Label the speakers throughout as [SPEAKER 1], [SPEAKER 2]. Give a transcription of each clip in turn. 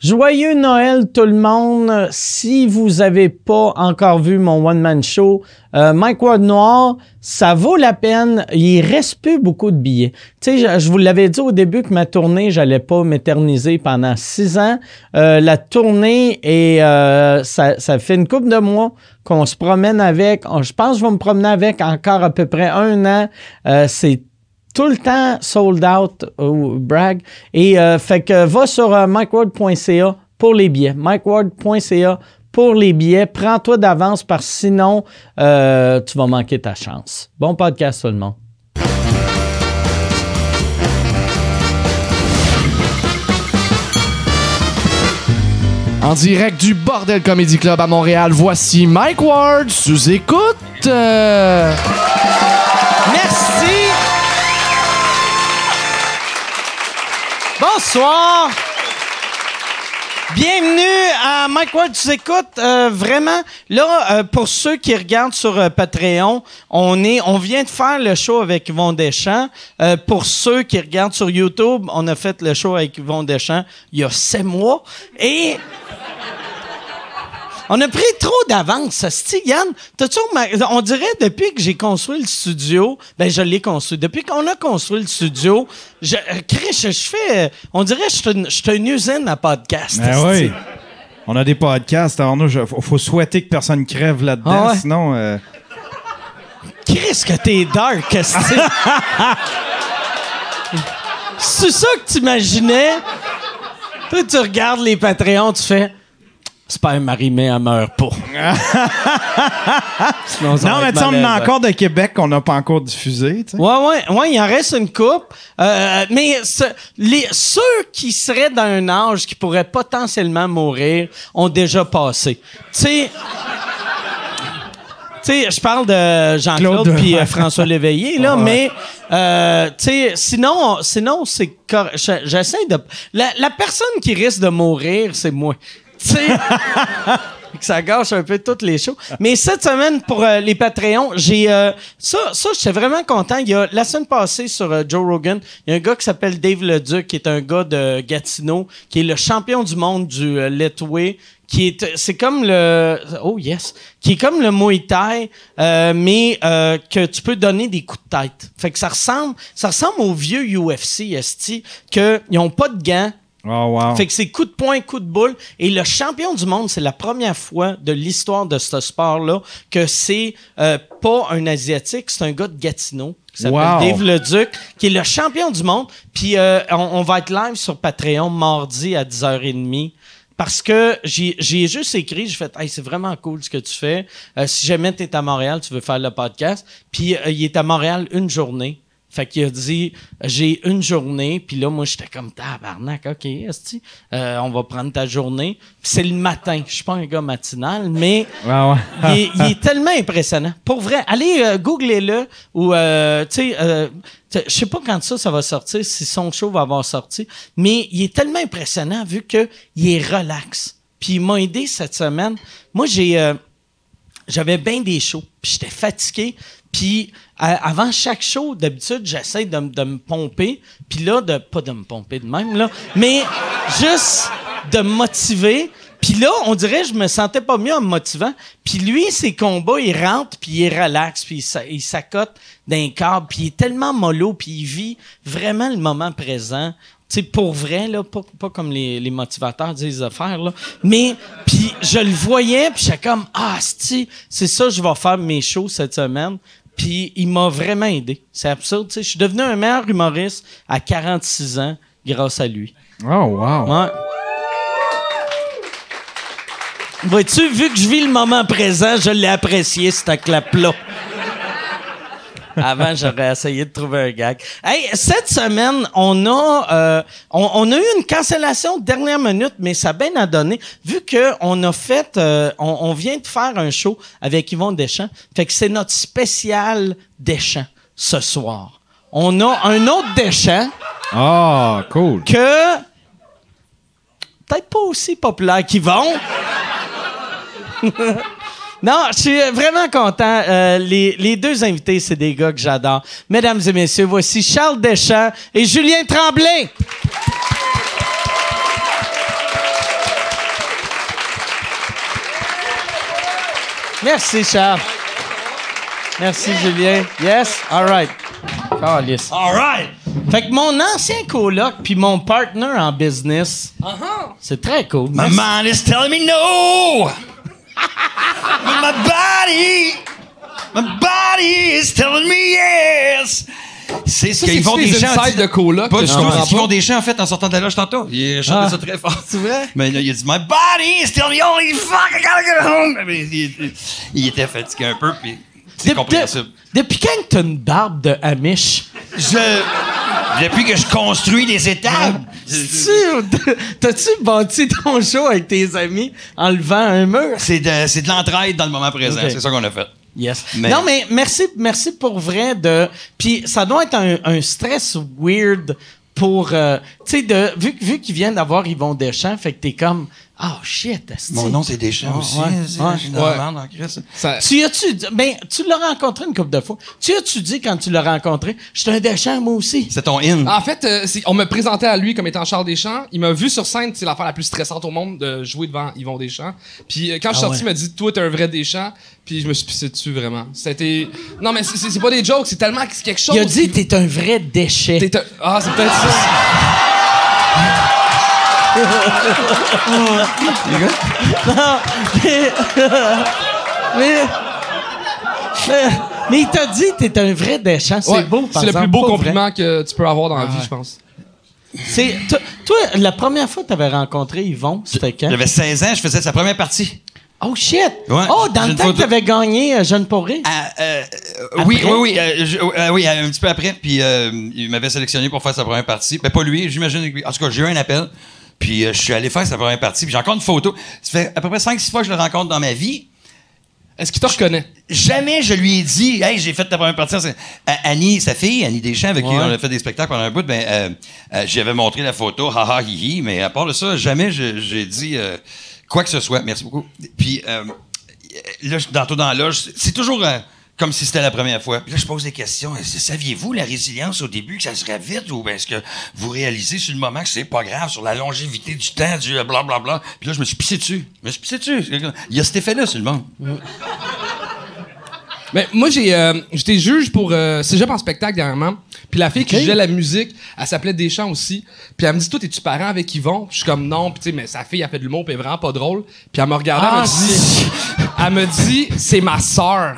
[SPEAKER 1] Joyeux Noël tout le monde. Si vous avez pas encore vu mon One Man Show, euh, Mike Ward Noir, ça vaut la peine. Il reste plus beaucoup de billets. Tu sais, je, je vous l'avais dit au début que ma tournée, j'allais pas m'éterniser pendant six ans. Euh, la tournée et euh, ça, ça fait une coupe de mois qu'on se promène avec. On- je pense que je vais me promener avec encore à peu près un an. Euh, C'est tout le temps sold out ou brag. Et euh, fait que va sur euh, mikeward.ca pour les billets. mikeward.ca pour les billets. Prends-toi d'avance parce que sinon, euh, tu vas manquer ta chance. Bon podcast tout le monde.
[SPEAKER 2] En direct du Bordel Comedy Club à Montréal, voici Mike Ward sous écoute. Euh,
[SPEAKER 1] Merci! Bonsoir! Bienvenue à Mike Ward, tu écoutes euh, vraiment. Là, euh, pour ceux qui regardent sur euh, Patreon, on est, on vient de faire le show avec Yvon Deschamps. Euh, pour ceux qui regardent sur YouTube, on a fait le show avec Yvon Deschamps il y a sept mois et on a pris trop d'avance, Asti. Yann, t'as-tu remar- On dirait depuis que j'ai construit le studio, ben je l'ai construit. Depuis qu'on a construit le studio, je, euh, Chris, je, je fais. euh, On dirait que je suis une- je suis une usine à podcast.
[SPEAKER 3] Ben
[SPEAKER 1] asti.
[SPEAKER 3] oui. On a des podcasts. Alors, nous, je- faut, faut souhaiter que personne crève là-dedans,
[SPEAKER 1] Ah ouais?
[SPEAKER 3] sinon. euh,
[SPEAKER 1] Chris, que t'es dark, asti. C'est ça que t'imaginais? Toi, tu regardes les Patreons, tu fais. C'est pas un marimé, elle meurt pas. Sinon, ça
[SPEAKER 3] Non,
[SPEAKER 1] va
[SPEAKER 3] mais
[SPEAKER 1] être
[SPEAKER 3] tu sais, on en a
[SPEAKER 1] malaisant.
[SPEAKER 3] hein. encore de Québec qu'on n'a pas encore diffusé. tu sais.
[SPEAKER 1] Ouais, ouais, ouais, il en reste une coupe. Euh, mais ce- les, ceux qui seraient dans un âge qui pourraient potentiellement mourir ont déjà passé. Tu sais. Tu sais, je parle de Jean-Claude
[SPEAKER 3] Claude.
[SPEAKER 1] puis euh, François Léveillé, là, mais, euh, tu sais, sinon, sinon c'est cor- je- J'essaie de. La, la personne qui risque de mourir, c'est moi. Tu sais. que ça gâche un peu toutes les shows. Mais cette semaine, pour euh, les Patreons, j'ai. euh, ça, ça j'étais vraiment content. Il y a, la semaine passée, sur euh, Joe Rogan, il y a un gars qui s'appelle Dave Leduc, qui est un gars de Gatineau, qui est le champion du monde du euh, Letway, qui est. euh, C'est comme le. Oh, yes. Qui est comme le Muay Thai, euh, mais euh, que tu peux donner des coups de tête. Fait que ça ressemble, ça ressemble au vieux UFC, Esti, qu'ils n'ont pas de gants.
[SPEAKER 3] Oh, wow.
[SPEAKER 1] Fait que c'est coup de poing, coup de boule. Et le champion du monde, c'est la première fois de l'histoire de ce sport-là que c'est euh, pas un Asiatique, c'est un gars de Gatineau qui s'appelle
[SPEAKER 3] Wow.
[SPEAKER 1] Dave Leduc, qui est le champion du monde. Puis euh, on, on va être live sur Patreon mardi à 10h30. Parce que j'ai j'ai juste écrit, j'ai fait, hey, c'est vraiment cool ce que tu fais. Euh, si jamais tu es à Montréal, tu veux faire le podcast. Puis euh, il est à Montréal une journée. Fait qu'il a dit, j'ai une journée, puis là, moi, j'étais comme, tabarnak, OK, esti, euh, on va prendre ta journée. Puis c'est le matin, je suis pas un gars matinal, mais
[SPEAKER 3] Ah ouais.
[SPEAKER 1] il, est, il est tellement impressionnant. Pour vrai, allez, euh, googlez-le, ou, euh, tu sais, euh, tu sais, je sais pas quand ça, ça va sortir, si son show va avoir sorti, mais il est tellement impressionnant vu que il est relax. Puis il m'a aidé cette semaine. Moi, j'ai... euh, j'avais bien des shows, puis j'étais fatigué. Puis euh, avant chaque show, d'habitude, j'essaie de, m- de me pomper. Puis là, de, pas de me pomper de même, là, mais juste de me motiver. Puis là, on dirait que je me sentais pas mieux en me motivant. Puis lui, ses combats, il rentre, puis il relaxe, puis il sa- il s'accote d'un câble. Puis il est tellement mollo, puis il vit vraiment le moment présent. Tu sais, pour vrai, là, pas, pas comme les, les motivateurs disent de faire, là. Mais, puis je le voyais, puis j'étais comme, ah, c'ti, c'est ça, que je vais faire mes shows cette semaine. Puis il m'a vraiment aidé. C'est absurde, tu sais. Je suis devenu un meilleur humoriste à 46 ans grâce à lui.
[SPEAKER 3] Oh, wow.
[SPEAKER 1] Ouais. Vois-tu, vu que je vis le moment présent, je l'ai apprécié, cette clap-là. Avant, j'aurais essayé de trouver un gag. Hey, cette semaine, on a, euh, on, on a eu une cancellation de dernière minute, mais ça a bien à donner. Vu que on a fait, euh, on, on vient de faire un show avec Yvon Deschamps, fait que c'est notre spécial Deschamps ce soir. On a un autre Deschamps
[SPEAKER 3] Ah, cool.
[SPEAKER 1] que peut-être pas aussi populaire qu'ils vont. Non, je suis vraiment content. Euh, les, les deux invités, c'est des gars que j'adore. Mesdames et messieurs, voici Charles Deschamps et Julien Tremblay. Merci, Charles. Merci, Julien. Yes? All right. Calisse.
[SPEAKER 4] All right.
[SPEAKER 1] Fait que mon ancien coloc puis mon partner en business, c'est très cool.
[SPEAKER 4] My
[SPEAKER 1] Merci.
[SPEAKER 4] mind is telling me no. but my body, my body is telling me yes. C'est ce
[SPEAKER 5] Ça, c'est
[SPEAKER 4] qu'ils font
[SPEAKER 5] des
[SPEAKER 4] des gens.
[SPEAKER 5] insides de coloc
[SPEAKER 4] Pas
[SPEAKER 5] que
[SPEAKER 4] du
[SPEAKER 5] je
[SPEAKER 4] tout.
[SPEAKER 5] comprends
[SPEAKER 4] Ils font
[SPEAKER 5] pas.
[SPEAKER 4] des chants en fait en sortant de la loge tantôt. Ils chantaient
[SPEAKER 1] Ah.
[SPEAKER 4] ça très fort.
[SPEAKER 1] C'est vrai?
[SPEAKER 4] Mais là, il a dit My body is telling me only fuck, I gotta get home. Mais il, il- il était fatigué un peu, puis c'est
[SPEAKER 1] Dep-
[SPEAKER 4] compréhensible.
[SPEAKER 1] de- Depuis quand que t'as une barbe de Amish?
[SPEAKER 4] Je, depuis que je construis des
[SPEAKER 1] Ah,
[SPEAKER 4] étables,
[SPEAKER 5] Ah.
[SPEAKER 1] Tu- T'as-tu bâti ton show avec tes amis en levant un mur?
[SPEAKER 4] c'est de, c'est de l'entraide dans le moment présent.
[SPEAKER 1] Ok.
[SPEAKER 4] C'est ça qu'on a fait.
[SPEAKER 1] Yes.
[SPEAKER 4] Mais-
[SPEAKER 1] Non, mais merci, merci pour vrai de. Puis ça doit être un, un stress weird pour. euh, tu sais, de vu, que- vu qu'ils viennent d'avoir Yvon Deschamps, fait que t'es comme. Oh shit, esti.
[SPEAKER 4] Mon nom, c'est Deschamps
[SPEAKER 1] Ah,
[SPEAKER 4] aussi.
[SPEAKER 1] ouais,
[SPEAKER 4] c'est
[SPEAKER 1] ouais,
[SPEAKER 4] j'ai
[SPEAKER 1] ouais.
[SPEAKER 4] de la merde en Christ.
[SPEAKER 2] Ça-
[SPEAKER 1] Tu as-tu. dit- Ben, tu l'as rencontré une couple de fois. Tu as-tu dit quand tu l'as rencontré, je suis un Deschamps, moi aussi?
[SPEAKER 4] C'est ton
[SPEAKER 2] Ah,
[SPEAKER 4] in.
[SPEAKER 5] En fait, euh, c'est- on me présentait à lui comme étant Charles Deschamps. Il m'a vu sur scène, c'est l'affaire la plus stressante au monde de jouer devant Yvon Deschamps. Puis euh, quand je suis
[SPEAKER 1] Ah
[SPEAKER 5] sorti, il m'a dit Toi, t'es un vrai Deschamps. Puis je me suis pissé dessus vraiment. C'était. Non, mais c'est- c'est c'est pas des jokes, c'est tellement que c'est quelque chose.
[SPEAKER 1] Il a dit,
[SPEAKER 5] qui-
[SPEAKER 1] t'es un vrai déchet.
[SPEAKER 5] T'es un- Ah, c'est peut-être ça.
[SPEAKER 1] mais, mais, mais il t'a dit t'es un vrai déchant. C'est
[SPEAKER 5] Ouais,
[SPEAKER 1] beau, par
[SPEAKER 5] C'est le
[SPEAKER 1] exemple,
[SPEAKER 5] plus beau
[SPEAKER 1] pas vrai. Ah
[SPEAKER 5] compliment que tu peux avoir dans la vie, je pense.
[SPEAKER 1] C'est, toi, toi, la première fois que t'avais rencontré Yvon, c'était quand?
[SPEAKER 4] J'avais 16 ans, je faisais sa première partie.
[SPEAKER 1] Oh shit!
[SPEAKER 4] Ouais,
[SPEAKER 1] oh, dans
[SPEAKER 4] j'ai
[SPEAKER 1] le
[SPEAKER 4] une
[SPEAKER 1] temps que
[SPEAKER 4] photo.
[SPEAKER 1] t'avais gagné euh, Jeune Pourri?
[SPEAKER 4] Ah, euh, euh, oui,
[SPEAKER 1] Après?
[SPEAKER 4] oui, oui, euh, je- euh, oui, euh, un petit peu après. Puis euh, il m'avait sélectionné pour faire sa première partie. Mais pas lui, j'imagine. que- En tout cas, j'ai eu un appel. Puis euh, je suis allé faire sa première partie. Puis j'ai encore une photo. Ça fait à peu près 5-6 fois que je le rencontre dans ma vie.
[SPEAKER 5] Est-ce qu'il te reconnaît
[SPEAKER 4] Jamais je lui ai dit, hey, j'ai fait ta première partie. C'est- À- Annie, sa fille, Annie Deschamps, avec qui
[SPEAKER 1] Ouais.
[SPEAKER 4] on a fait des spectacles pendant un bout, ben, euh, euh, j'y avais montré la photo, haha, hihi, mais à part de ça, jamais je- j'ai dit euh, quoi que ce soit. Merci beaucoup. Puis, euh, là, je- dans, tout dans la loge, c'est- c'est toujours euh, comme si c'était la première fois. Puis là, je pose des questions. C'est- Saviez-vous la résilience au début, que ça serait vite, ou bien est-ce que vous réalisez sur le moment que c'est pas grave, sur la longévité du temps, du euh, blablabla? Puis là, je me suis pissé dessus. Je me suis pissé dessus. Il y a cet effet-là sur le monde.
[SPEAKER 5] Mais moi, j'ai, euh, j'étais juge pour euh, Cégep en spectacle dernièrement. Puis la fille qui jugeait la musique, elle s'appelait Deschamps aussi. Puis elle me dit, toi, t'es-tu parent avec Yvon? Puis je suis comme, non. Puis tu sais, mais sa fille, elle fait de l'humour, puis elle est vraiment pas drôle. Puis elle me regardait, elle
[SPEAKER 1] Ah,
[SPEAKER 5] me dit, elle me dit, c'est ma sœur.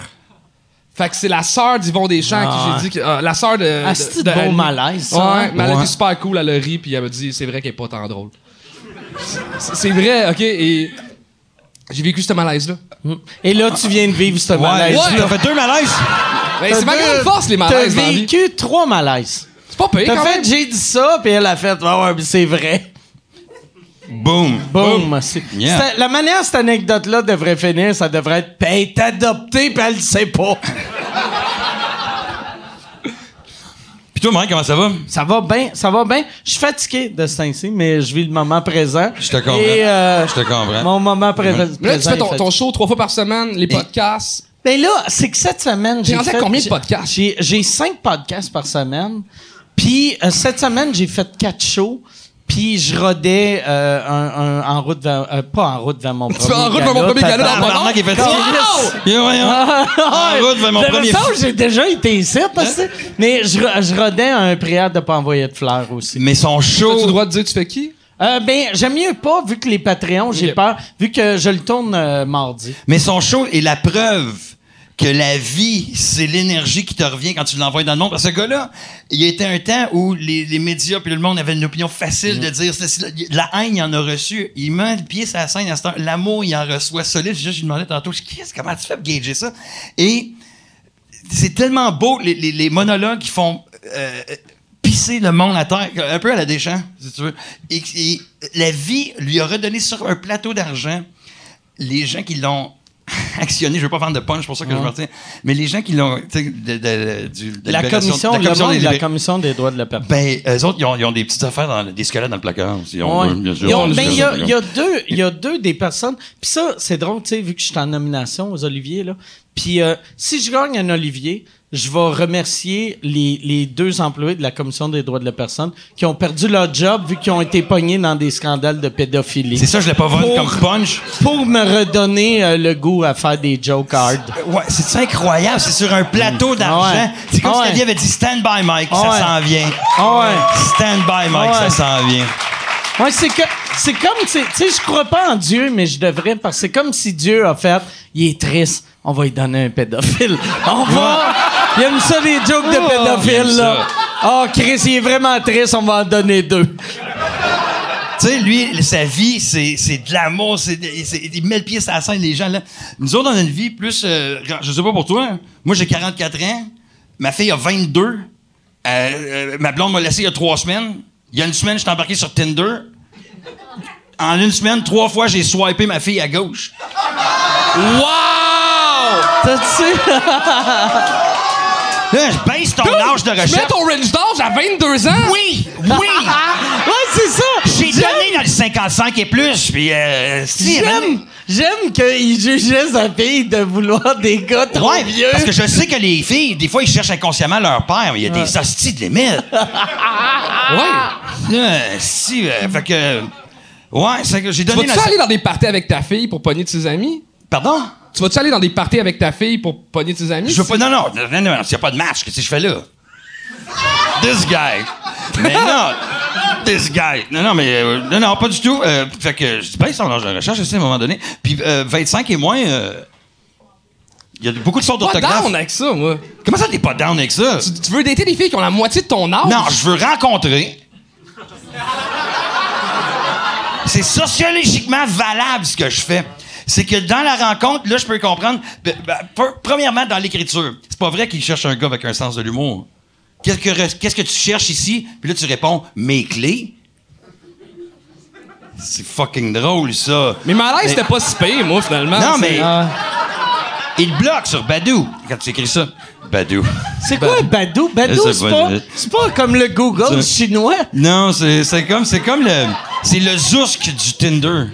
[SPEAKER 5] Fait que c'est la sœur d'Yvon Deschamps
[SPEAKER 1] Ah,
[SPEAKER 5] qui j'ai dit, que- ah, la sœur de.
[SPEAKER 1] Ah,
[SPEAKER 5] de-
[SPEAKER 1] c'est
[SPEAKER 5] de
[SPEAKER 1] de beau
[SPEAKER 5] Annie.
[SPEAKER 1] malaise, ça,
[SPEAKER 5] Ouais,
[SPEAKER 1] hein?
[SPEAKER 5] mais elle a
[SPEAKER 4] Ouais.
[SPEAKER 5] été super cool, elle a ri, puis elle me dit, c'est vrai qu'elle est pas tant drôle. C'est c'est vrai, ok, et j'ai vécu ce malaise-là.
[SPEAKER 1] Et là, tu viens de vivre ce malaise.
[SPEAKER 5] Ah. ouais.
[SPEAKER 4] T'as Ben, fait deux malaises.
[SPEAKER 5] Mais Ben, c'est ma grande force, les malaises. dans
[SPEAKER 1] T'as
[SPEAKER 5] la vie.
[SPEAKER 1] vécu trois malaises.
[SPEAKER 5] C'est pas payé
[SPEAKER 1] T'as
[SPEAKER 5] quand
[SPEAKER 1] fait,
[SPEAKER 5] même.
[SPEAKER 1] j'ai dit ça, puis elle a fait, Ah ouais, mais c'est vrai.
[SPEAKER 4] Boom.
[SPEAKER 1] Boum. C'est-
[SPEAKER 4] Yeah.
[SPEAKER 1] c'est- La manière cette anecdote-là devrait finir, ça devrait être, ben, elle est adoptée, puis elle le sait pas.
[SPEAKER 4] Puis toi, Mike, comment ça va?
[SPEAKER 1] Ça va bien, ça va bien. Je suis fatigué de ce temps-ci, mais je vis le moment présent.
[SPEAKER 4] Je te comprends.
[SPEAKER 1] Et, euh,
[SPEAKER 4] Je te comprends.
[SPEAKER 1] Mon moment pré- présent.
[SPEAKER 5] Mais là, tu fais
[SPEAKER 1] est
[SPEAKER 5] ton, ton show trois fois par semaine, les podcasts.
[SPEAKER 1] Mais là, c'est que cette semaine, j'ai
[SPEAKER 5] rendu à
[SPEAKER 1] fait...
[SPEAKER 5] combien de
[SPEAKER 1] j'ai-
[SPEAKER 5] podcasts?
[SPEAKER 1] J'ai, j'ai cinq podcasts par semaine. Puis euh, cette semaine, j'ai fait quatre shows. Puis je rodais euh, un, un- en route vers... euh, pas en route vers mon premier
[SPEAKER 5] fais en route vers mon premier gala dans
[SPEAKER 1] tabarnak.
[SPEAKER 5] le moment
[SPEAKER 4] qui est fait
[SPEAKER 1] Ah, Wow!
[SPEAKER 4] Yeah, ouais, hein?
[SPEAKER 1] Ah,
[SPEAKER 4] En route vers mon
[SPEAKER 1] de
[SPEAKER 4] premier Hein?
[SPEAKER 1] toute façon,
[SPEAKER 4] film.
[SPEAKER 1] j'ai déjà été ici, parce que- mais je, ro- je rodais un prière de pas envoyer de fleurs aussi.
[SPEAKER 4] Mais son
[SPEAKER 1] Oh.
[SPEAKER 5] T'as-tu le
[SPEAKER 4] show.
[SPEAKER 5] droit de dire tu fais qui?
[SPEAKER 1] Euh, ben, j'aime mieux pas, vu que les Patreons, j'ai
[SPEAKER 5] Ok.
[SPEAKER 1] peur, vu que je le tourne euh, mardi.
[SPEAKER 4] Mais son show est la preuve que la vie, c'est l'énergie qui te revient quand tu l'envoies dans le monde. Parce que ce gars-là, il y a été un temps où les, les médias puis le monde avait une opinion facile de dire c'est- c'est- la haine, il en a reçu. Il met le pied sur la scène à cette heure. L'amour, il en reçoit solide. J'ai juste demandé tantôt, je dis, Chris, comment tu fais pour gager ça? Et c'est tellement beau, les, les- les monologues qui font euh, pisser le monde à terre, un peu à la Deschamps, si tu veux. Et, et la vie lui a redonné sur un plateau d'argent les gens qui l'ont actionné, je veux pas vendre de punch, c'est pour ça que je me retiens, mais les gens qui l'ont, tu sais, de, de- du- de
[SPEAKER 1] La
[SPEAKER 4] libération-
[SPEAKER 1] commission,
[SPEAKER 4] de la
[SPEAKER 1] le
[SPEAKER 4] commission des
[SPEAKER 1] monde de la
[SPEAKER 4] libérés.
[SPEAKER 1] commission des droits de la personne.
[SPEAKER 4] ben, eux autres, ils ont, ils ont des petites affaires, dans le- des squelettes dans le placard. Si on
[SPEAKER 1] Ouais.
[SPEAKER 4] veut, bien sûr.
[SPEAKER 1] Ils ont-
[SPEAKER 4] On-
[SPEAKER 1] ben, il y a,
[SPEAKER 4] on-
[SPEAKER 1] il y a deux, il y a deux des personnes. Puis ça, c'est drôle, tu sais, vu que je suis en nomination aux Olivier, là. Puis euh, si je gagne un Olivier, je vais remercier les, les deux employés de la Commission des droits de la personne qui ont perdu leur job vu qu'ils ont été pognés dans des scandales de pédophilie.
[SPEAKER 4] C'est ça, je l'ai pas vendu
[SPEAKER 1] Pour-
[SPEAKER 4] comme punch.
[SPEAKER 1] Pour me redonner euh, le goût à faire des joke hard.
[SPEAKER 4] Euh, Ouais, c'est incroyable, c'est sur un plateau d'argent.
[SPEAKER 1] Ouais.
[SPEAKER 4] C'est comme
[SPEAKER 1] Mm. Ah
[SPEAKER 4] si la
[SPEAKER 1] ouais.
[SPEAKER 4] vie avait dit Stand by Mike,
[SPEAKER 1] Ah ouais.
[SPEAKER 4] ça s'en vient.
[SPEAKER 1] Ah
[SPEAKER 4] Stand by Mike,
[SPEAKER 1] Ah ouais.
[SPEAKER 4] ça s'en vient.
[SPEAKER 1] ouais. Ouais, c'est que c'est comme tu sais- tu sais je crois pas en Dieu mais je devrais parce que c'est comme si Dieu a fait il est triste, on va lui donner un pédophile. On va Il aime ça les jokes de pédophiles là. Oh Chris, il est vraiment triste, on va en donner deux.
[SPEAKER 4] Tu sais, lui, sa vie, c'est c'est de l'amour, c'est de- c'est- il met le pied sur la scène, les gens, là. Nous autres, on a une vie plus, euh, je sais pas pour toi, hein. moi j'ai 44 ans, ma fille a 22, euh, euh, ma blonde m'a laissé il y a trois semaines, il y a une semaine, je suis embarqué sur Tinder, en une semaine, trois fois, j'ai swipé ma fille à gauche.
[SPEAKER 1] T'as-tu
[SPEAKER 4] Là, je baisse ton âge de
[SPEAKER 5] Tu mets
[SPEAKER 4] recherche.
[SPEAKER 5] ton range d'âge à 22 ans?
[SPEAKER 4] Oui, oui!
[SPEAKER 1] Ouais, c'est ça.
[SPEAKER 4] J'ai donné dans le 55 et plus, puis euh, si,
[SPEAKER 1] J'aime, j'aime qu'il jugeait sa fille de vouloir des gars trop
[SPEAKER 4] Ouais,
[SPEAKER 1] vieux.
[SPEAKER 4] parce que je sais que les filles, des fois, ils cherchent inconsciemment leur père, mais il y a des hosties de limite. Ah.
[SPEAKER 5] Ouais.
[SPEAKER 4] Là, si, euh, fait que... Ouais, c'est que j'ai
[SPEAKER 5] Tu
[SPEAKER 4] donné...
[SPEAKER 5] vas-tu
[SPEAKER 4] dans le-
[SPEAKER 5] aller dans des parties avec ta fille pour pogner de ses amis?
[SPEAKER 4] Pardon?
[SPEAKER 5] Tu vas-tu aller dans des parties avec ta fille pour pogner de ses amis?
[SPEAKER 4] Je veux pas... Non, non, non, non, non, s'il y a pas de match, qu'est-ce que je fais là? This guy. Mais non, this guy. Non, non, mais... euh, non, non, pas du tout. Euh, fait que je dis, ben, ça, on de recherche, aussi, à un moment donné. Puis euh, 25 et moins... euh, il y a beaucoup de sortes
[SPEAKER 5] pas
[SPEAKER 4] d'orthographe.
[SPEAKER 5] down avec ça, moi.
[SPEAKER 4] Comment ça, t'es pas down avec ça?
[SPEAKER 5] Tu, tu veux dater des filles qui ont la moitié de ton âge?
[SPEAKER 4] Non, je veux rencontrer. C'est sociologiquement valable ce que je fais. C'est que dans la rencontre, là, je peux comprendre. ben, ben, pre- premièrement, dans l'écriture, c'est pas vrai qu'il cherche un gars avec un sens de l'humour. Qu'est-ce que, re- qu'est-ce que tu cherches ici? Puis là, tu réponds mes clés. C'est fucking drôle, ça.
[SPEAKER 5] Mais ma
[SPEAKER 4] Mais-
[SPEAKER 5] l'aise, c'était pas si pire, moi, finalement.
[SPEAKER 4] Non,
[SPEAKER 5] C'est-
[SPEAKER 4] mais. Il te bloque sur Badou quand tu écris ça. Badou.
[SPEAKER 1] C'est quoi Badou? Badou,
[SPEAKER 4] Je sais
[SPEAKER 1] c'est
[SPEAKER 4] pas,
[SPEAKER 1] pas,
[SPEAKER 4] mais-
[SPEAKER 1] c'est pas comme le Google
[SPEAKER 4] C'est-
[SPEAKER 1] chinois.
[SPEAKER 4] Non, c'est c'est comme, c'est comme le, c'est le zousque du Tinder.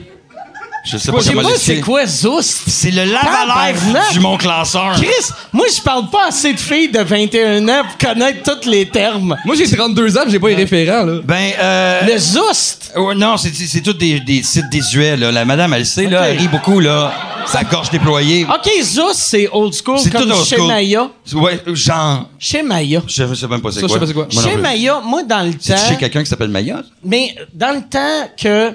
[SPEAKER 4] Je sais pas
[SPEAKER 1] Je sais
[SPEAKER 4] comment
[SPEAKER 1] pas c'est
[SPEAKER 4] l'expliquer.
[SPEAKER 1] quoi Zoust.
[SPEAKER 4] C'est le
[SPEAKER 1] Tabarnak.
[SPEAKER 4] lave-lèvres du mon classeur.
[SPEAKER 1] Chris, moi je parle pas assez de filles de 21 ans pour connaître tous les termes.
[SPEAKER 5] Moi, j'ai 32 ans, j'ai pas les référents, là.
[SPEAKER 4] Ben, euh,
[SPEAKER 1] Le Zoust!
[SPEAKER 4] ouais, non, c'est, c'est, c'est tous des, des sites désuets, là. La madame, elle sait, là,
[SPEAKER 1] Ok.
[SPEAKER 4] elle rit beaucoup, là. Sa gorge déployée.
[SPEAKER 1] Ok, Zoust, c'est old school
[SPEAKER 4] c'est
[SPEAKER 1] comme
[SPEAKER 4] old
[SPEAKER 1] chez
[SPEAKER 4] school.
[SPEAKER 1] Maya.
[SPEAKER 4] Ouais, genre,
[SPEAKER 1] Chez Maya.
[SPEAKER 4] je sais même pas c'est
[SPEAKER 5] Ça, je
[SPEAKER 4] quoi.
[SPEAKER 5] sais pas c'est quoi.
[SPEAKER 4] Moi non
[SPEAKER 1] Chez
[SPEAKER 4] plus.
[SPEAKER 1] Maya, moi dans le temps.
[SPEAKER 4] C'est-tu chez quelqu'un qui s'appelle Maya?
[SPEAKER 1] Mais dans le temps que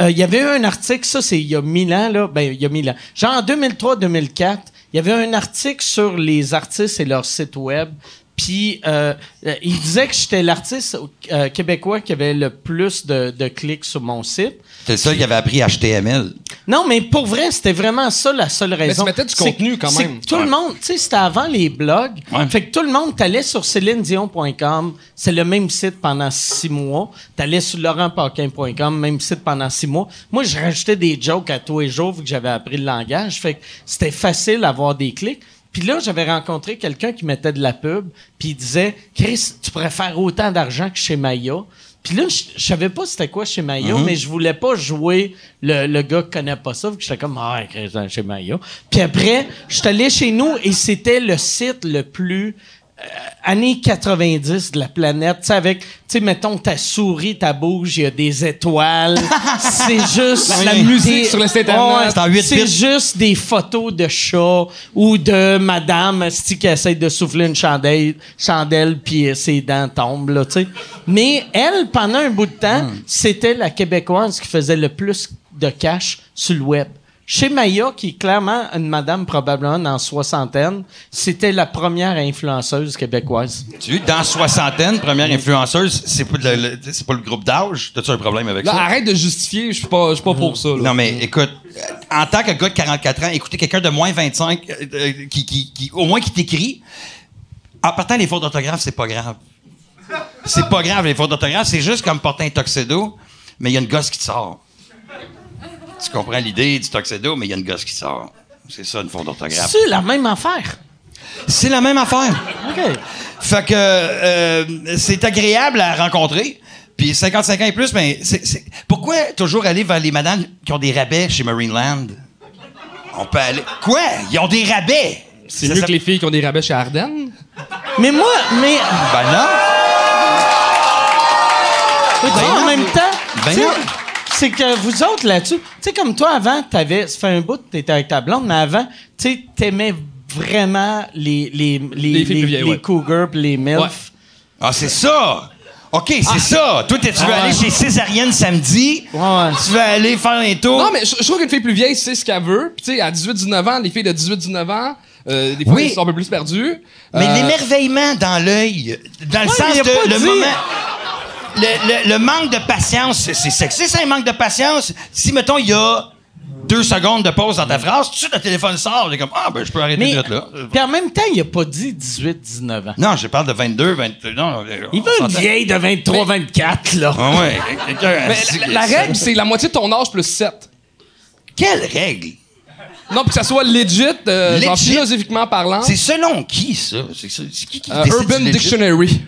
[SPEAKER 1] euh, il y avait eu un article, ça c'est il y a mille ans là, ben il y a mille ans. Genre en 2003-2004, il y avait un article sur les artistes et leur site web. Puis euh, euh, il disait que j'étais l'artiste euh, québécois qui avait le plus de, de clics sur mon site.
[SPEAKER 4] C'est le seul qui avait appris HTML.
[SPEAKER 1] Non, mais pour vrai, c'était vraiment ça la seule raison.
[SPEAKER 5] mettais du
[SPEAKER 1] C'est-
[SPEAKER 5] contenu quand
[SPEAKER 1] c'est
[SPEAKER 5] même.
[SPEAKER 1] que Tout le
[SPEAKER 4] Ouais.
[SPEAKER 1] monde, tu sais, c'était avant les blogs.
[SPEAKER 4] Ouais.
[SPEAKER 1] Fait que tout le monde, t'allais sur CélineDion.com, c'est le même site pendant six mois. T'allais sur LaurentPaquin.com, même site pendant six mois. Moi, je rajoutais des jokes à tous les jours vu que j'avais appris le langage. Fait que c'était facile d'avoir des clics. Puis là, j'avais rencontré quelqu'un qui mettait de la pub, puis il disait Chris, tu pourrais faire autant d'argent que chez Maya. Puis là, je, je savais pas c'était quoi chez Mayo, mais je voulais pas jouer le, le gars qui connaît pas ça, vu que j'étais comme, ah, Chris, hein, chez Mayo. Puis après, je suis allé chez nous et c'était le site le plus euh, années 90 de la planète. Tu sais, avec, tu sais, mettons, ta souris, ta bouge, il y a des étoiles. c'est juste.
[SPEAKER 5] La
[SPEAKER 1] des-
[SPEAKER 5] musique sur le site Internet.
[SPEAKER 4] C'est en huit
[SPEAKER 1] C'est
[SPEAKER 4] bits.
[SPEAKER 1] juste des photos de chats ou de madame esti, qui essaie de souffler une chandelle, chandelle puis euh, ses dents tombent, là, tu sais. Mais elle, pendant un bout de temps, c'était la Québécoise qui faisait le plus de cash sur le web. Chez Maya, qui est clairement une madame probablement dans la soixantaine, c'était la première influenceuse québécoise.
[SPEAKER 4] Tu vois, dans soixantaine, première influenceuse, c'est pas, le- le, c'est pas le groupe d'âge. T'as-tu un problème avec
[SPEAKER 5] Là,
[SPEAKER 4] ça?
[SPEAKER 5] arrête de justifier, je suis pas, je suis pas pour ça, là.
[SPEAKER 4] Non, mais écoute, euh, en tant que gars de 44 ans, écouter quelqu'un de moins 25, euh, euh, qui, qui- qui- au moins qui t'écrit, en partant les fautes d'orthographe, c'est pas grave. C'est pas grave, les fautes d'orthographe, c'est juste comme porter un tuxedo, mais il y a une gosse qui te sort. Tu comprends l'idée du tuxedo, mais il y a une gosse qui te sort. C'est ça, une faute d'orthographe.
[SPEAKER 1] C'est la même affaire.
[SPEAKER 4] C'est la même affaire.
[SPEAKER 1] OK.
[SPEAKER 4] Fait que euh, c'est agréable à rencontrer. Puis 55 ans et plus, mais c'est, c'est- pourquoi toujours aller vers les madames qui ont des rabais chez Marineland? On peut aller. Quoi? Ils ont des rabais!
[SPEAKER 5] C'est
[SPEAKER 4] Ça
[SPEAKER 5] mieux
[SPEAKER 4] s'appelle-
[SPEAKER 5] que les filles qui ont des rabais chez Ardennes.
[SPEAKER 1] Mais moi, mais.
[SPEAKER 4] Ben non!
[SPEAKER 1] Mais tu sais,
[SPEAKER 4] Ben
[SPEAKER 1] en
[SPEAKER 4] non.
[SPEAKER 1] même temps,
[SPEAKER 4] Ben
[SPEAKER 1] tu sais,
[SPEAKER 4] non.
[SPEAKER 1] c'est que vous autres là-dessus, tu sais, comme toi avant, t'avais, ça fait un bout, t'étais avec ta blonde, mais avant, tu sais, t'aimais vraiment les, les, les,
[SPEAKER 5] Les filles plus vieilles,
[SPEAKER 1] les
[SPEAKER 5] ouais.
[SPEAKER 1] cougars pis les milfs.
[SPEAKER 4] Ah, c'est ça! OK, c'est ça! Toi, t'es- tu veux
[SPEAKER 1] Ah,
[SPEAKER 4] aller
[SPEAKER 1] ouais.
[SPEAKER 4] chez Césarienne samedi?
[SPEAKER 1] Ouais, ouais.
[SPEAKER 4] Tu veux aller faire un tour?
[SPEAKER 5] Non, mais je, je trouve qu'une fille plus vieille sait ce qu'elle veut. Puis, tu sais, à 18-19 ans, les filles de 18-19 ans, euh, des fois,
[SPEAKER 4] Oui.
[SPEAKER 5] elles sont un peu plus perdues.
[SPEAKER 4] Mais
[SPEAKER 5] Euh,
[SPEAKER 4] l'émerveillement dans l'œil, dans le
[SPEAKER 1] Ouais,
[SPEAKER 4] sens
[SPEAKER 1] mais il a
[SPEAKER 4] de
[SPEAKER 1] pas
[SPEAKER 4] le
[SPEAKER 1] dit-
[SPEAKER 4] moment. Le, le- le manque de patience, c'est- c'est sexy, ça, un manque de patience. Si, mettons, il y a deux secondes de pause dans ta phrase, tu le téléphone sort, t'es comme Ah, ben, je peux arrêter
[SPEAKER 1] Mais,
[SPEAKER 4] de là.
[SPEAKER 1] puis en même temps, il a pas dit 18-19 ans.
[SPEAKER 4] Non, je parle de 22, 23. Non,
[SPEAKER 1] Il veut
[SPEAKER 4] on
[SPEAKER 1] une
[SPEAKER 4] s'entend.
[SPEAKER 1] vieille de 23-24, là.
[SPEAKER 4] Ah, ouais. quelqu'un-
[SPEAKER 5] mais
[SPEAKER 4] c'est-
[SPEAKER 5] la, la règle, c'est la moitié de ton âge plus 7.
[SPEAKER 4] Quelle règle?
[SPEAKER 5] Non, pour que ça soit legit, euh, genre
[SPEAKER 4] Legit.
[SPEAKER 5] philosophiquement
[SPEAKER 1] Hein?
[SPEAKER 5] parlant.
[SPEAKER 4] C'est selon qui, ça? C'est c'est- c'est qui qui
[SPEAKER 5] euh,
[SPEAKER 4] décide
[SPEAKER 5] Urban
[SPEAKER 4] du legit?
[SPEAKER 5] Dictionary.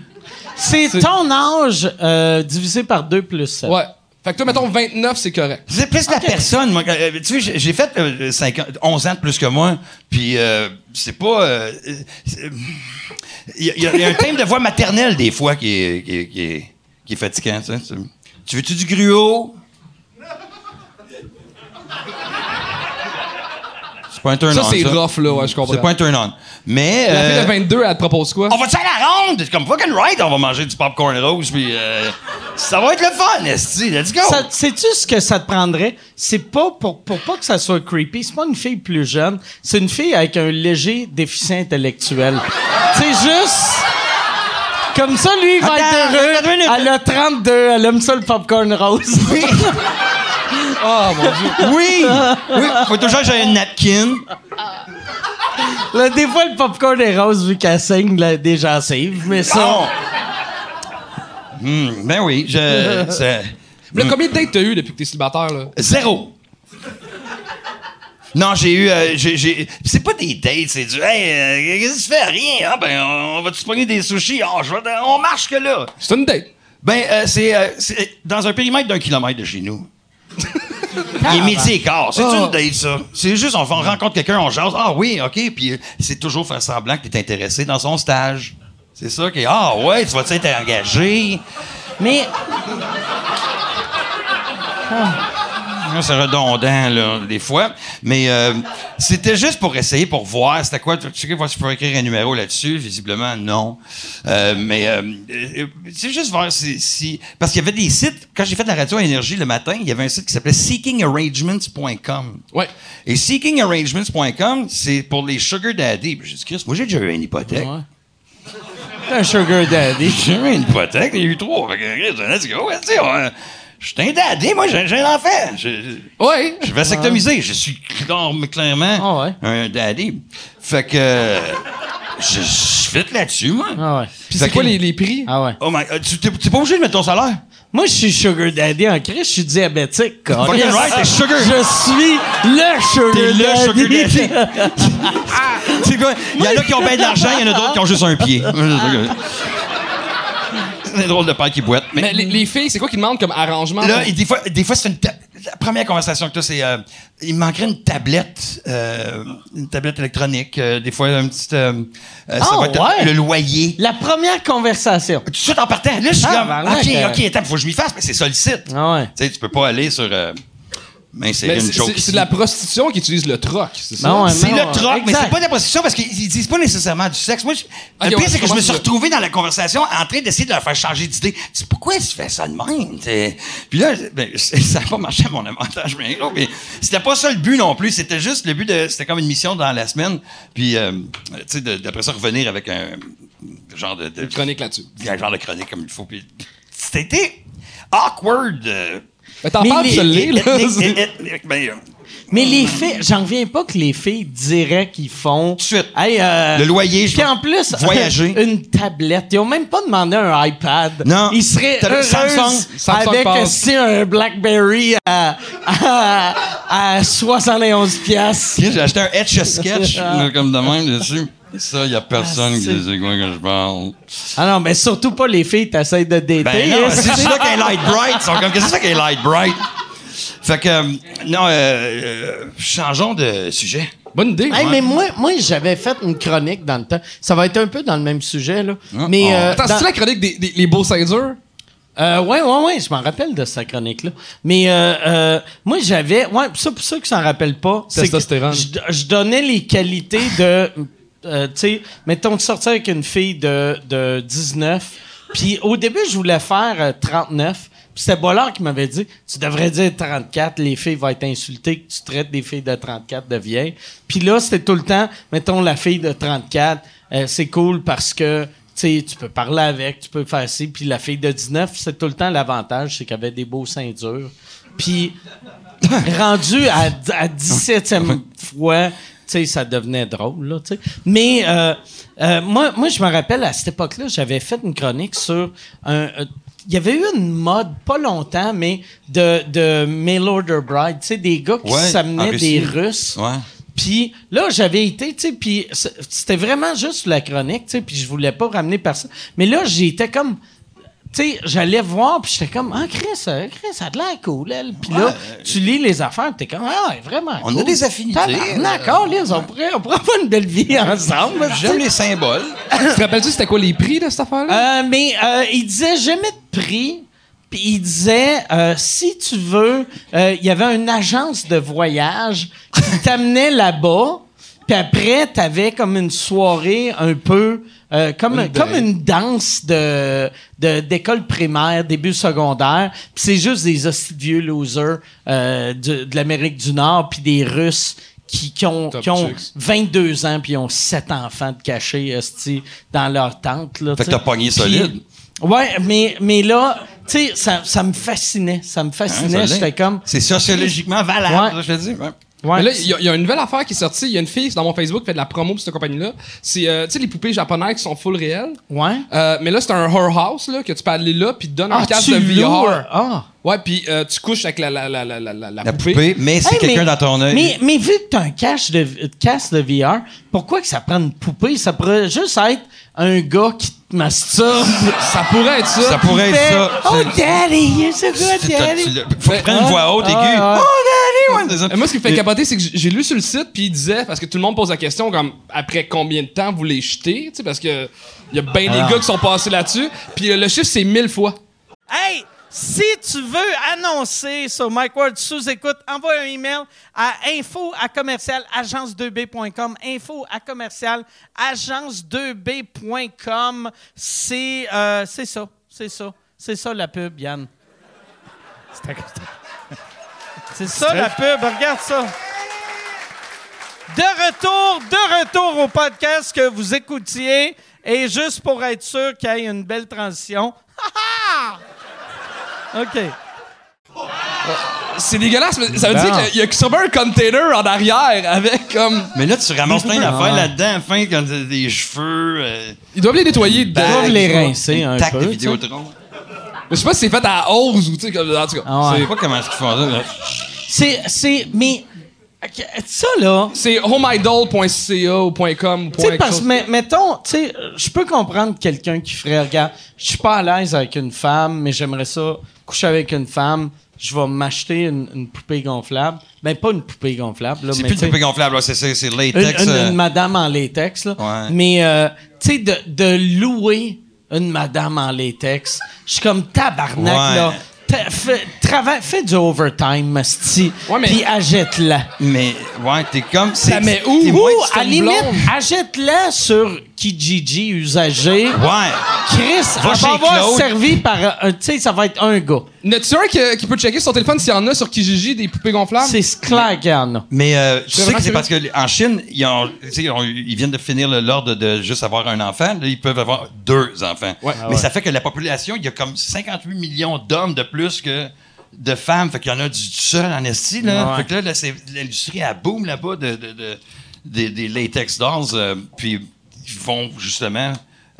[SPEAKER 1] C'est ton âge euh, divisé par 2 plus 7.
[SPEAKER 5] Ouais. Fait que toi, mettons, 29, c'est correct.
[SPEAKER 4] C'est plus la personne. Moi, euh, tu sais, j'ai- j'ai fait euh, cinq ans- 11 ans de plus que moi, puis euh, c'est pas. euh, euh, c'est- Il y, a- il y a- il y a un thème de voix maternelle, des fois, qui est, qui est, qui est- qui est fatigant. ça. Tu- Tu veux-tu du gruau? C'est pas un turn-on.
[SPEAKER 5] ça, c'est rough, là, ouais, je comprends.
[SPEAKER 4] C'est pas un turn-on. Mais.
[SPEAKER 5] La
[SPEAKER 4] euh, Ah.
[SPEAKER 5] fille de 22, elle te propose quoi?
[SPEAKER 4] on va-tu à la ronde? Comme fucking right, on va manger du popcorn rose, puis. euh, ça va être le fun, Esti. Let's go!
[SPEAKER 1] Ça- Sais-tu ce que ça te prendrait? C'est pas pour, pour pas que ça soit creepy, c'est pas une fille plus jeune, c'est une fille avec un léger déficit intellectuel. c'est juste. Comme ça, lui, il va
[SPEAKER 4] Attends,
[SPEAKER 1] être heureux.
[SPEAKER 4] attends une minute.
[SPEAKER 1] elle a 32, elle aime ça le popcorn rose.
[SPEAKER 5] Ah, mon Dieu.
[SPEAKER 4] Oui! Oui, faut toujours que j'aie une napkin.
[SPEAKER 1] Là, des fois, le popcorn est rose vu qu'elle saigne là, des gens savent, mais ça.
[SPEAKER 4] Bon. Hmm, ben oui, je. c'est-
[SPEAKER 5] Là, combien de dates t'as eu depuis que t'es célibataire, là?
[SPEAKER 4] Zéro! Non, j'ai eu. euh, j'ai- j'ai- C'est pas des dates, c'est du. Hey, euh, qu'est-ce que tu fais? Rien. Ah, ben, on va-tu se pogner des sushis? Ah, je vais dans- on marche que là.
[SPEAKER 5] C'est une date.
[SPEAKER 4] Ben, euh, c'est euh, c'est dans un périmètre d'un kilomètre de chez nous. Il est midi et quart. C'est une date, ça. C'est juste, on, on rencontre quelqu'un, on jase. Ah oui, OK. Puis euh, c'est toujours faire semblant que tu es intéressé dans son stage. C'est ça qui est. Ah ouais, tu vas-tu être engagé?
[SPEAKER 1] Mais
[SPEAKER 4] Non, C'est redondant, là, des fois. Mais euh, c'était juste pour essayer, pour voir. C'était quoi? Tu sais quoi, si je peux écrire un numéro là-dessus? Visiblement, non. Euh, mais euh, euh, c'est juste voir si... si- parce qu'il y avait des sites... Quand j'ai fait de la radio à Énergie le matin, il y avait un site qui s'appelait seekingarrangements.com.
[SPEAKER 5] Ouais.
[SPEAKER 4] Et seekingarrangements.com, c'est pour les sugar daddy. Puis J'ai dit, Chris, moi, j'ai déjà eu une hypothèque.
[SPEAKER 1] t'es un sugar daddy.
[SPEAKER 4] J'ai eu une hypothèque, il y a eu trois. Fait que, Chris, let's go. Tu sais, on- Je suis un daddy, moi, j'ai j'ai un enfant. Je-
[SPEAKER 5] Ouais.
[SPEAKER 4] je vais sectomiser. Je suis clairement, clairement
[SPEAKER 1] Ah ouais.
[SPEAKER 4] un daddy. Fait que je, je flippe là-dessus, moi.
[SPEAKER 1] Ah ouais.
[SPEAKER 5] Puis c'est
[SPEAKER 4] Fait
[SPEAKER 5] quoi
[SPEAKER 4] que-
[SPEAKER 5] les, les prix?
[SPEAKER 1] Ah ouais.
[SPEAKER 4] Oh my God, tu t'es t'es pas obligé de mettre ton salaire.
[SPEAKER 1] Moi, je suis sugar daddy en crise, je suis diabétique.
[SPEAKER 4] Fucking
[SPEAKER 1] Colin.
[SPEAKER 4] right, t'es sugar.
[SPEAKER 1] Je suis le sugar
[SPEAKER 4] T'es le
[SPEAKER 1] daddy.
[SPEAKER 4] sugar daddy. C'est quoi? Il y en a qui ont bien de l'argent, il y en a d'autres qui ont juste un pied. C'est un drôle de père qui boite. Mais,
[SPEAKER 5] Mais les, les filles, c'est quoi qu'ils demandent comme arrangement?
[SPEAKER 4] là, et des fois, des fois c'est une ta- la première conversation que tu c'est euh, il me manquerait une tablette, euh, une tablette électronique. euh, des fois, un petit. euh, euh, ça
[SPEAKER 1] Ah,
[SPEAKER 4] va être
[SPEAKER 1] ouais.
[SPEAKER 4] le loyer.
[SPEAKER 1] La première conversation.
[SPEAKER 4] tout de suite en partant. Là, je suis
[SPEAKER 1] Ah,
[SPEAKER 4] comme,
[SPEAKER 1] ben là,
[SPEAKER 4] OK,
[SPEAKER 5] euh.
[SPEAKER 1] que-
[SPEAKER 4] OK, attends, faut que je m'y fasse, mais c'est ça le site.
[SPEAKER 1] Ah ouais.
[SPEAKER 4] Tu sais, tu peux pas aller sur. euh, m'insérer
[SPEAKER 5] Mais
[SPEAKER 4] une
[SPEAKER 5] c'est-
[SPEAKER 4] joke.
[SPEAKER 5] c'est
[SPEAKER 4] ici. Ben
[SPEAKER 5] c'est de la prostitution qui utilise le troc, c'est ça?
[SPEAKER 1] Non, ouais.
[SPEAKER 4] C'est le
[SPEAKER 1] Non,
[SPEAKER 4] troc, mais
[SPEAKER 1] exact.
[SPEAKER 4] c'est pas de la prostitution parce qu'ils ils disent pas nécessairement du sexe. Moi, je-
[SPEAKER 5] Ok,
[SPEAKER 4] le
[SPEAKER 5] ouais,
[SPEAKER 4] pire, c'est que
[SPEAKER 5] je
[SPEAKER 4] je me suis
[SPEAKER 5] comprends.
[SPEAKER 4] retrouvé dans la conversation en train d'essayer de leur faire changer d'idée. Je dis, pourquoi tu fais ça de même? T'es- Puis là, ben, ça a pas marché à mon avantage, mais, gros, mais c'était pas ça le but non plus. C'était juste le but de. C'était comme une mission dans la semaine. Puis, euh, tu sais, de- d'après ça, revenir avec un genre de. de-
[SPEAKER 5] Une chronique là-dessus.
[SPEAKER 4] un genre de chronique comme il faut. Puis c'était awkward. euh,
[SPEAKER 5] Mais Ben, t'en
[SPEAKER 1] Mais
[SPEAKER 5] parles,
[SPEAKER 1] les-
[SPEAKER 5] tu le lis, là.
[SPEAKER 4] ethnique, ethnique, ben, euh,
[SPEAKER 1] Mais les filles, j'en reviens pas que les filles diraient qu'ils font.
[SPEAKER 4] de suite.
[SPEAKER 1] Hey, euh,
[SPEAKER 4] Le loyer, je
[SPEAKER 1] Puis
[SPEAKER 4] vais
[SPEAKER 1] en plus,
[SPEAKER 4] voyager.
[SPEAKER 1] une tablette. Ils ont même pas demandé un iPad.
[SPEAKER 4] Non.
[SPEAKER 1] Ils seraient
[SPEAKER 4] T'as-
[SPEAKER 1] heureux
[SPEAKER 4] Samsung,
[SPEAKER 5] Samsung
[SPEAKER 1] avec
[SPEAKER 5] passe.
[SPEAKER 1] euh, si un BlackBerry à, à, à 71 piastres.
[SPEAKER 4] J'ai acheté un etch a sketch
[SPEAKER 1] Ah.
[SPEAKER 4] là, comme de même dessus. Ça, il n'y a personne
[SPEAKER 1] Ah,
[SPEAKER 4] qui
[SPEAKER 1] c'est-
[SPEAKER 4] sait quoi que je parle.
[SPEAKER 1] Ah non, mais surtout pas les filles, t'essayes de dater.
[SPEAKER 4] Ben non,
[SPEAKER 1] hein,
[SPEAKER 4] c'est juste là qu'un light bright. Ils sont comme, qu'est-ce que c'est qu'un light bright? Fait que, euh, non, euh, euh, changeons de sujet.
[SPEAKER 5] Bonne idée.
[SPEAKER 1] Hey, mais moi, moi j'avais fait une chronique dans le temps. Ça va être un peu dans le même sujet, là. Mais,
[SPEAKER 4] Oh.
[SPEAKER 1] euh,
[SPEAKER 5] Attends,
[SPEAKER 1] dans-
[SPEAKER 5] c'est-tu la chronique des, des- les beaux seins durs?
[SPEAKER 1] Euh, ouais, ouais, ouais, je m'en rappelle de cette chronique-là. Mais euh, euh, moi, j'avais. Ouais, pis ça, pour ça que je s'en rappelle pas. c'est que
[SPEAKER 5] Testostérone.
[SPEAKER 1] Je, je donnais les qualités de. euh, tu sais, mettons de sortir avec une fille de, de 19. Puis au début, je voulais faire euh, 39. Puis c'était Bollard qui m'avait dit Tu devrais dire 34, les filles vont être insultées que tu traites des filles de 34 de vieilles. Puis là, c'était tout le temps Mettons la fille de 34, euh, c'est cool parce que tu sais, tu peux parler avec, tu peux faire ci. Puis la fille de 19, c'est tout le temps l'avantage, c'est qu'elle avait des beaux ceintures. Puis rendu à, à 17e fois, tu sais, ça devenait drôle, là, tu sais. Mais euh, euh, moi, moi, je me rappelle, à cette époque-là, j'avais fait une chronique sur un... euh, il y avait eu une mode, pas longtemps, mais de, de mail order bride, tu sais, des gars qui
[SPEAKER 4] Ouais, en
[SPEAKER 1] s'amenaient
[SPEAKER 4] Russie.
[SPEAKER 1] des Russes.
[SPEAKER 4] Ouais.
[SPEAKER 1] Puis là, j'avais été, tu sais, puis c- c'était vraiment juste la chronique, tu sais, puis je voulais pas ramener personne. Mais là, j'étais comme, tu sais, j'allais voir, puis j'étais comme, ah, Chris, euh, Chris, ça a de l'air cool, elle. Puis là, tu lis les affaires, puis t'es comme, ah, elle est vraiment
[SPEAKER 4] euh, On a
[SPEAKER 1] cool.
[SPEAKER 4] des affinités,
[SPEAKER 1] Tabarnak,
[SPEAKER 4] euh,
[SPEAKER 1] câlisse, on pourrait, on pourrait avoir une belle vie ensemble. tu sais.
[SPEAKER 4] J'aime les symboles.
[SPEAKER 1] Ah,
[SPEAKER 5] tu te rappelles-tu c'était quoi les prix de cette affaire-là?
[SPEAKER 1] Euh, mais euh, il disait jamais de prix. Puis il disait, euh, si tu veux, euh, il y avait une agence de voyage qui t'amenait là-bas. Puis après, t'avais comme une soirée un peu euh, comme,
[SPEAKER 5] Une
[SPEAKER 1] comme
[SPEAKER 5] dingue.
[SPEAKER 1] une danse de de- d'école primaire, début secondaire. Puis c'est juste des hosties de vieux losers euh, de, de l'Amérique du Nord, puis des Russes qui, qui ont,
[SPEAKER 5] Top
[SPEAKER 1] qui ont
[SPEAKER 5] chicks.
[SPEAKER 1] 22 ans, puis ils ont 7 enfants de cachés hostie, dans leur tente. Là,
[SPEAKER 4] Fait que
[SPEAKER 1] tu sais.
[SPEAKER 4] t'as pogné
[SPEAKER 1] Puis-
[SPEAKER 4] solide.
[SPEAKER 1] Ouais, mais, mais là, tu sais, ça, ça me fascinait. Ça me fascinait.
[SPEAKER 4] Hein, ça l'est.
[SPEAKER 1] J'étais comme.
[SPEAKER 4] C'est sociologiquement valable,
[SPEAKER 1] Ouais.
[SPEAKER 4] je te dis. ouais.
[SPEAKER 1] Ouais,
[SPEAKER 5] Mais là, il y, a- il y a une nouvelle affaire qui est sortie. Il y a une fille dans mon Facebook qui fait de la promo pour cette compagnie-là. C'est, euh, tu sais, les poupées japonaises qui sont full réelles.
[SPEAKER 1] ouais.
[SPEAKER 5] Euh, mais là, c'est un horror house là, que tu peux aller là puis te donne un casque de
[SPEAKER 1] Ah, loues,
[SPEAKER 5] VR.
[SPEAKER 1] Ah.
[SPEAKER 5] Ouais, puis euh, tu couches avec la, la, la, la, la, la,
[SPEAKER 4] La poupée, mais c'est
[SPEAKER 1] Hey,
[SPEAKER 4] quelqu'un
[SPEAKER 1] mais-
[SPEAKER 4] dans ton œil.
[SPEAKER 1] Mais, mais vu que t'as un cache de, de casque de VR, pourquoi que ça prend une poupée? Ça pourrait juste être un gars qui te masturbe.
[SPEAKER 5] Ça pourrait être ça.
[SPEAKER 4] Ça pourrait
[SPEAKER 1] Fait,
[SPEAKER 4] être ça.
[SPEAKER 1] Oh,
[SPEAKER 4] C'est-
[SPEAKER 1] daddy, you're so
[SPEAKER 4] Tu-
[SPEAKER 1] good,
[SPEAKER 4] tu- tu-
[SPEAKER 1] daddy.
[SPEAKER 4] le- Faut
[SPEAKER 5] Mais-
[SPEAKER 4] prendre une voix haute, aiguë.
[SPEAKER 1] Ah, ah, ah.
[SPEAKER 4] Oh, daddy, ouais,
[SPEAKER 5] Et
[SPEAKER 4] désolé.
[SPEAKER 5] moi, ce qui me fait
[SPEAKER 4] Mais-
[SPEAKER 5] capoter, c'est que j'ai lu sur le site, puis il disait, parce que tout le monde pose la question, comme, après combien de temps vous les jetez, tu sais, parce que il y a bien des gars qui sont passés là-dessus, puis euh, le chiffre, c'est 1000 fois.
[SPEAKER 6] Hey, si tu veux annoncer sur Mike Ward sous écoute, envoie un email à info à commercial agence2b.com. Info à commercial agence2b.com. C'est euh, c'est ça, c'est ça. C'est ça la pub, Yann. C'est ça la pub, regarde ça. De retour, de retour au podcast que vous écoutiez. Et juste pour être sûr qu'il y ait une belle transition. OK.
[SPEAKER 5] C'est dégueulasse, mais ça veut
[SPEAKER 3] Ben.
[SPEAKER 5] dire qu'il y a sûrement un container en arrière avec, comme,
[SPEAKER 4] Mais là, tu ramasses plein d'affaires là-dedans, enfin, quand t'as des cheveux. euh,
[SPEAKER 5] ils doivent les nettoyer dedans.
[SPEAKER 4] bagues,
[SPEAKER 1] doivent les
[SPEAKER 4] ça,
[SPEAKER 1] rincer un
[SPEAKER 4] une tac
[SPEAKER 1] peu,
[SPEAKER 4] de
[SPEAKER 1] tu sais.
[SPEAKER 4] Vidéotron.
[SPEAKER 5] Mais je sais pas si c'est fait à hausse ou, tu sais, comme, en tout cas.
[SPEAKER 1] Ah ouais.
[SPEAKER 4] Je sais pas comment est-ce qu'ils font ça. là.
[SPEAKER 1] C'est, c'est, mais, ok, ça, là,
[SPEAKER 5] C'est homeidol.ca ou .com ou
[SPEAKER 1] Tu sais,
[SPEAKER 5] point
[SPEAKER 1] parce que, mais- mettons, tu sais, euh, je peux comprendre quelqu'un qui ferait, regarde, je suis pas à l'aise avec une femme, mais j'aimerais ça coucher avec une femme, je vais m'acheter une, une poupée gonflable. Ben, pas une poupée gonflable, là,
[SPEAKER 4] C'est
[SPEAKER 1] mais
[SPEAKER 4] plus
[SPEAKER 1] tu sais,
[SPEAKER 4] de poupée gonflable, là, c'est- c'est c'est
[SPEAKER 1] une,
[SPEAKER 4] latex.
[SPEAKER 1] une-
[SPEAKER 4] euh,
[SPEAKER 1] une madame en latex, là.
[SPEAKER 4] Ouais.
[SPEAKER 1] Mais, euh, tu sais, de, de louer une madame en latex, je suis comme tabarnak,
[SPEAKER 4] Ouais.
[SPEAKER 1] là. Ta- Fais, travaille- fais du overtime, Masti.
[SPEAKER 5] Ouais, mais-
[SPEAKER 1] Puis achète-la.
[SPEAKER 4] Mais, ouais, t'es comme. c'est-
[SPEAKER 5] Ça met où?
[SPEAKER 4] t'es
[SPEAKER 5] Ou
[SPEAKER 4] moins-
[SPEAKER 1] Ou,
[SPEAKER 5] c'est
[SPEAKER 1] à
[SPEAKER 5] une
[SPEAKER 1] limite,
[SPEAKER 5] blonde.
[SPEAKER 1] achète-la sur Kijiji usagé.
[SPEAKER 4] Ouais.
[SPEAKER 1] Chris,
[SPEAKER 4] Ah. Va
[SPEAKER 1] elle
[SPEAKER 4] chez
[SPEAKER 1] va avoir
[SPEAKER 4] Claude.
[SPEAKER 1] servi par un. Tu sais, ça va être un gars.
[SPEAKER 5] N'as-tu un qui, qui peut checker sur son téléphone s'il y en a sur Kijiji des poupées gonflables?
[SPEAKER 1] C'est clair qu'il y en a.
[SPEAKER 4] Mais euh, tu
[SPEAKER 5] C'est
[SPEAKER 4] sais
[SPEAKER 5] vraiment
[SPEAKER 4] que c'est parce qu'en Chine, ils, ont- tu sais, ils ont- ils viennent de finir le- l'ordre de juste avoir un enfant. Là, ils peuvent avoir deux enfants.
[SPEAKER 5] Ouais.
[SPEAKER 4] Mais ça fait que la population, il y a comme 58 millions d'hommes de plus que de femmes. Fait qu'il y en a du seul en Estie. Là. Fait que là, là, c'est- l'industrie, elle boom là-bas de, de- de- des, des latex dolls. euh, puis ils vont justement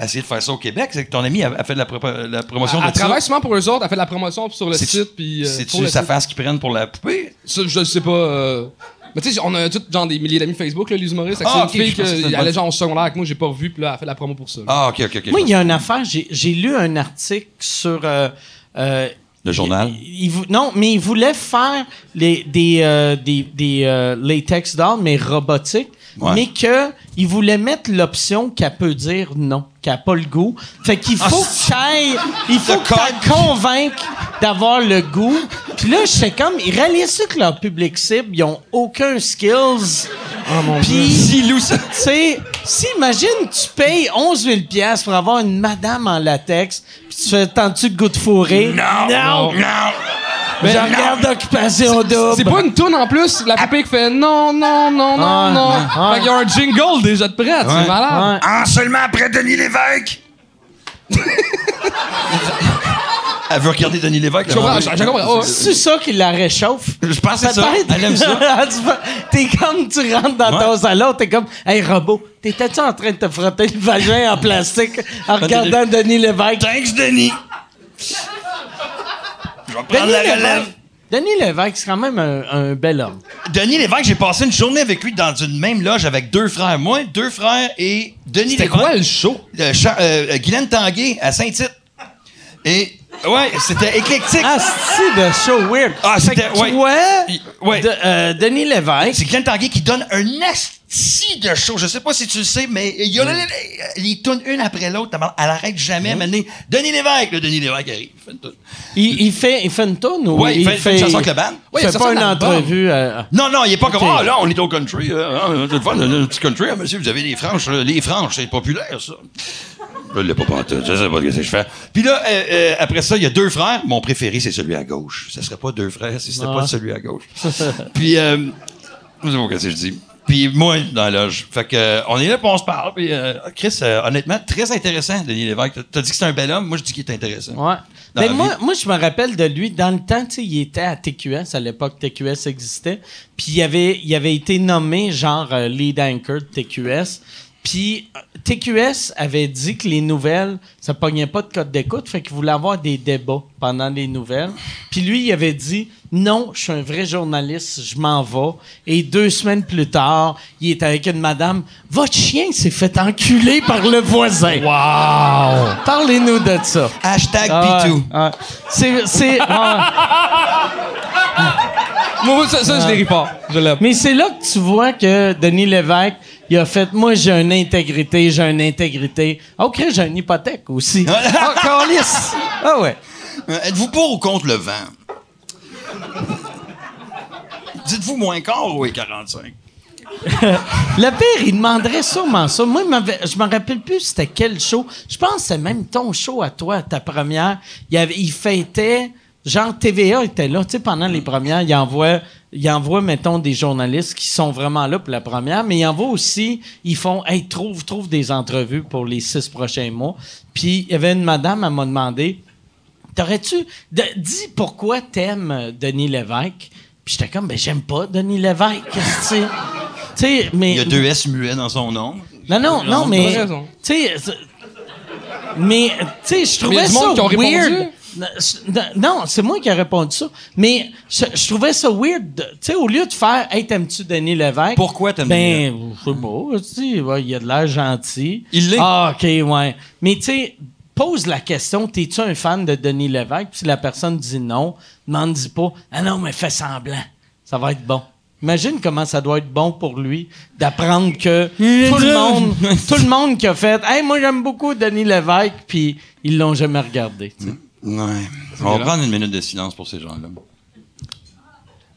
[SPEAKER 4] essayer de faire ça au Québec. C'est que ton ami a, a fait de la, propo- la promotion
[SPEAKER 5] Elle
[SPEAKER 4] de ça.
[SPEAKER 5] travaille souvent pour eux autres, elle fait de la promotion sur le
[SPEAKER 4] C'est-tu-
[SPEAKER 5] site, puis euh, pour
[SPEAKER 4] C'est-tu
[SPEAKER 5] le
[SPEAKER 4] sa
[SPEAKER 5] site.
[SPEAKER 4] face qu'ils prennent pour la poupée?
[SPEAKER 5] Ça, je le sais pas. euh. Mais tu sais, on a tous genre des milliers d'amis Facebook, là, les humoristes. Fait que
[SPEAKER 4] Ah,
[SPEAKER 5] c'est une
[SPEAKER 4] ok, je
[SPEAKER 5] fille
[SPEAKER 4] pensais que
[SPEAKER 5] qui
[SPEAKER 4] c'était
[SPEAKER 5] allait
[SPEAKER 4] une
[SPEAKER 5] genre au secondaire avec moi, j'ai pas revu, puis là, elle a fait la promo pour ça. là.
[SPEAKER 4] Ah, OK, OK, OK.
[SPEAKER 1] Moi, il y a une affaire. J'ai j'ai lu un article sur. euh, euh,
[SPEAKER 4] Le journal.
[SPEAKER 1] Il vou- non, mais il voulait faire les, des, euh, des, des euh, latex d'or, mais robotique.
[SPEAKER 4] Ouais.
[SPEAKER 1] Mais que il voulait mettre l'option qu'elle peut dire non, qu'elle n'a pas le goût. Fait qu'il
[SPEAKER 4] Ah,
[SPEAKER 1] faut que t'ailles- il faut que t'ailles convaincre d'avoir le goût. Puis là, j'étais comme, ils réalisent ça que leur public cible, ils ont aucun skills. Puis,
[SPEAKER 4] S'il loue ça.
[SPEAKER 1] tu sais, si, imagine, tu payes 11 000 piastres pour avoir une madame en latex, puis tu fais tant-tu de goût de fourré?
[SPEAKER 4] Non! Non!
[SPEAKER 1] Je regarde Occupation Double.
[SPEAKER 5] C'est pas une toune en plus,
[SPEAKER 4] Ah.
[SPEAKER 5] la poupée qui fait non, non, non, non,
[SPEAKER 1] Ouais,
[SPEAKER 5] non.
[SPEAKER 1] ouais.
[SPEAKER 5] Fait qu'il y a un jingle déjà de prêt, c'est malade.
[SPEAKER 1] Ouais.
[SPEAKER 4] Ah, seulement après Denis Lévesque! Elle veut regarder Denis Lévesque.
[SPEAKER 5] Je
[SPEAKER 4] là,
[SPEAKER 5] comprends,
[SPEAKER 4] oui.
[SPEAKER 5] je- je comprends. Oh,
[SPEAKER 1] Ah, C'est ça qui la réchauffe.
[SPEAKER 4] Je pense que Ah, c'est ça.
[SPEAKER 1] Peut-être. Ah,
[SPEAKER 4] Elle aime ça.
[SPEAKER 1] Tu vas- t'es comme, tu rentres dans
[SPEAKER 4] Ouais.
[SPEAKER 1] ton salon, t'es comme, hey robot, t'étais-tu en train de te frotter le vagin en plastique en regardant Denis Lévesque?
[SPEAKER 4] Thanks, Denis! Je vais prendre
[SPEAKER 1] Denis
[SPEAKER 4] la
[SPEAKER 1] Lévesque,
[SPEAKER 4] relève.
[SPEAKER 1] Denis Lévesque, c'est quand même un, un bel homme.
[SPEAKER 4] Denis Lévesque, j'ai passé une journée avec lui dans une même loge avec deux frères. Moi, deux frères et Denis
[SPEAKER 5] C'était
[SPEAKER 4] Lévesque.
[SPEAKER 5] quoi le show?
[SPEAKER 4] Le cha- euh, Guylaine Tanguay à Saint-Tite. Et, ouais, c'était éclectique.
[SPEAKER 1] Ah, c'est de show weird.
[SPEAKER 4] Ah, c'était-
[SPEAKER 1] Fait que
[SPEAKER 4] ouais.
[SPEAKER 1] toi,
[SPEAKER 4] Ouais.
[SPEAKER 1] de- euh, Denis Lévesque,
[SPEAKER 4] C'est Glenn Tanguay qui donne un asti de show. Je sais pas si tu le sais, mais il
[SPEAKER 1] Mm.
[SPEAKER 4] y a il tourne une après l'autre. Elle arrête jamais. Maintenant, Denis Lévesque, le Denis Lévesque arrive. Il fait une toune.
[SPEAKER 1] il, il fait, il fait une tourne ou
[SPEAKER 4] Ouais, il fait une chanson avec le band.
[SPEAKER 1] il
[SPEAKER 5] Ouais, il
[SPEAKER 1] fait
[SPEAKER 5] a
[SPEAKER 1] pas
[SPEAKER 5] sorti
[SPEAKER 1] une
[SPEAKER 5] un album.
[SPEAKER 1] entrevue. euh,
[SPEAKER 4] Non, non, il est pas comme
[SPEAKER 1] Ok.
[SPEAKER 4] Ah là, on est au country. euh, ah, c'est le fun, un petit country, ah, monsieur, vous avez les franches. euh, Les franches, c'est populaire, ça. Je l'ai pas pantoute, je sais pas ce que je fais. Puis là, euh, euh, après ça, il y a deux frères. Mon préféré, c'est celui à gauche. Ce serait pas deux frères si c'était
[SPEAKER 1] Ah.
[SPEAKER 4] pas celui à gauche. Puis, euh, je sais pas ce que je dis. Puis moi, dans la loge. Fait que, euh, on est là, puis on se parle. Puis, euh, Chris, euh, honnêtement, très intéressant, Denis Lévesque. T'as- T'as dit que c'est un bel homme. Moi, je dis qu'il est intéressant.
[SPEAKER 1] Ouais.
[SPEAKER 4] Dans
[SPEAKER 1] Ben,
[SPEAKER 4] la
[SPEAKER 1] moi,
[SPEAKER 4] vie.
[SPEAKER 1] moi, je me rappelle de lui. Dans le temps, tu sais, il était à TQS. À l'époque, TQS existait. Puis il avait, il avait été nommé genre euh, lead anchor de TQS. Puis euh, TQS avait dit que les nouvelles, ça pognait pas de code d'écoute. Fait qu'il voulait avoir des débats pendant les nouvelles. Puis lui, il avait dit Non, je suis un vrai journaliste, je m'en vais. Et deux semaines plus tard, il est avec une madame. Votre chien s'est fait enculer par le voisin. Wow! Parlez-nous de ça.
[SPEAKER 4] Hashtag
[SPEAKER 1] Ah,
[SPEAKER 4] Pitou.
[SPEAKER 1] ah. C'est. c'est- ah.
[SPEAKER 5] Moi, ça, ça, je
[SPEAKER 4] Ah.
[SPEAKER 5] les ris pas. Je l'aime.
[SPEAKER 1] Mais c'est là que tu vois que Denis Lévesque, il a fait Moi, j'ai une intégrité, j'ai une intégrité. Ah, Ok, j'ai une hypothèque aussi. Ah, câlisse. Ah, ouais.
[SPEAKER 4] Euh, Êtes-vous pour ou contre le vent? Dites-vous moins quart ou est 45?
[SPEAKER 1] Le pire, il demanderait sûrement ça. Moi, il m'avait- je me rappelle plus c'était quel show. Je pense que c'est même ton show à toi, ta première. Il, avait, il fêtait. Genre, TVA était là, tu sais, pendant les premières, il envoie, il envoie, mettons, des journalistes qui sont vraiment là pour la première, mais il envoie aussi, ils font, hey, trouve, trouve des entrevues pour les six prochains mois. Puis, il y avait une madame, elle m'a demandé, T'aurais-tu. de- dis pourquoi t'aimes euh, Denis Lévesque? Puis j'étais comme, ben j'aime pas Denis Lévesque. esti. tu sais, mais.
[SPEAKER 4] Il y a deux S muets dans son nom.
[SPEAKER 1] Non, non, non, mais.
[SPEAKER 5] t'as
[SPEAKER 1] Tu
[SPEAKER 5] raison.
[SPEAKER 1] sais. c'est- Mais, tu sais, je
[SPEAKER 5] Mais il y
[SPEAKER 1] trouvais
[SPEAKER 5] a du
[SPEAKER 1] ça
[SPEAKER 5] monde qui ont répondu.
[SPEAKER 1] weird. Non, je- Non, c'est moi qui ai répondu ça. Mais je, je trouvais ça weird. de- Tu sais, au lieu de faire Hey, t'aimes-tu Denis Lévesque?
[SPEAKER 4] Pourquoi t'aimes
[SPEAKER 1] ben, c'est beau, tu sais, ouais, il a de l'air gentil.
[SPEAKER 4] Il l'est.
[SPEAKER 1] Ah, OK, ouais. Mais tu sais, pose la question, t'es-tu un fan de Denis Lévesque? Puis si la personne dit non, demande dis pas, ah non, mais fais semblant, ça va être bon. Imagine comment ça doit être bon pour lui d'apprendre que
[SPEAKER 5] Hum.
[SPEAKER 1] tout le monde, tout le monde qui a fait, hey, moi j'aime beaucoup Denis Lévesque, puis ils l'ont jamais regardé. tu sais.
[SPEAKER 4] Ouais. On va prendre une minute de silence pour ces gens-là.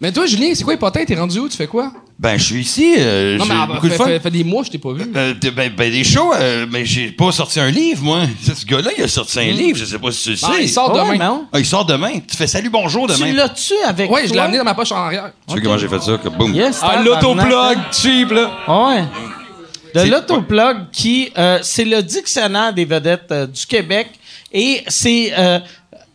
[SPEAKER 5] Mais toi, Julien, c'est quoi les potins? T'es rendu où? Tu fais quoi?
[SPEAKER 4] Ben, je suis ici. euh, j'ai
[SPEAKER 5] ah, bah,
[SPEAKER 4] beaucoup de
[SPEAKER 5] fait,
[SPEAKER 4] fun.
[SPEAKER 5] fait- fait des mois, je t'ai pas vu.
[SPEAKER 4] Euh, de- ben, ben, des shows, euh, mais j'ai pas sorti un livre, moi. C'est Ce gars-là, il a sorti un livre, je sais pas si tu le sais.
[SPEAKER 5] Ah, il sort
[SPEAKER 1] Ouais,
[SPEAKER 5] demain.
[SPEAKER 1] mais on-
[SPEAKER 4] Ah, il sort demain. Tu fais salut, bonjour
[SPEAKER 1] Tu
[SPEAKER 4] demain.
[SPEAKER 1] l'as-tu avec
[SPEAKER 5] Ouais, je l'ai
[SPEAKER 1] toi?
[SPEAKER 5] amené Ah, dans ma poche en arrière.
[SPEAKER 4] Tu sais comment j'ai fait ça? que boum.
[SPEAKER 1] Yes, tabarnak.
[SPEAKER 4] hein.
[SPEAKER 1] hein?
[SPEAKER 5] cheap, là.
[SPEAKER 1] Ouais. De
[SPEAKER 4] C'est-
[SPEAKER 1] l'autoplug qui, euh, c'est le dictionnaire des vedettes euh, du Québec et c'est, euh,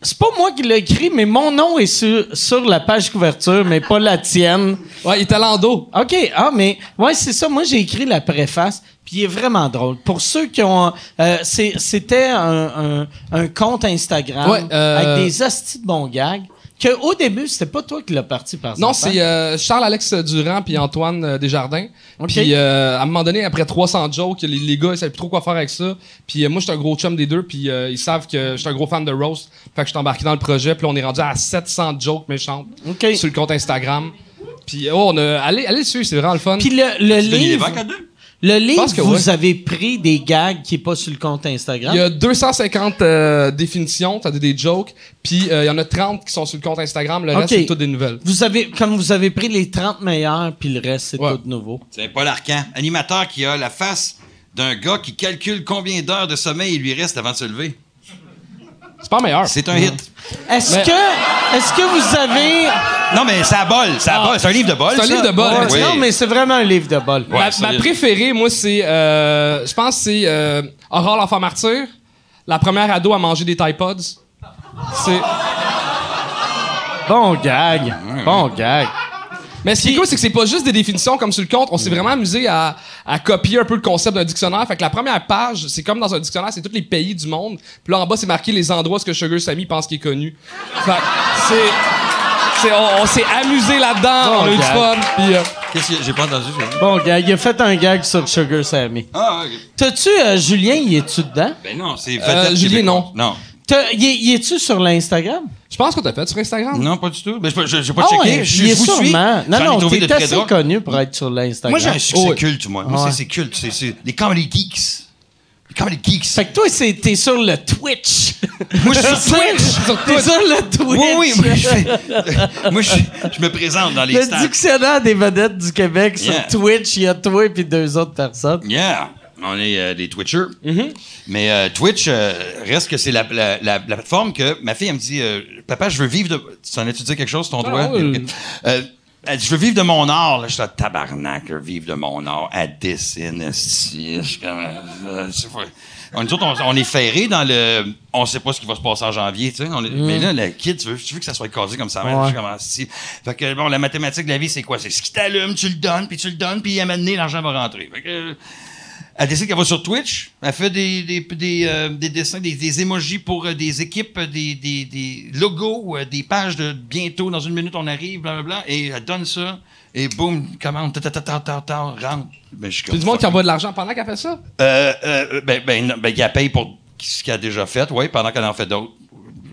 [SPEAKER 1] c'est pas moi qui l'ai écrit, mais mon nom est sur, sur la page couverture, mais pas la tienne.
[SPEAKER 5] Ouais, il est allé en dos.
[SPEAKER 1] OK. Ah, mais ouais, c'est ça. Moi, j'ai écrit la préface, puis il est vraiment drôle. Pour ceux qui ont... euh, c'est- c'était un, un- un compte Instagram
[SPEAKER 5] Ouais, euh,
[SPEAKER 1] avec des hosties de bons gags. Que au début, c'était pas toi qui l'as parti, par
[SPEAKER 5] Non,
[SPEAKER 1] exemple,
[SPEAKER 5] c'est
[SPEAKER 1] hein?
[SPEAKER 5] euh, Charles-Alex Durand puis Antoine euh, Desjardins.
[SPEAKER 1] Ok.
[SPEAKER 5] Puis euh, à un moment donné, après 300 jokes, les, les gars, ils savaient plus trop quoi faire avec ça. Puis euh, moi, j'étais un gros chum des deux, puis euh, ils savent que j'étais un gros fan de Roast. Fait que je suis embarqué dans le projet, puis là, on est rendu à 700 jokes méchantes
[SPEAKER 1] Ok.
[SPEAKER 5] sur le compte Instagram. Puis oh, on a... allez, allez le suivre, c'est vraiment le fun.
[SPEAKER 1] Puis le, le
[SPEAKER 4] Denis
[SPEAKER 1] livre,
[SPEAKER 4] Lévesque à deux?
[SPEAKER 1] le livre,
[SPEAKER 5] pense que
[SPEAKER 1] vous
[SPEAKER 5] ouais.
[SPEAKER 1] avez pris des gags qui est pas sur le compte Instagram.
[SPEAKER 4] Hein?
[SPEAKER 5] Il y a 250 euh, définitions, t'as dit des jokes, puis euh, il y en a 30 qui sont sur le compte Instagram, le
[SPEAKER 1] Ok.
[SPEAKER 5] reste, c'est toutes des nouvelles.
[SPEAKER 1] Vous avez, comme vous avez pris les 30 meilleurs, puis le reste, c'est
[SPEAKER 5] Ouais.
[SPEAKER 1] tout nouveau.
[SPEAKER 4] C'est Paul Arcan, animateur qui a la face d'un gars qui calcule combien d'heures de sommeil il lui reste avant de se lever.
[SPEAKER 5] C'est pas meilleur.
[SPEAKER 4] C'est un hit.
[SPEAKER 1] Est-ce
[SPEAKER 5] Mais-
[SPEAKER 1] que, est-ce que vous avez,
[SPEAKER 4] Non, mais ça bol,
[SPEAKER 1] Ah.
[SPEAKER 4] ça bol. C'est un livre de bol.
[SPEAKER 5] C'est un
[SPEAKER 4] ça.
[SPEAKER 5] livre de bol.
[SPEAKER 4] Oui.
[SPEAKER 1] non, mais c'est vraiment un livre de bol.
[SPEAKER 4] Ouais,
[SPEAKER 5] ma,
[SPEAKER 4] ça,
[SPEAKER 5] ma
[SPEAKER 4] il-
[SPEAKER 5] préférée, moi, c'est. euh, je pense que c'est euh, Aurore l'enfant martyr, la première ado à manger des Tide Pods. C'est-
[SPEAKER 1] Bon gag. Bon gag.
[SPEAKER 5] Mais ce qui est cool, c'est que c'est pas juste des définitions comme sur le compte. On s'est vraiment amusé à, à copier un peu le concept d'un dictionnaire. Fait que la première page, c'est comme dans un dictionnaire, c'est tous les pays du monde. Puis là, en bas, c'est marqué les endroits où ce que Sugar Sammy pense qu'il est connu. Fait que c'est. c'est- on on s'est amusé là-dedans, on a eu du
[SPEAKER 1] gag.
[SPEAKER 5] fun. Puis, euh,
[SPEAKER 4] Qu'est-ce que j'ai pas entendu? j'ai-
[SPEAKER 1] Bon gag. Il a fait un gag sur Sugar Sammy.
[SPEAKER 4] Ah, ok.
[SPEAKER 1] T'as-tu, euh, Julien, y est-tu dedans?
[SPEAKER 4] ben non, c'est.
[SPEAKER 5] Euh, Julien,
[SPEAKER 4] Québécois.
[SPEAKER 5] non.
[SPEAKER 4] Non.
[SPEAKER 1] T'as- Y, y es-tu sur l'Instagram?
[SPEAKER 5] je pense qu'on t'a fait sur Instagram.
[SPEAKER 4] Non, pas du tout. Ben, je- je- j'ai pas
[SPEAKER 1] Ah
[SPEAKER 4] checké.
[SPEAKER 1] ouais,
[SPEAKER 4] je
[SPEAKER 1] il est
[SPEAKER 4] vous suis.
[SPEAKER 1] sûrement.
[SPEAKER 4] J'en ai
[SPEAKER 1] Non, non,
[SPEAKER 4] trouvé de
[SPEAKER 1] t'es
[SPEAKER 4] très
[SPEAKER 1] assez
[SPEAKER 4] drôles.
[SPEAKER 1] connu pour être sur l'Instagram.
[SPEAKER 4] Moi, j'ai un succès
[SPEAKER 5] Oh, oui.
[SPEAKER 4] culte, moi. Moi,
[SPEAKER 1] Ouais.
[SPEAKER 4] c'est- c'est culte. C'est- c'est- Les comedy geeks. Les comedy geeks.
[SPEAKER 1] Fait que toi, c'est- t'es sur le Twitch.
[SPEAKER 4] Moi, je suis sur Twitch.
[SPEAKER 5] Sur
[SPEAKER 1] T'es
[SPEAKER 5] Twitch.
[SPEAKER 1] sur le Twitch.
[SPEAKER 4] Oui, oui, moi, je, fais- moi, je, je me présente dans les
[SPEAKER 1] Le
[SPEAKER 4] stades.
[SPEAKER 1] dictionnaire des vedettes du Québec
[SPEAKER 4] Yeah.
[SPEAKER 1] sur Twitch, il y a toi et puis deux autres personnes.
[SPEAKER 4] Yeah, on est euh, des Twitchers.
[SPEAKER 5] Mm-hmm.
[SPEAKER 4] Mais euh, Twitch euh, reste que c'est la, la- la- la plateforme que ma fille, elle me dit euh, Papa, je veux vivre de. Tu en as-tu dit quelque chose, ton
[SPEAKER 5] Ah,
[SPEAKER 4] doigt
[SPEAKER 5] oui.
[SPEAKER 4] Euh, elle dit, je veux vivre de mon art. Là, je suis là, tabarnak, je veux vivre de mon art. Elle dessine, esti. Je suis comme, euh, je sais pas. On, nous autres, on, on est ferré dans le. On sait pas ce qui va se passer en janvier, tu sais. on est-
[SPEAKER 5] Mm.
[SPEAKER 4] Mais là, le kid, tu veux, tu veux que ça soit casé comme ça. Je suis comme, esti. Fait que, bon, la mathématique de la vie, c'est quoi? C'est ce qui t'allume, tu le donnes, puis tu le donnes, puis à un moment donné, l'argent va rentrer. Fait que, euh, elle décide qu'elle va sur Twitch. Elle fait des, des, des, euh, des dessins, des, des emojis pour euh, des équipes, euh, des, des, des logos, euh, des pages de bientôt, dans une minute, on arrive, blablabla. Et elle donne ça. Et boum, commande, ta ta ta ta ta, ta, rentre. Ben, je suis
[SPEAKER 5] Puis du
[SPEAKER 4] comme,
[SPEAKER 5] monde qui envoie de l'argent pendant qu'elle fait ça.
[SPEAKER 4] Euh, euh, ben, ben, non, ben, qu'elle paye pour ce qu'elle a déjà fait, oui, pendant qu'elle en fait d'autres.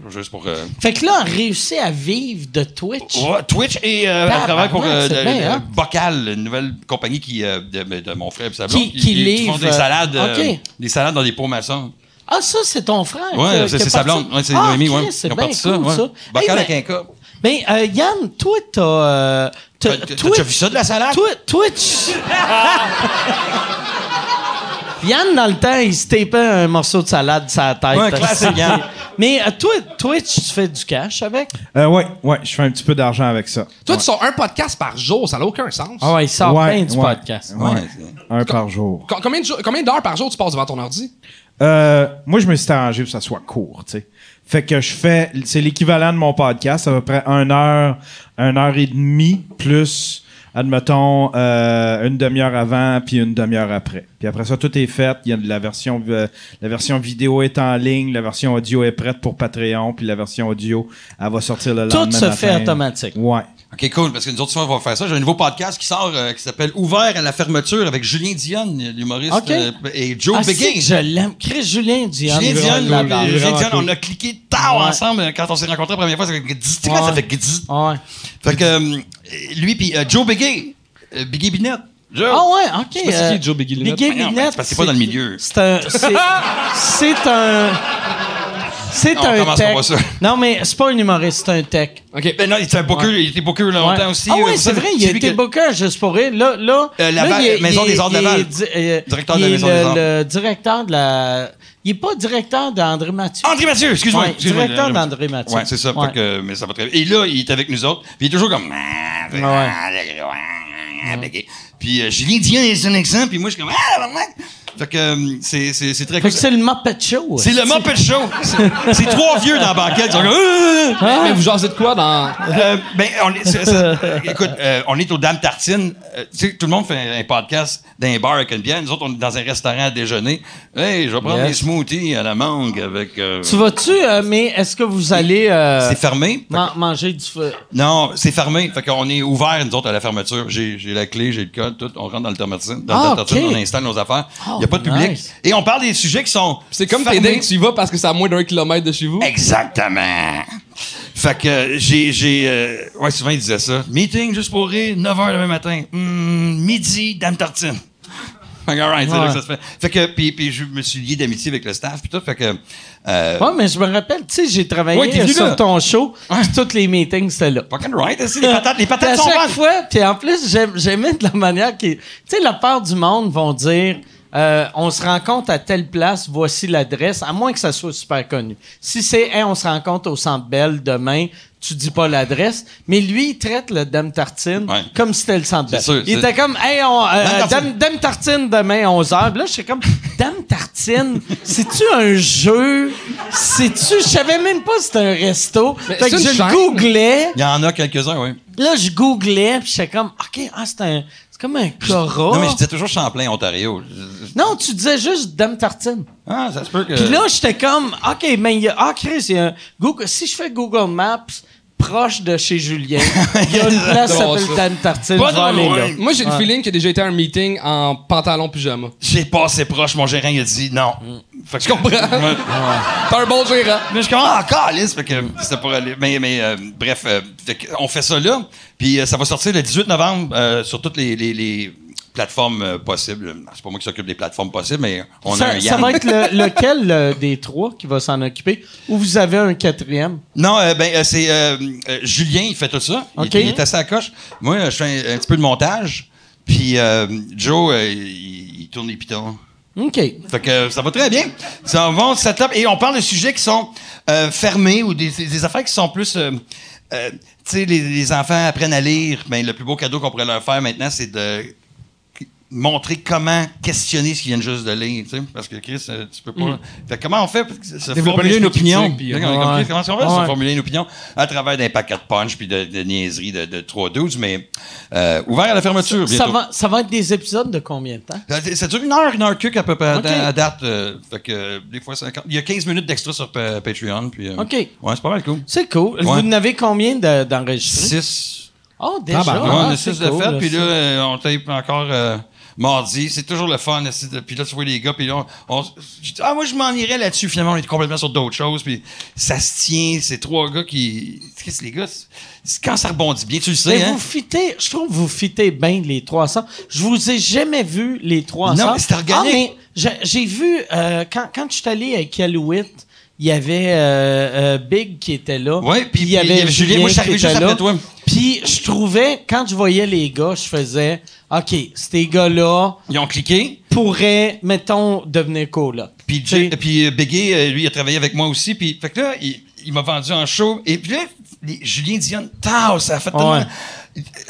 [SPEAKER 4] Juste pour. euh,
[SPEAKER 1] Fait que là, on réussit à vivre de Twitch.
[SPEAKER 4] Ouais, Twitch et euh,
[SPEAKER 1] Tabarnak,
[SPEAKER 4] elle travaille pour euh,
[SPEAKER 1] c'est
[SPEAKER 4] le-
[SPEAKER 1] bien,
[SPEAKER 4] le
[SPEAKER 1] hein?
[SPEAKER 4] Bocal, une nouvelle compagnie qui, euh, de, de mon frère et sa blonde,
[SPEAKER 1] Qui- qui livre,
[SPEAKER 4] font des
[SPEAKER 1] euh,
[SPEAKER 4] salades, euh,
[SPEAKER 1] ok.
[SPEAKER 4] des salades dans des pots maçons.
[SPEAKER 1] Ah, ça, c'est ton frère.
[SPEAKER 4] Ouais,
[SPEAKER 1] qui-
[SPEAKER 4] c'est-
[SPEAKER 1] qui a
[SPEAKER 4] c'est sa
[SPEAKER 1] parti-
[SPEAKER 4] blonde. Ouais, c'est
[SPEAKER 1] ah,
[SPEAKER 4] Noémie,
[SPEAKER 1] Chris,
[SPEAKER 4] ouais.
[SPEAKER 1] C'est
[SPEAKER 4] Ils ont
[SPEAKER 1] bien
[SPEAKER 4] parti ça,
[SPEAKER 1] cool,
[SPEAKER 4] ouais.
[SPEAKER 1] ça. Bah,
[SPEAKER 4] Bocal
[SPEAKER 1] Hey,
[SPEAKER 4] avec
[SPEAKER 1] mais-
[SPEAKER 4] un cas.
[SPEAKER 1] Mais euh, Yann, toi, t'as. euh, t'as-
[SPEAKER 4] T'as- T'as
[SPEAKER 1] Twitch-
[SPEAKER 4] déjà vu ça de la salade?
[SPEAKER 1] Twi- Twitch! Yann, dans le temps, il se tapait un morceau de salade sur la tête.
[SPEAKER 4] Ouais, classique, Yann.
[SPEAKER 1] Mais euh, toi, Twitch, tu fais du cash avec?
[SPEAKER 3] Euh, ouais, ouais, je fais un petit peu d'argent avec ça.
[SPEAKER 5] Toi,
[SPEAKER 3] Ouais.
[SPEAKER 5] tu sors un podcast par jour, ça n'a aucun sens.
[SPEAKER 1] Ah ouais, il sort
[SPEAKER 3] Ouais,
[SPEAKER 1] plein du
[SPEAKER 3] ouais,
[SPEAKER 1] podcast.
[SPEAKER 3] ouais.
[SPEAKER 4] Ouais, c'est-
[SPEAKER 3] Un par jour.
[SPEAKER 5] Co- Combien de jours- combien d'heures par jour tu passes devant ton ordi?
[SPEAKER 3] Euh, moi, je me suis arrangé pour que ça soit court, tu sais. Fait que je fais, c'est l'équivalent de mon podcast, à peu près une heure, une heure et demie, plus, admettons, euh, une demi-heure avant, puis une demi-heure après. Puis après ça, tout est fait. Il y a de la version, euh, la version vidéo est en ligne, la version audio est prête pour Patreon, puis la version audio, elle va sortir le
[SPEAKER 1] Tout
[SPEAKER 3] lendemain
[SPEAKER 1] se fait
[SPEAKER 3] matin.
[SPEAKER 1] automatique.
[SPEAKER 3] Ouais.
[SPEAKER 4] OK, cool, parce que nous autres, souvent, on va faire ça. J'ai un nouveau podcast qui sort euh, qui s'appelle Ouvert à la fermeture avec Julien Dionne, l'humoriste,
[SPEAKER 1] OK.
[SPEAKER 4] euh, et Joe
[SPEAKER 1] Ah, c'est
[SPEAKER 4] Biggins.
[SPEAKER 1] que je l'aime. Chris Julien Dion.
[SPEAKER 4] Julien
[SPEAKER 1] Dion,
[SPEAKER 4] Dionne,
[SPEAKER 1] la
[SPEAKER 4] euh,
[SPEAKER 1] barre.
[SPEAKER 4] Julien Dionne,
[SPEAKER 1] cool.
[SPEAKER 4] on a cliqué tard
[SPEAKER 1] Ouais.
[SPEAKER 4] ensemble euh, quand on s'est rencontrés la première fois. Ça fait gdz, tu sais,
[SPEAKER 1] Ouais.
[SPEAKER 4] ça fait gdz.
[SPEAKER 1] Ouais.
[SPEAKER 4] Fait que euh, lui, puis euh, Joe Biggie, euh, Biggie Binette. Joe.
[SPEAKER 1] Ah ouais, ok.
[SPEAKER 5] sais pas c'est qui,
[SPEAKER 1] euh,
[SPEAKER 5] Joe Biggie Linette.
[SPEAKER 1] Biggie
[SPEAKER 4] Ben non, ben,
[SPEAKER 1] Linette,
[SPEAKER 4] c'est parce que c'est pas dans le milieu.
[SPEAKER 1] C'est un. C'est c'est un. C'est
[SPEAKER 4] On
[SPEAKER 1] un
[SPEAKER 4] commence, on
[SPEAKER 1] tech.
[SPEAKER 4] voit ça.
[SPEAKER 1] Non, mais c'est pas un humoriste, c'est un tech.
[SPEAKER 5] OK.
[SPEAKER 4] Ben non, il était booker, il était booker longtemps
[SPEAKER 1] Ouais.
[SPEAKER 4] aussi.
[SPEAKER 1] Ah
[SPEAKER 4] euh,
[SPEAKER 1] oui,
[SPEAKER 4] pour ça,
[SPEAKER 1] c'est vrai, il a
[SPEAKER 4] lui
[SPEAKER 1] été
[SPEAKER 4] que-
[SPEAKER 1] booker juste pour rire. Là, là,
[SPEAKER 4] Euh,
[SPEAKER 1] là,
[SPEAKER 4] Laval-
[SPEAKER 1] il est-
[SPEAKER 4] Maison
[SPEAKER 1] il est-
[SPEAKER 4] des Arts de
[SPEAKER 1] il est
[SPEAKER 4] Laval.
[SPEAKER 1] di- euh,
[SPEAKER 4] Directeur de la
[SPEAKER 1] il est
[SPEAKER 4] Maison
[SPEAKER 1] le-
[SPEAKER 4] des Arts.
[SPEAKER 1] Le directeur de la. Il est pas directeur d'André Mathieu.
[SPEAKER 4] André Mathieu, excuse-moi.
[SPEAKER 1] Ouais,
[SPEAKER 4] excuse-moi,
[SPEAKER 1] directeur
[SPEAKER 4] André
[SPEAKER 1] d'André Mathieu.
[SPEAKER 4] Ouais, c'est ça. fait
[SPEAKER 1] Ouais.
[SPEAKER 4] que- mais ça va très bien. Et là, il est avec nous autres. Puis il est toujours comme. ah, Puis euh, Julien Dion est un exemple. Puis moi, je suis comme. Ah, maman! Fait que euh, c'est, c'est, c'est très
[SPEAKER 1] Fait
[SPEAKER 4] cool.
[SPEAKER 1] que c'est le Muppet Show.
[SPEAKER 4] C'est le Muppet Show. C'est- C'est trois vieux dans la banquette. Ils sont comme, Euh, euh,
[SPEAKER 5] Mais Ah. vous jasez de quoi dans.
[SPEAKER 4] euh, ben, on est, c'est- c'est- écoute, euh, on est aux Dames Tartines. Euh, tu sais, tout le monde fait un, un podcast dans un bar avec une bière. Nous autres, on est dans un restaurant à déjeuner. Hey, je vais prendre
[SPEAKER 1] Yes.
[SPEAKER 4] des smoothies à la mangue avec. euh,
[SPEAKER 1] Tu vas-tu, euh, mais est-ce que vous allez euh,
[SPEAKER 4] c'est fermé.
[SPEAKER 1] man- manger du feu?
[SPEAKER 4] Non, c'est fermé. Fait qu'on est ouvert, nous autres, à la fermeture. J'ai, j'ai la clé, j'ai le code, tout. On rentre dans le tartine, dans
[SPEAKER 1] Ah,
[SPEAKER 4] le tartine,
[SPEAKER 1] ok.
[SPEAKER 4] on installe nos affaires. Il
[SPEAKER 1] Oh,
[SPEAKER 4] n'y a pas de public.
[SPEAKER 1] nice.
[SPEAKER 4] Et on parle des sujets qui sont.
[SPEAKER 5] C'est comme tes
[SPEAKER 4] fermés.
[SPEAKER 5] dingues, tu y vas parce que c'est à moins d'un kilomètre de chez vous.
[SPEAKER 4] Exactement. Fait que euh, j'ai. j'ai euh, ouais, souvent, il disait ça. Meeting juste pour rire, 9 h demain matin. Hmm, midi, dame tartine. Fait que, alright, c'est là que ça se fait. Fait que, puis, puis je me suis lié d'amitié avec le staff, puis tout. Fait que. euh,
[SPEAKER 1] Ouais, mais je me rappelle, tu sais, j'ai travaillé
[SPEAKER 4] Ouais, t'es venu
[SPEAKER 1] sur
[SPEAKER 4] là.
[SPEAKER 1] ton show,
[SPEAKER 4] Ouais.
[SPEAKER 1] puis tous les meetings, c'était là.
[SPEAKER 4] Fucking right, c'est les patates,
[SPEAKER 1] Puis
[SPEAKER 4] les patates
[SPEAKER 1] à
[SPEAKER 4] sont
[SPEAKER 1] chaque
[SPEAKER 4] bonnes.
[SPEAKER 1] fois, puis en plus, j'aime- j'aimais de la manière qui. Tu sais, la part du monde vont dire. euh, on se rencontre à telle place, voici l'adresse, à moins que ça soit super connu. Si c'est Hey, on se rencontre au Centre Bell demain, tu dis pas l'adresse, mais lui il traite le Dame Tartine
[SPEAKER 4] Ouais.
[SPEAKER 1] comme si c'était le Centre Bell.
[SPEAKER 4] C'est sûr,
[SPEAKER 1] il
[SPEAKER 4] c'est-
[SPEAKER 1] était comme hey on, euh,
[SPEAKER 4] Dame Tartine.
[SPEAKER 1] Dame, Dame Tartine demain 11h. Puis là j'étais comme Dame Tartine, c'est tu un jeu C'est tu je savais même pas si c'était un resto.
[SPEAKER 5] Mais
[SPEAKER 1] Fait que
[SPEAKER 5] c'est
[SPEAKER 1] je
[SPEAKER 5] une
[SPEAKER 1] le
[SPEAKER 5] chaîne.
[SPEAKER 1] googlais.
[SPEAKER 4] Il y en a quelques-uns, oui.
[SPEAKER 1] Là, je googlais, puis j'étais comme, OK, ah, c'est un. C'est comme un cora.
[SPEAKER 4] Non, mais je disais toujours Champlain, Ontario.
[SPEAKER 1] Non, tu disais juste Dame Tartine.
[SPEAKER 4] Ah, ça se peut que.
[SPEAKER 1] Puis là, j'étais comme, OK, mais il y a. Ah, Chris, il y a un. Google, si je fais Google Maps proche de chez Julien, il y a une place qui
[SPEAKER 5] Drôle,
[SPEAKER 1] s'appelle
[SPEAKER 5] ça.
[SPEAKER 1] Dame Tartine.
[SPEAKER 4] Pas
[SPEAKER 1] je vais aller
[SPEAKER 4] drôle,
[SPEAKER 1] là.
[SPEAKER 4] ouais.
[SPEAKER 5] Moi, j'ai le feeling qu'il y a déjà été à un meeting en pantalon pyjama.
[SPEAKER 4] j'ai passé proche, mon gérant, il a dit non. Fait que je
[SPEAKER 5] comprends. T'as un bon gérant.
[SPEAKER 4] Mais je commence encore, Alice, fait que c'était pour aller. Mais, mais euh, bref, euh, fait que on fait ça là. Puis euh, ça va sortir le 18 novembre euh, sur toutes les, les- les plateformes euh, possibles. C'est pas moi qui s'occupe des plateformes possibles, mais on a un
[SPEAKER 1] Ça, ça
[SPEAKER 4] Yann.
[SPEAKER 1] va être le- lequel euh, des trois qui va s'en occuper, ou vous avez un quatrième?
[SPEAKER 4] Non, euh, ben euh, c'est euh, euh, Julien, il fait tout ça. Il-
[SPEAKER 1] OK.
[SPEAKER 4] Il, est assez à coche. Moi, euh, je fais un, un petit peu de montage. Puis euh, Joe, euh, il, il tourne les pitons.
[SPEAKER 1] OK.
[SPEAKER 4] Fait que euh, ça va très bien. C'est un bon setup. Et on parle de sujets qui sont euh, fermés ou des, des affaires qui sont plus. euh, euh, tu sais, les, les enfants apprennent à lire. Ben, le plus beau cadeau qu'on pourrait leur faire maintenant, c'est de montrer comment questionner ce qu'ils viennent juste de lire. tu sais. Parce que Chris, euh, tu peux pas.
[SPEAKER 1] Mm.
[SPEAKER 4] Fait que comment on fait pour se formuler
[SPEAKER 5] une
[SPEAKER 4] une opinion?
[SPEAKER 5] critique, puis, euh,
[SPEAKER 4] Fait qu'on est comme,
[SPEAKER 1] ouais.
[SPEAKER 4] Chris, Comment on fait pour
[SPEAKER 1] Ouais.
[SPEAKER 4] se formuler une opinion à travers des paquets de punch puis de, de niaiseries de, de 3-12, mais euh, ouvert à la fermeture.
[SPEAKER 1] Ça
[SPEAKER 4] bientôt.
[SPEAKER 1] va, ça va être des épisodes de combien de temps?
[SPEAKER 4] Ça, ça dure une heure, une heure cuque à peu près à-
[SPEAKER 1] Ok.
[SPEAKER 4] à, date. euh, fait que euh, des fois 50. Il y a 15 minutes d'extra sur pa- Patreon. Puis, euh,
[SPEAKER 1] Ok.
[SPEAKER 4] Ouais, c'est pas mal cool.
[SPEAKER 1] C'est cool. Vous
[SPEAKER 4] Ouais.
[SPEAKER 1] en avez combien de- d'enregistrés?
[SPEAKER 4] 6.
[SPEAKER 1] Oh, déjà.
[SPEAKER 5] Ah,
[SPEAKER 4] ben, on a
[SPEAKER 1] c'est
[SPEAKER 4] 6 de
[SPEAKER 1] cool,
[SPEAKER 4] fait. Puis
[SPEAKER 1] ça.
[SPEAKER 4] là, euh, on tape encore euh, mardi. C'est toujours le fun. aussi, de- Puis là, tu vois les gars. Puis là, on, on- je dis, ah, moi, je m'en irais là-dessus. Finalement, on est complètement sur d'autres choses. Puis ça se tient. C'est trois gars qui. Qu'est-ce que les gars? c'est- c'est- Quand ça rebondit bien, tu le sais.
[SPEAKER 1] Mais
[SPEAKER 4] hein?
[SPEAKER 1] vous fitez, je trouve que vous fitez bien les trois ensemble. Je vous ai jamais vu les trois
[SPEAKER 4] Non,
[SPEAKER 1] ensemble.
[SPEAKER 4] mais c'est
[SPEAKER 1] Ah,
[SPEAKER 4] organique.
[SPEAKER 1] mais j'ai- j'ai vu, euh, quand, quand je suis allé avec Alouette, il y avait euh, euh, Big qui était là.
[SPEAKER 4] Ouais, puis- puis il y avait Julien. Moi, je suis
[SPEAKER 1] qui
[SPEAKER 4] arrivé
[SPEAKER 1] était
[SPEAKER 4] juste
[SPEAKER 1] là.
[SPEAKER 4] après toi.
[SPEAKER 1] Puis je trouvais, quand je voyais les gars, je faisais, OK, ces gars-là
[SPEAKER 4] Ils ont cliqué.
[SPEAKER 1] pourraient, mettons, devenir coloc.
[SPEAKER 4] Puis, Jay- euh, puis euh, Bégay, euh, lui, il a travaillé avec moi aussi. Puis, fait que là, il, il m'a vendu en show. Et puis là, les- Julien Dion, tao, ça a fait tellement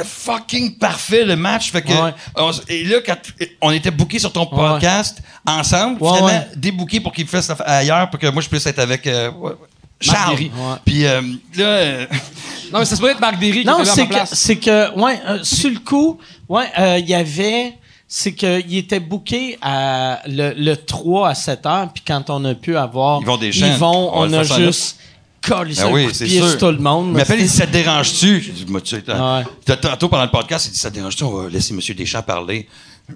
[SPEAKER 4] fucking parfait le match. Fait que,
[SPEAKER 1] Ouais.
[SPEAKER 4] on s- et là, quand on était bookés sur ton podcast ensemble,
[SPEAKER 1] Ouais,
[SPEAKER 4] finalement,
[SPEAKER 1] ouais.
[SPEAKER 4] débookés pour qu'il fasse ailleurs, pour que moi, je puisse être avec euh, ouais, Charles.
[SPEAKER 5] Guéry.
[SPEAKER 1] Ouais.
[SPEAKER 4] Puis euh, là, euh,
[SPEAKER 5] Non, mais ça se pourrait être Marc Derry qui
[SPEAKER 1] Non,
[SPEAKER 5] était là à
[SPEAKER 1] c'est
[SPEAKER 5] ma
[SPEAKER 1] que,
[SPEAKER 5] place.
[SPEAKER 1] c'est que, ouais, euh, sur le coup, ouais, euh, il y avait, c'est que il était booké à le, le 3 à 7 heures, puis quand on a pu avoir,
[SPEAKER 4] Ils vont des gens.
[SPEAKER 1] ils vont,
[SPEAKER 4] On
[SPEAKER 1] on,
[SPEAKER 4] va le
[SPEAKER 1] a
[SPEAKER 4] faire ça
[SPEAKER 1] juste collé
[SPEAKER 4] Ben
[SPEAKER 1] sur
[SPEAKER 4] oui,
[SPEAKER 1] le coup de
[SPEAKER 4] c'est
[SPEAKER 1] pied
[SPEAKER 4] sûr.
[SPEAKER 1] sur tout le monde.
[SPEAKER 4] il m'appelle, il dit Ça te dérange-tu J'ai dit Moi, tu sais, t'as-
[SPEAKER 1] Ouais.
[SPEAKER 4] t'as- tantôt pendant le podcast, il dit Ça te dérange-tu On va laisser M. Deschamps parler.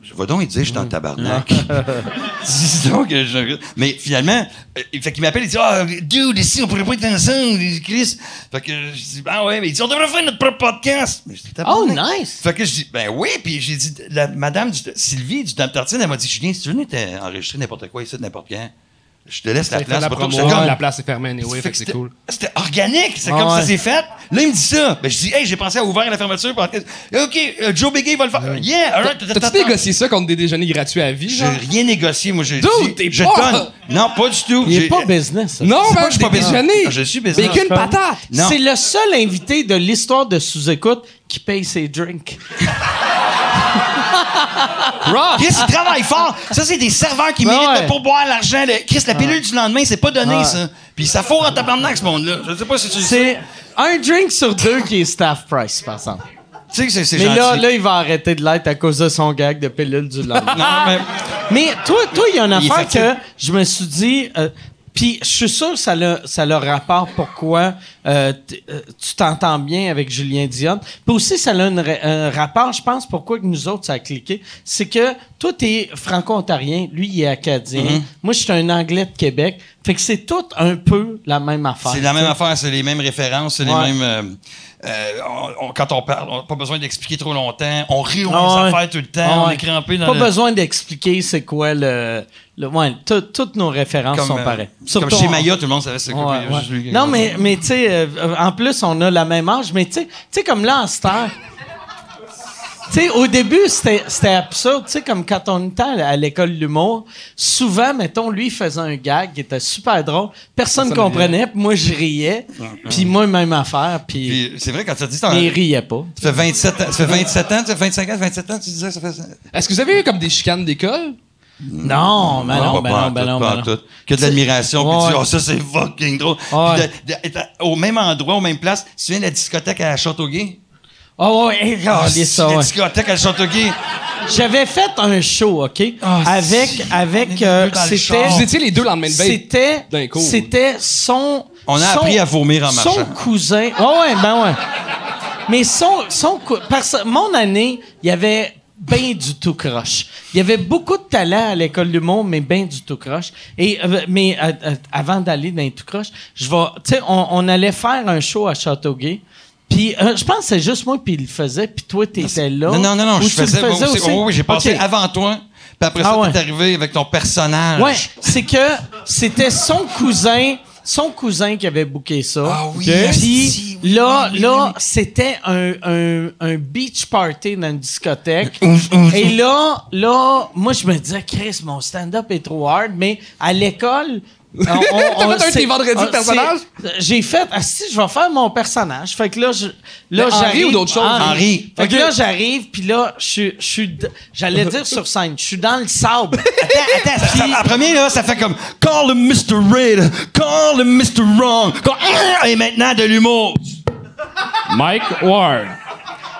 [SPEAKER 4] Je vais donc, il dit Je suis dans le tabarnak. Dis donc que je- Mais finalement, euh, fait qu'il m'appelle, il dit Ah, dude, ici, on pourrait pas être ensemble, Chris. Fait que je dis Ah ouais, mais il dit On devrait faire notre propre podcast. Mais je dis,
[SPEAKER 1] Oh,
[SPEAKER 4] Tabarnak.
[SPEAKER 1] nice!
[SPEAKER 4] Fait que je dis, ben oui, puis j'ai dit, la madame du- Sylvie du Dame Tartine, elle m'a dit, Julien, si tu veux venir t'en- enregistrer n'importe quoi ici, n'importe quand, je te laisse la
[SPEAKER 5] Ça fait
[SPEAKER 4] place.
[SPEAKER 5] la
[SPEAKER 4] pour toi.
[SPEAKER 5] promo.
[SPEAKER 4] J'étais comme,
[SPEAKER 5] La place est fermée, anyway, fait que c'est
[SPEAKER 4] c'était-
[SPEAKER 5] cool.
[SPEAKER 4] C'était organique, c'est
[SPEAKER 1] Ah
[SPEAKER 4] comme
[SPEAKER 1] ouais.
[SPEAKER 4] ça c'est fait. Là, il me dit ça. Ben, je dis, hey, j'ai pensé à ouvrir la fermeture. parce que- OK, euh, Joe Begay va le faire. Yeah, all right.
[SPEAKER 5] T'as-tu négocié ça contre des déjeuners gratuits à vie,
[SPEAKER 4] J'ai
[SPEAKER 5] genre?
[SPEAKER 4] rien négocié, moi, j'ai dit.
[SPEAKER 5] Dude, t'es
[SPEAKER 4] je
[SPEAKER 5] pas-
[SPEAKER 4] donne. Non, pas du tout.
[SPEAKER 1] Il
[SPEAKER 4] J'ai-
[SPEAKER 1] est pas business. ça.
[SPEAKER 5] Non,
[SPEAKER 4] C'est pas
[SPEAKER 5] man,
[SPEAKER 4] que je suis pas
[SPEAKER 5] des
[SPEAKER 4] business.
[SPEAKER 5] déjeuners!
[SPEAKER 4] Ah, Je suis business.
[SPEAKER 5] Bacon patate!
[SPEAKER 4] Non.
[SPEAKER 1] C'est le seul invité de l'histoire de sous-écoute qui paye ses drinks.
[SPEAKER 5] Ross!
[SPEAKER 4] Chris, il travaille fort. Ça, c'est des serveurs qui
[SPEAKER 1] Ben
[SPEAKER 4] méritent
[SPEAKER 1] ouais.
[SPEAKER 4] de pourboire l'argent. Le- Chris,
[SPEAKER 5] Ah.
[SPEAKER 4] la pilule du lendemain, c'est pas donné, ça. Puis ça fourre en tabarnak, ce monde-là. Je sais pas si tu le sais.
[SPEAKER 1] C'est un drink sur deux qui est staff price, par exemple.
[SPEAKER 4] Tu sais que c'est- c'est
[SPEAKER 1] Mais
[SPEAKER 4] gentil.
[SPEAKER 1] là, là, il va arrêter de l'être à cause de son gag de pilule du lendemain.
[SPEAKER 4] Non, mais...
[SPEAKER 1] Mais toi, toi, il y a une
[SPEAKER 4] Il est
[SPEAKER 1] affaire
[SPEAKER 4] fatigué.
[SPEAKER 1] que je me suis dit. euh, puis je suis sûr que ça le ça le rapport pourquoi euh, t- euh, tu t'entends bien avec Julien Dion. Puis aussi, ça a une ra- un rapport, je pense, pourquoi que nous autres, ça a cliqué. C'est que toi, t'es franco-ontarien, lui, il est acadien.
[SPEAKER 4] Mm-hmm.
[SPEAKER 1] Moi, je suis un Anglais de Québec. Fait que c'est tout un peu la même affaire.
[SPEAKER 4] C'est la même
[SPEAKER 1] tu sais.
[SPEAKER 4] affaire, c'est les mêmes références, c'est
[SPEAKER 1] Ouais.
[SPEAKER 4] les mêmes. euh, euh, on- on- quand on parle, on n'a pas besoin d'expliquer trop longtemps. On rit aux
[SPEAKER 1] Ah
[SPEAKER 4] mêmes
[SPEAKER 1] ouais.
[SPEAKER 4] affaires tout le temps.
[SPEAKER 1] Ah
[SPEAKER 4] on
[SPEAKER 1] ouais.
[SPEAKER 4] est crampé dans
[SPEAKER 1] Pas
[SPEAKER 4] le-
[SPEAKER 1] besoin d'expliquer c'est quoi le. le ouais, tout- toutes nos références
[SPEAKER 4] comme,
[SPEAKER 1] sont
[SPEAKER 4] euh,
[SPEAKER 1] pareilles.
[SPEAKER 4] Comme
[SPEAKER 1] Surtout
[SPEAKER 4] chez
[SPEAKER 1] en-
[SPEAKER 4] Maya, tout le monde savait c'est quoi.
[SPEAKER 1] Ouais,
[SPEAKER 4] puis
[SPEAKER 1] ouais.
[SPEAKER 4] juste lui qui-
[SPEAKER 1] Non, mais, mais tu sais, euh, euh, en plus, on a la même âge, mais tu sais- tu sais, comme là, en star. Tu sais, au début, c'était c'était absurde. Tu sais, comme quand on était à à l'école de l'humour, souvent, mettons, lui il faisait un gag qui était super drôle. Personne ne comprenait. Puis moi, je riais. Puis moi, même affaire. Puis,
[SPEAKER 4] Puis c'est vrai, quand tu as dit, t'en-
[SPEAKER 1] mais il
[SPEAKER 4] ça
[SPEAKER 1] riait pas.
[SPEAKER 4] fait 27 ans, ça fait 27 ans, tu as 25 ans, 27 ans, tu disais, ça fait.
[SPEAKER 5] Est-ce que vous avez eu comme des chicanes d'école?
[SPEAKER 1] Non, mais non,
[SPEAKER 4] pas
[SPEAKER 1] ben
[SPEAKER 4] pas
[SPEAKER 1] non,
[SPEAKER 4] en
[SPEAKER 1] ben
[SPEAKER 4] tout,
[SPEAKER 1] non,
[SPEAKER 4] pas
[SPEAKER 1] ben
[SPEAKER 4] en
[SPEAKER 1] non.
[SPEAKER 4] tout. Que de l'admiration,
[SPEAKER 1] Ouais.
[SPEAKER 4] puis tu dis, oh, ça, c'est fucking drôle. Puis
[SPEAKER 1] Ouais.
[SPEAKER 4] de- de- être au même endroit, aux mêmes places. Tu te souviens de la discothèque à Châteauguay? Ah,
[SPEAKER 1] Oh, ouais, hey, regardez ça,
[SPEAKER 4] la
[SPEAKER 1] ouais.
[SPEAKER 4] discothèque à Châteauguay.
[SPEAKER 1] J'avais fait un show, OK?
[SPEAKER 4] Ah,
[SPEAKER 1] avec,
[SPEAKER 4] si. On est
[SPEAKER 1] avec,
[SPEAKER 4] les
[SPEAKER 1] euh,
[SPEAKER 4] deux dans le
[SPEAKER 1] c'était.
[SPEAKER 4] char.
[SPEAKER 5] Vous étiez les deux le lendemain de veille.
[SPEAKER 1] C'était,
[SPEAKER 5] d'un coup.
[SPEAKER 1] c'était son.
[SPEAKER 4] On a
[SPEAKER 1] son-
[SPEAKER 4] appris à vomir en marchant.
[SPEAKER 1] Son cousin. Ouais, ouais, ben ouais. Mais son, son cou- parce, mon année, il y avait bien du tout croche. Il y avait beaucoup de talent à l'école du monde, mais bien du tout croche. Et euh, mais euh, euh, avant d'aller dans les tout croche, je vais, tu sais, on, on allait faire un show à Châteauguay. Puis euh, je pense que c'est juste moi puis il le faisait, puis toi t'étais là.
[SPEAKER 4] Non, non, non, non,
[SPEAKER 1] Ou
[SPEAKER 4] je
[SPEAKER 1] tu le
[SPEAKER 4] faisais. moi
[SPEAKER 1] faisais
[SPEAKER 4] aussi.
[SPEAKER 1] aussi?
[SPEAKER 4] Oh, oui, j'ai passé
[SPEAKER 1] Ok.
[SPEAKER 4] avant toi. Puis après
[SPEAKER 1] Ah
[SPEAKER 4] ça,
[SPEAKER 1] ouais.
[SPEAKER 4] t'es arrivé avec ton personnage.
[SPEAKER 1] Ouais, c'est que c'était son cousin, son cousin qui avait booké ça.
[SPEAKER 4] Ah oui,
[SPEAKER 1] Ok.
[SPEAKER 4] asti,
[SPEAKER 1] Puis
[SPEAKER 4] oui,
[SPEAKER 1] là,
[SPEAKER 4] oui, oui,
[SPEAKER 1] là,
[SPEAKER 4] oui.
[SPEAKER 1] c'était un, un, un beach party dans une discothèque.
[SPEAKER 4] Ouf, ouf,
[SPEAKER 1] Et là, là, moi je me disais, Chris, mon stand-up est trop hard, mais à l'école. on- on-
[SPEAKER 5] T'as
[SPEAKER 1] on-
[SPEAKER 5] fait un de tes
[SPEAKER 1] c'est-
[SPEAKER 5] vendredis de
[SPEAKER 1] on-
[SPEAKER 5] personnage?
[SPEAKER 1] c'est- J'ai fait, ah si, je vais faire mon personnage. Fait que là, je, là
[SPEAKER 5] Mais Henri
[SPEAKER 1] j'arrive-
[SPEAKER 5] ou d'autres choses?
[SPEAKER 4] Henri.
[SPEAKER 1] Fait que là, j'arrive, puis là, je suis- je suis, d- j'allais dire sur scène, je suis dans le sable.
[SPEAKER 4] Attends, attends, ça- ça- en premier, là, ça fait comme Call him Mr. Red, call him Mr. Wrong. Call- Ah! Et maintenant, de l'humour.
[SPEAKER 2] Mike Ward.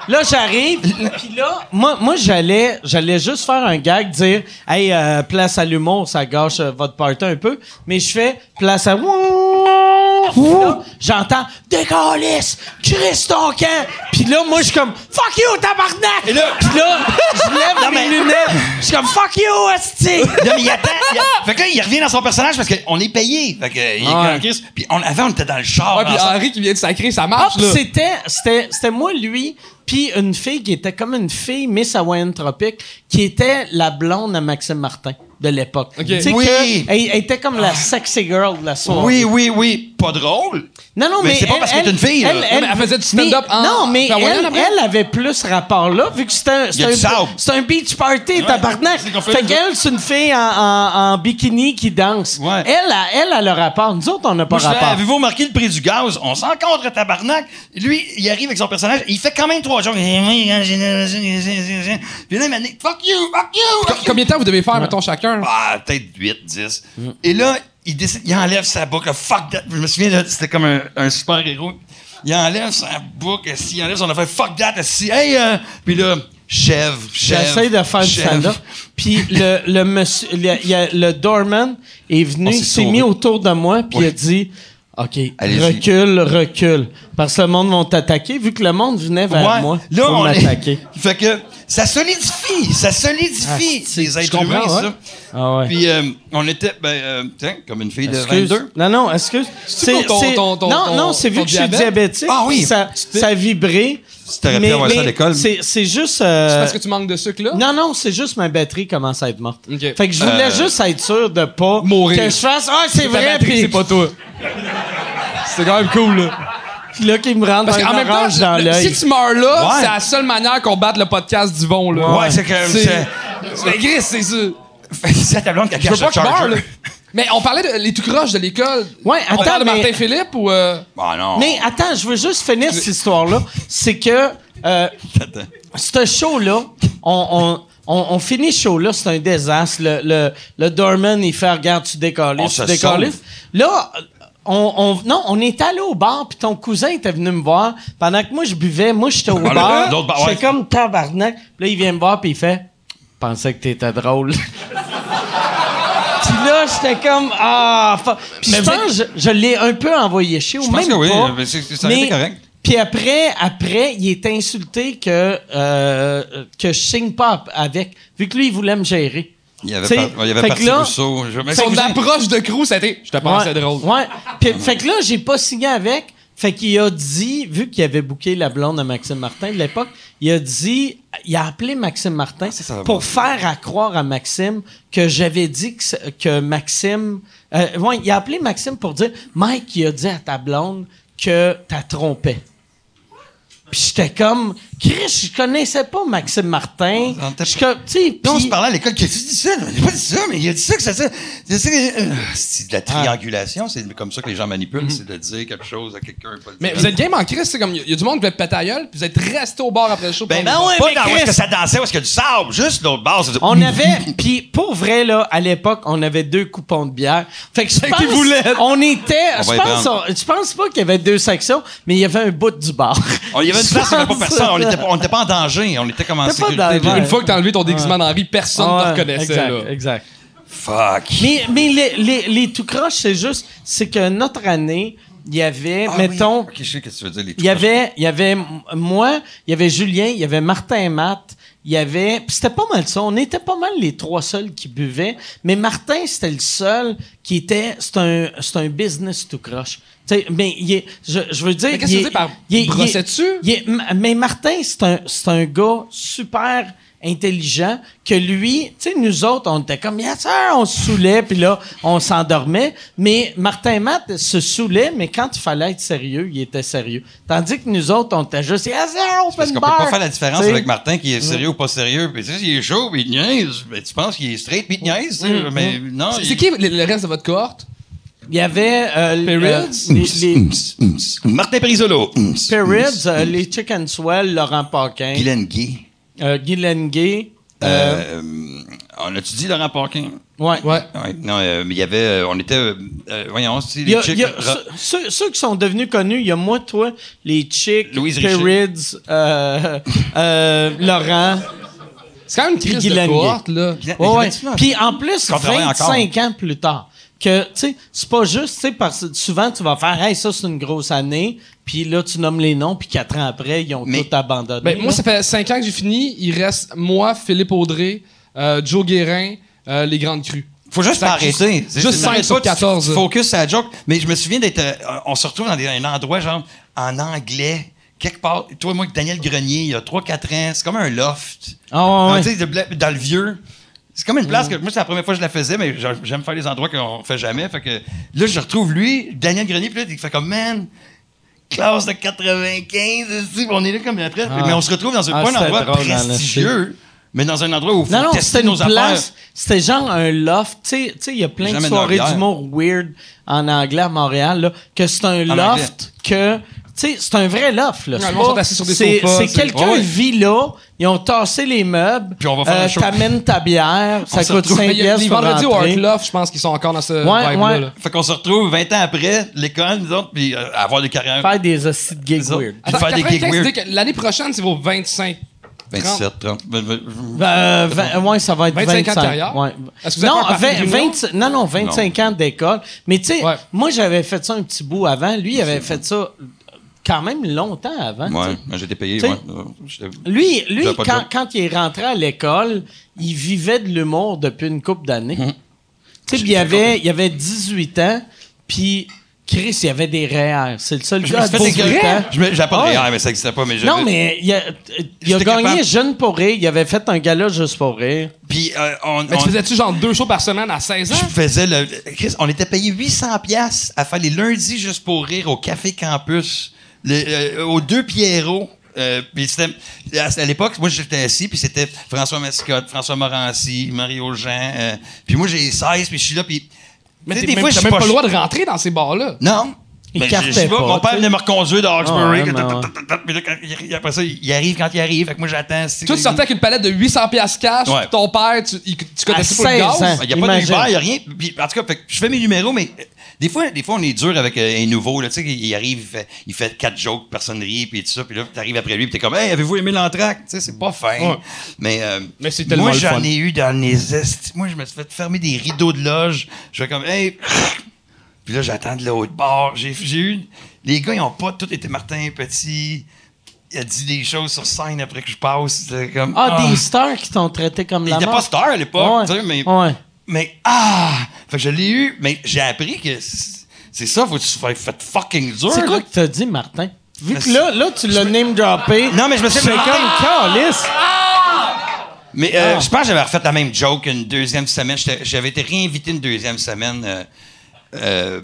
[SPEAKER 1] Là, j'arrive, puis là, moi, moi j'allais, j'allais juste faire un gag, dire, hey, euh, place à l'humour, ça gâche euh, votre party un peu, mais je fais place à. Puis là, J'entends décalisse, Chris ton camp. Puis là, moi, je suis comme fuck you, tabarnak.
[SPEAKER 4] Et là-
[SPEAKER 1] puis là, je lève
[SPEAKER 4] Non,
[SPEAKER 1] mes
[SPEAKER 4] mais-
[SPEAKER 1] lunettes, je suis comme fuck you, esti.
[SPEAKER 4] Non, mais il attend. il- Fait que là, il revient dans son personnage parce qu'on est payé. Fait que, euh, il est
[SPEAKER 1] Ouais.
[SPEAKER 4] comme Chris. Puis on, avant, on était dans le char.
[SPEAKER 5] Ouais, Ah, puis
[SPEAKER 4] ensemble.
[SPEAKER 5] Henri qui vient de sacrer, ça
[SPEAKER 1] Ah,
[SPEAKER 5] marche,
[SPEAKER 1] puis
[SPEAKER 5] là.
[SPEAKER 1] c'était, c'était, c'était moi, lui, puis une fille qui était comme une fille Miss Hawaiian Tropic, qui était la blonde à Maxime Martin de l'époque. Tu sais
[SPEAKER 4] Oui.
[SPEAKER 1] que- elle, elle était comme la sexy girl de la soirée.
[SPEAKER 4] oui, oui, oui. Pas drôle.
[SPEAKER 1] Non, non, mais.
[SPEAKER 4] Mais c'est pas
[SPEAKER 1] elle-
[SPEAKER 4] parce que t'es
[SPEAKER 1] elle-
[SPEAKER 4] une fille, là.
[SPEAKER 1] Elle,
[SPEAKER 4] Non,
[SPEAKER 5] mais elle faisait du stand-up
[SPEAKER 1] mais-
[SPEAKER 5] en-
[SPEAKER 1] Non, mais
[SPEAKER 5] en Hawaiian,
[SPEAKER 1] elle,
[SPEAKER 5] après?
[SPEAKER 1] elle avait plus ce rapport-là, vu que c'était un.
[SPEAKER 4] y a
[SPEAKER 1] C'était
[SPEAKER 4] du
[SPEAKER 1] un,
[SPEAKER 4] sable.
[SPEAKER 1] c'est un beach party, tabarnak.
[SPEAKER 4] c'est qu'on fait
[SPEAKER 1] Fait
[SPEAKER 4] le-
[SPEAKER 1] qu'elle, c'est une fille en, en- en bikini qui danse.
[SPEAKER 4] Ouais.
[SPEAKER 1] Elle, elle, elle a le rapport. Nous autres, on n'a pas
[SPEAKER 4] Moi, je fais,
[SPEAKER 1] rapport.
[SPEAKER 4] Avez-vous remarqué le prix du gaz? On s'en contre, tabarnak. Lui, il arrive avec son personnage. Il fait quand même trois jours. Puis là, il m'a dit, fuck you, fuck you.
[SPEAKER 5] Com-
[SPEAKER 4] fuck you.
[SPEAKER 5] Combien de temps vous devez faire, mettons, chacun?
[SPEAKER 4] Ah, peut-être 8, 10.
[SPEAKER 1] Mm.
[SPEAKER 4] Et là, il décide, il enlève sa boucle. Fuck that. Je me souviens, là, c'était comme un, un super-héros. Il enlève sa boucle, si, il enlève son affaire. Fuck that, si. Hey, euh, Puis là, chèvre, chèvre.
[SPEAKER 1] J'essaie de faire du
[SPEAKER 4] chèvre.
[SPEAKER 1] stand-up. Puis le, le monsieur, le, il y a- le doorman est venu,
[SPEAKER 4] On s'est
[SPEAKER 1] il s'est
[SPEAKER 4] sauvé.
[SPEAKER 1] mis autour de moi, puis il a dit OK,
[SPEAKER 4] Allez-y.
[SPEAKER 1] recule, recule. Parce que le monde va t'attaquer, vu que le monde venait vers
[SPEAKER 4] Ouais.
[SPEAKER 1] moi
[SPEAKER 4] là,
[SPEAKER 1] pour
[SPEAKER 4] on est-
[SPEAKER 1] m'attaquer.
[SPEAKER 4] fait que ça solidifie, ça solidifie
[SPEAKER 1] Ah,
[SPEAKER 4] les
[SPEAKER 1] je
[SPEAKER 4] êtres
[SPEAKER 1] comprends,
[SPEAKER 4] humains,
[SPEAKER 1] ouais.
[SPEAKER 4] ça.
[SPEAKER 1] Ah ouais.
[SPEAKER 4] Puis euh, on était, ben, euh, tiens, comme une fille de
[SPEAKER 1] Excuse.
[SPEAKER 4] 22.
[SPEAKER 1] Non, non, excuse.
[SPEAKER 5] C'est pour ton- ton- ton-
[SPEAKER 1] non,
[SPEAKER 5] ton-
[SPEAKER 1] non, c'est vu
[SPEAKER 5] ton
[SPEAKER 1] que je suis
[SPEAKER 5] diabète?
[SPEAKER 1] diabétique.
[SPEAKER 4] Ah oui.
[SPEAKER 1] Ça, ça a vibré.
[SPEAKER 4] Tu t'aurais pu
[SPEAKER 1] Mais-
[SPEAKER 4] avoir ça à
[SPEAKER 1] mais
[SPEAKER 4] l'école.
[SPEAKER 1] C'est c'est juste. euh,
[SPEAKER 5] C'est parce que tu manques de sucre, là?
[SPEAKER 1] Non, non, c'est juste ma batterie commence à être morte.
[SPEAKER 5] Ok.
[SPEAKER 1] Fait que je voulais
[SPEAKER 4] Euh,
[SPEAKER 1] juste être sûr de pas
[SPEAKER 5] Mourir.
[SPEAKER 1] que je fasse Ah, c'est
[SPEAKER 5] Ta
[SPEAKER 1] vrai,
[SPEAKER 5] batterie,
[SPEAKER 1] puis
[SPEAKER 5] c'est pas toi. C'est quand même cool, là.
[SPEAKER 1] Puis là, qui me rentre
[SPEAKER 5] Parce
[SPEAKER 1] un
[SPEAKER 5] qu'en même temps,
[SPEAKER 1] orange dans
[SPEAKER 5] le-
[SPEAKER 1] l'œil.
[SPEAKER 5] si tu meurs là,
[SPEAKER 4] Ouais.
[SPEAKER 5] c'est la seule manière qu'on batte le podcast d'Yvon, là.
[SPEAKER 4] Ouais, c'est que-
[SPEAKER 5] C'est. Mais Gris, c'est ça.
[SPEAKER 4] c'est ta blonde qui a
[SPEAKER 5] Je veux
[SPEAKER 4] caché
[SPEAKER 5] pas
[SPEAKER 4] le
[SPEAKER 5] que je meure, là.
[SPEAKER 4] charger.
[SPEAKER 5] Mais on parlait de les tout croches de l'école.
[SPEAKER 1] Ouais,
[SPEAKER 5] On
[SPEAKER 1] attends,
[SPEAKER 5] parle de
[SPEAKER 1] mais-
[SPEAKER 5] Martin Philippe ou. euh,
[SPEAKER 4] Ah non.
[SPEAKER 1] Mais attends, je veux juste finir cette histoire-là. C'est que euh,
[SPEAKER 4] Attends.
[SPEAKER 1] ce show-là, on, on- on- on finit ce show-là, c'est un désastre. Le, le, le doorman, il fait Regarde, tu décolles,
[SPEAKER 4] On
[SPEAKER 1] tu
[SPEAKER 4] se
[SPEAKER 1] décolles.
[SPEAKER 4] sauve.
[SPEAKER 1] Là, on, on- non, on est allé au bar, puis ton cousin était venu me voir. Pendant que moi, je buvais, moi, j'étais au
[SPEAKER 4] Ah, le-
[SPEAKER 1] bar.
[SPEAKER 4] l'autre bar, ouais.
[SPEAKER 1] J'étais comme tabarnak. Puis là, il vient me voir, puis il fait Je pensais que t'étais drôle. Puis là, j'étais comme ah. fa- Puis je
[SPEAKER 4] Mais vous
[SPEAKER 1] pense que je, je l'ai un peu envoyé chez ou
[SPEAKER 4] Je pense
[SPEAKER 1] même
[SPEAKER 4] que oui,
[SPEAKER 1] pas.
[SPEAKER 4] mais c'est- ça aurait été correct.
[SPEAKER 1] Puis après, après, il est insulté que euh, que je signe pas avec, vu que lui il voulait me gérer.
[SPEAKER 4] Il y avait,
[SPEAKER 1] T'sais,
[SPEAKER 4] par- il y avait
[SPEAKER 1] fait que
[SPEAKER 4] parti
[SPEAKER 1] là-
[SPEAKER 4] Rousseau. Je, mais
[SPEAKER 5] Son
[SPEAKER 4] vous-
[SPEAKER 5] approche de crew, c'était. Je te pensais
[SPEAKER 1] Ouais,
[SPEAKER 5] drôle.
[SPEAKER 1] Ouais. Puis, fait que là, j'ai pas signé avec. Fait qu'il a dit, vu qu'il avait booké la blonde à Maxime Martin de l'époque, il a dit, il a appelé Maxime Martin
[SPEAKER 4] ça va
[SPEAKER 1] pour
[SPEAKER 4] pas.
[SPEAKER 1] faire à croire à Maxime que j'avais dit que, c'est- que Maxime, euh, ouais, il a appelé Maxime pour dire, Mike, il a dit à ta blonde que t'as trompé. Puis j'étais comme, Chris, je connaissais pas Maxime Martin.
[SPEAKER 4] On t'a-
[SPEAKER 1] Je suis comme, tu sais,
[SPEAKER 4] Puis on
[SPEAKER 1] puis-
[SPEAKER 4] se parlait à l'école, qu'est-ce que tu dis ça? là? J'ai pas dit ça, mais il a dit ça que ça. ça- c'est- c'est euh, c'est
[SPEAKER 1] Ah.
[SPEAKER 4] de la triangulation, c'est comme ça que les gens
[SPEAKER 1] Mhm.
[SPEAKER 4] manipulent, c'est de dire quelque chose à quelqu'un. pas le
[SPEAKER 5] Mais
[SPEAKER 4] dire.
[SPEAKER 5] vous êtes game en crise, c'est comme. Il y, a du monde qui veut péter la gueule, puis vous êtes resté au bar après le show.
[SPEAKER 4] Ben
[SPEAKER 5] pour-
[SPEAKER 4] non,
[SPEAKER 1] ouais, mais
[SPEAKER 4] pas dans où
[SPEAKER 1] Chris-
[SPEAKER 4] est-ce que ça dansait, où est-ce qu'il y a du sable, juste l'autre base. c'est- Mm.
[SPEAKER 1] On avait, puis pour vrai, là, à l'époque, on avait deux coupons de bière. Fait que je pense, on était,
[SPEAKER 4] On
[SPEAKER 1] je
[SPEAKER 4] va y
[SPEAKER 1] pense,
[SPEAKER 4] prendre.
[SPEAKER 1] on- je pense pas qu'il y avait deux sections, mais il y avait un bout du bar.
[SPEAKER 4] On- Oh, Il y avait une
[SPEAKER 1] Je
[SPEAKER 4] place, il n'y avait pas
[SPEAKER 1] pense-
[SPEAKER 4] personne, on n'était pas, on était pas en danger, on était comme en
[SPEAKER 1] T'es pas
[SPEAKER 4] sécurité.
[SPEAKER 1] dans le
[SPEAKER 5] Puis Une
[SPEAKER 1] Ouais.
[SPEAKER 5] fois que t'as enlevé ton déguisement d'Henri, personne ne
[SPEAKER 1] Ouais,
[SPEAKER 5] te reconnaissait.
[SPEAKER 1] exact,
[SPEAKER 5] là.
[SPEAKER 1] exact.
[SPEAKER 4] Fuck.
[SPEAKER 1] Mais, mais les, les, les tout croches, c'est juste, c'est que notre année, il y avait,
[SPEAKER 4] Ah oui.
[SPEAKER 1] mettons,
[SPEAKER 4] Ok, je sais ce que tu veux dire, les
[SPEAKER 1] Il y avait, il y avait m- moi, il y avait Julien, il y avait Martin et Matt, il y avait. Puis c'était pas mal ça. On était pas mal les trois seuls qui buvaient. Mais Martin, c'était le seul qui était. C'est un, c'est un business tout croche. Tu sais, mais il est, je, je veux dire.
[SPEAKER 5] Mais qu'est-ce
[SPEAKER 1] il
[SPEAKER 5] que tu
[SPEAKER 1] est-
[SPEAKER 5] dis par
[SPEAKER 1] il est- il est-
[SPEAKER 5] brossais-tu?
[SPEAKER 1] il est- m- mais Martin, c'est un, c'est un gars super intelligent que lui, tu sais, nous autres, on était comme, yes, sir, on se saoulait, puis là, on s'endormait. Mais Martin Matt se saoulait, mais quand il fallait être sérieux, il était sérieux. Tandis que nous autres, on était juste, yes, sir, on fait
[SPEAKER 4] Parce
[SPEAKER 1] une
[SPEAKER 4] qu'on peut
[SPEAKER 1] barre.
[SPEAKER 4] pas faire la différence
[SPEAKER 1] Tu sais,
[SPEAKER 4] avec Martin qui est sérieux ou pas sérieux. Puis tu sais, il est chaud, puis il niaise. Mais tu penses qu'il est straight, puis il niaise. tu
[SPEAKER 1] Mm-hmm.
[SPEAKER 4] sais, Mais non.
[SPEAKER 5] C'est
[SPEAKER 4] il- Mm-hmm.
[SPEAKER 5] qui le, le reste de votre cohorte?
[SPEAKER 1] Il y avait euh, l-
[SPEAKER 5] Periods?
[SPEAKER 1] euh, les, les
[SPEAKER 4] Hum, hum, hum. Martin Perisolo. Hum,
[SPEAKER 1] Periods, euh, les Chicken Swell, Laurent Paquin,
[SPEAKER 4] hum. Guylaine Gay.
[SPEAKER 1] euh, Guy Lenguet, euh,
[SPEAKER 4] Euh, hum, on a-tu dit Laurent Parkin?
[SPEAKER 1] ouais.
[SPEAKER 5] Ouais.
[SPEAKER 4] Ouais, non, euh, mais il y avait. euh, on était. euh, euh, voyons, c'est
[SPEAKER 1] Il y
[SPEAKER 4] les
[SPEAKER 1] a- il
[SPEAKER 4] chicks.
[SPEAKER 1] y a
[SPEAKER 4] ra-
[SPEAKER 1] ceux- ceux, ceux qui sont devenus connus, il y a moi, toi, les Chicks,
[SPEAKER 4] Louise
[SPEAKER 1] Perrids, euh, euh, Laurent.
[SPEAKER 5] C'est quand même une crise
[SPEAKER 1] Guy
[SPEAKER 5] de
[SPEAKER 1] Lanier.
[SPEAKER 5] cohorte, là.
[SPEAKER 4] Guylaine-
[SPEAKER 1] Ouais, ouais.
[SPEAKER 4] Guylaine-
[SPEAKER 1] Puis en plus,
[SPEAKER 4] Qu'on travaille
[SPEAKER 1] 25 ans plus tard, que, tu sais, c'est pas juste, tu sais, parce que souvent, tu vas faire, hey, ça, c'est une grosse année, puis là, tu nommes les noms, puis quatre ans après, ils ont
[SPEAKER 4] Mais-
[SPEAKER 1] tout abandonné.
[SPEAKER 5] Ben, moi, ça fait 5 ans que j'ai fini. Il reste moi, Philippe Audrey, euh, Joe Guérin, euh, les Grandes Crues.
[SPEAKER 4] Faut juste
[SPEAKER 5] Ça,
[SPEAKER 4] pas
[SPEAKER 5] juste-
[SPEAKER 4] arrêter. C'est-
[SPEAKER 5] juste
[SPEAKER 4] c'est-
[SPEAKER 5] cinq
[SPEAKER 4] arrête
[SPEAKER 5] sur
[SPEAKER 4] pas, tu-
[SPEAKER 5] 14,
[SPEAKER 4] tu
[SPEAKER 5] là.
[SPEAKER 4] Focus à la joke. Mais je me souviens d'être. euh, on se retrouve dans des- un endroit, genre, en anglais, quelque part. Toi et moi, avec Daniel Grenier, il y a 3-4 ans, c'est comme un loft.
[SPEAKER 1] Ah, ouais, Mm. ouais.
[SPEAKER 4] Ah, tu sais, de bla- dans le vieux. C'est comme une place que moi, c'est la première fois que je la faisais, mais j'a- j'aime faire les endroits qu'on fait jamais. Fait que là, je retrouve lui, Daniel Grenier, puis là, il fait comme, man, classe de 95, ici, on est là comme après. Mais on se retrouve dans un,
[SPEAKER 1] Ah,
[SPEAKER 4] pas un
[SPEAKER 1] c'était
[SPEAKER 4] endroit
[SPEAKER 1] drôle, en
[SPEAKER 4] prestigieux, mais dans un endroit où il faut
[SPEAKER 1] Non, non,
[SPEAKER 4] tester
[SPEAKER 1] c'était
[SPEAKER 4] nos
[SPEAKER 1] une
[SPEAKER 4] affaires.
[SPEAKER 1] place. C'était genre un loft. Tu sais- tu sais, il y a plein de
[SPEAKER 4] Jamais de
[SPEAKER 1] soirées
[SPEAKER 4] bière.
[SPEAKER 1] d'humour weird en anglais à Montréal, là, que c'est un
[SPEAKER 4] En
[SPEAKER 1] loft que. Tu sais, c'est un vrai loft, là.
[SPEAKER 5] Ouais,
[SPEAKER 1] C'est
[SPEAKER 5] le monde
[SPEAKER 1] pas-
[SPEAKER 5] sont assis sur des
[SPEAKER 1] c'est-
[SPEAKER 5] sofas,
[SPEAKER 1] C'est
[SPEAKER 5] c'est-
[SPEAKER 1] quelqu'un
[SPEAKER 4] Ouais, ouais.
[SPEAKER 1] vit là, ils ont tassé les meubles. euh,
[SPEAKER 4] Puis on va faire un show.
[SPEAKER 1] T'amènes ta bière, ça
[SPEAKER 4] se
[SPEAKER 1] coûte
[SPEAKER 4] retrouve-
[SPEAKER 1] 5
[SPEAKER 5] Mais il y a-
[SPEAKER 1] pièces
[SPEAKER 5] Les
[SPEAKER 1] pour
[SPEAKER 5] vendredis au Art
[SPEAKER 1] rentrer.
[SPEAKER 5] Love, je pense qu'ils sont encore dans ce
[SPEAKER 1] Ouais,
[SPEAKER 5] vibe-là.
[SPEAKER 1] ouais.
[SPEAKER 5] là.
[SPEAKER 4] Fait qu'on se retrouve 20 ans après l'école, nous autres, puis euh, avoir des carrières.
[SPEAKER 1] Faire des hosties de gigs
[SPEAKER 4] Nous autres.
[SPEAKER 1] weird.
[SPEAKER 4] Puis
[SPEAKER 5] Attends,
[SPEAKER 4] faire des gigs
[SPEAKER 5] 95,
[SPEAKER 4] weird.
[SPEAKER 5] c'est-à-dire que l'année prochaine, c'est vos 25.
[SPEAKER 4] 27, 30. ben, ben, je-
[SPEAKER 1] Euh, vingt- ouais, ça va être 25.
[SPEAKER 5] 25 ans de carrière?
[SPEAKER 1] Ouais.
[SPEAKER 5] Est-ce que vous
[SPEAKER 1] Non,
[SPEAKER 5] avez un parti
[SPEAKER 1] vingt-
[SPEAKER 5] de réunion?
[SPEAKER 1] vingt- non, non, 25 ans d'école. Mais tu sais,
[SPEAKER 5] Ouais.
[SPEAKER 1] moi, j'avais fait ça un petit bout avant. Lui, il avait fait ça quand même longtemps avant. Hein? tu
[SPEAKER 4] Ouais,
[SPEAKER 1] sais.
[SPEAKER 4] moi, j'étais payé.
[SPEAKER 1] T'sais,
[SPEAKER 4] Ouais. Euh, j'étais-
[SPEAKER 1] Lui, lui
[SPEAKER 4] J'avais pas de
[SPEAKER 1] quand,
[SPEAKER 4] job.
[SPEAKER 1] quand il est rentré à l'école, il vivait de l'humour depuis une couple d'années.
[SPEAKER 4] Mhm.
[SPEAKER 1] Tu sais, puis il avait, il avait 18 ans, puis Chris, il avait des REER. C'est le seul
[SPEAKER 4] Je
[SPEAKER 1] gars
[SPEAKER 4] me
[SPEAKER 1] à
[SPEAKER 4] suis fait
[SPEAKER 1] 18
[SPEAKER 4] écœurer.
[SPEAKER 1] ans.
[SPEAKER 4] Je me- J'avais pas de
[SPEAKER 1] Ouais.
[SPEAKER 4] rire, mais ça n'existait pas. Mais
[SPEAKER 1] Non,
[SPEAKER 4] j'avais-
[SPEAKER 1] mais il a, il a
[SPEAKER 4] J'étais
[SPEAKER 1] gagné
[SPEAKER 4] capable.
[SPEAKER 1] Jeune pour rire. Il avait fait un gala juste pour rire.
[SPEAKER 4] Puis euh, on.
[SPEAKER 5] Mais
[SPEAKER 4] on-
[SPEAKER 5] tu faisais-tu genre deux shows par semaine à 16 ans?
[SPEAKER 4] Je faisais le. Chris, on était payé 800 pièces à faire les lundis juste pour rire au Café Campus, le, euh, aux deux Pierrot. Euh, puis c'était- à, à l'époque, moi j'étais assis, puis c'était François Mascotte, François Morancy, Mario Jean. euh, puis moi j'ai 16, puis je suis là, puis.
[SPEAKER 5] Mais
[SPEAKER 4] Tu sais,
[SPEAKER 5] t'es même- t'as même
[SPEAKER 4] pas
[SPEAKER 5] pas le droit de rentrer dans ces bars-là.
[SPEAKER 4] Non.
[SPEAKER 1] Il
[SPEAKER 4] Ben, je- je
[SPEAKER 1] cartait
[SPEAKER 4] sais pas,
[SPEAKER 1] pas,
[SPEAKER 4] mon père
[SPEAKER 1] tu sais.
[SPEAKER 4] venait me reconduire de
[SPEAKER 1] Ah
[SPEAKER 4] Hawkesbury.
[SPEAKER 1] ouais,
[SPEAKER 4] que-
[SPEAKER 1] ouais, ouais.
[SPEAKER 4] tac, tac, tac, mais là, quand il- Après ça, il arrive quand il arrive. Fait que moi, j'attends. c'est-
[SPEAKER 5] Toi, tu sortais avec une palette de 800 pièces cash,
[SPEAKER 4] Ouais.
[SPEAKER 5] puis ton père, tu, il- tu connaissais pas le
[SPEAKER 1] 16 ans.
[SPEAKER 5] gaz.
[SPEAKER 4] Il n'y a pas de
[SPEAKER 1] Imagine.
[SPEAKER 4] Uber, il n'y a rien. Puis, en tout cas, fait que je fais mes numéros, mais euh, des fois, des fois on est dur avec euh, un nouveau. Là, tu sais, il arrive, il fait, il fait quatre jokes, personne rit, puis tout ça. Puis là, tu arrives après lui, puis tu es comme, Hey, avez-vous aimé l'entracte? Tu sais, c'est pas fin. Mais, euh,
[SPEAKER 5] Mais c'est tellement
[SPEAKER 4] Moi,
[SPEAKER 5] le
[SPEAKER 4] j'en
[SPEAKER 5] fun.
[SPEAKER 4] ai eu dans les est. Moi, je me suis fait fermer des rideaux de loge. Je fais comme, Hey! Puis là, j'attends de l'autre bord. J'ai j'ai eu. Les gars, ils n'ont pas. Tout était Martin Petit. Il a dit des choses sur scène après que je passe. C'était comme,
[SPEAKER 1] Ah, des stars qui t'ont traité comme
[SPEAKER 4] Il
[SPEAKER 1] la
[SPEAKER 4] n'était
[SPEAKER 1] mort.
[SPEAKER 4] pas star à l'époque, tu sais, mais.
[SPEAKER 1] Ouais.
[SPEAKER 4] Mais ah! Fait que je l'ai eu, mais j'ai appris que c- c'est ça, faut que tu fasses faites fucking dur.
[SPEAKER 1] C'est quoi
[SPEAKER 4] là.
[SPEAKER 1] que t'as dit, Martin? Vu
[SPEAKER 4] Mais
[SPEAKER 1] que là, là tu l'as name-droppé.
[SPEAKER 4] Non, mais je me suis
[SPEAKER 1] C'est
[SPEAKER 4] fait.
[SPEAKER 1] comme calice.
[SPEAKER 4] Mais euh,
[SPEAKER 1] Ah.
[SPEAKER 4] je pense que j'avais refait la même joke une deuxième semaine. J'étais- J'avais été réinvité une deuxième semaine. euh, euh,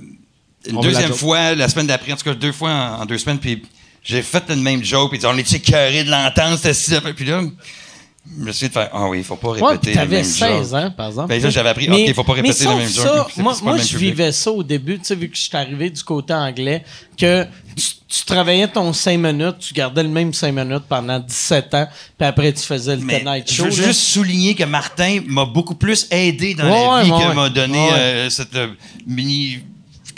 [SPEAKER 4] une
[SPEAKER 2] On veut la
[SPEAKER 4] deuxième
[SPEAKER 2] joke.
[SPEAKER 4] fois, la semaine d'après, en tout cas deux fois en, en deux semaines, puis j'ai fait une même joke, puis ils disent, on est-tu écœuré de l'entendre, c'était si. Puis là, je me suis dit, ah oui, faut pas
[SPEAKER 1] Ouais,
[SPEAKER 4] répéter.
[SPEAKER 1] puis
[SPEAKER 4] la
[SPEAKER 1] t'avais
[SPEAKER 4] même
[SPEAKER 1] 16
[SPEAKER 4] joke.
[SPEAKER 1] ans, par exemple.
[SPEAKER 4] Ben, ça, j'avais appris,
[SPEAKER 1] Mais-
[SPEAKER 4] OK, faut pas
[SPEAKER 1] mais
[SPEAKER 4] répéter la
[SPEAKER 1] sauf
[SPEAKER 4] même joke,
[SPEAKER 1] ça,
[SPEAKER 4] puis c'est-
[SPEAKER 1] Moi,
[SPEAKER 4] c'est pas
[SPEAKER 1] moi
[SPEAKER 4] le même
[SPEAKER 1] je
[SPEAKER 4] public.
[SPEAKER 1] vivais ça au début, tu sais, vu que je suis arrivé du côté anglais, que tu, tu travaillais ton 5 minutes, tu gardais le même 5 minutes pendant 17 ans, puis après, tu faisais le
[SPEAKER 4] Mais
[SPEAKER 1] Tonight
[SPEAKER 4] je
[SPEAKER 1] Show.
[SPEAKER 4] veux
[SPEAKER 1] là.
[SPEAKER 4] juste souligner que Martin m'a beaucoup plus aidé dans
[SPEAKER 1] Ouais,
[SPEAKER 4] la vie
[SPEAKER 1] ouais,
[SPEAKER 4] que
[SPEAKER 1] ouais.
[SPEAKER 4] m'a donné
[SPEAKER 1] Ouais.
[SPEAKER 4] euh, cette euh, mini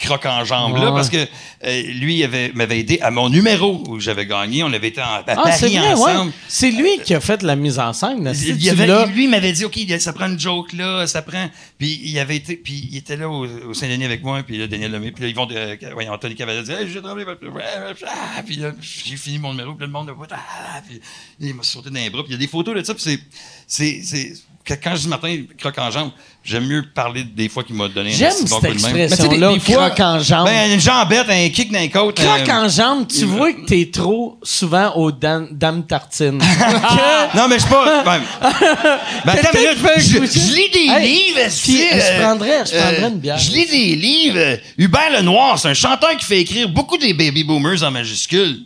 [SPEAKER 4] croque en jambe là
[SPEAKER 1] Ouais.
[SPEAKER 4] parce que euh, lui il avait- m'avait aidé à mon numéro où j'avais gagné on avait été en, à
[SPEAKER 1] Ah, c'est
[SPEAKER 4] Paris
[SPEAKER 1] vrai,
[SPEAKER 4] ensemble
[SPEAKER 1] ouais. C'est lui qui a fait la mise en scène. là. Si
[SPEAKER 4] il, il
[SPEAKER 1] tu
[SPEAKER 4] avait-
[SPEAKER 1] l'as-
[SPEAKER 4] lui il m'avait dit ok il- ça prend une joke là ça prend puis il avait été puis il était là au, au Saint-Denis avec moi puis là Daniel Lemay puis là ils vont de, voyons, Anthony Cavalier dit hey, j'ai tremblé votre- Ah, puis là j'ai fini mon numéro puis là, le monde ah, puis il m'a sauté dans les bras puis il y a des photos de ça puis c'est c'est c'est que- quand je dis Martin croque en jambe j'aime mieux parler des fois qu'il m'a donné un
[SPEAKER 1] J'aime
[SPEAKER 4] petit bon
[SPEAKER 1] cette
[SPEAKER 4] coup de main.
[SPEAKER 1] expression-là,
[SPEAKER 5] Mais tu sais, des- des fois-
[SPEAKER 1] croque en jambe. Ben,
[SPEAKER 4] ben une jambette un kick dans les côtes
[SPEAKER 1] Croque
[SPEAKER 4] euh,
[SPEAKER 1] en jambe, tu vois que t'es trop souvent aux dan- dames tartines. Que-
[SPEAKER 4] non mais je suis pas ben, ben, attends,
[SPEAKER 1] Ah. Quelqu'un
[SPEAKER 4] mais là,
[SPEAKER 1] qui fait un
[SPEAKER 4] je,
[SPEAKER 1] coup de-
[SPEAKER 4] je lis des
[SPEAKER 1] Hey,
[SPEAKER 4] livres est-ce
[SPEAKER 1] puis,
[SPEAKER 4] que,
[SPEAKER 1] euh, je
[SPEAKER 4] euh,
[SPEAKER 1] prendrais- je prendrais une bière.
[SPEAKER 4] je lis des livres euh, Hubert Lenoir c'est un chanteur qui fait écrire beaucoup des baby boomers en majuscule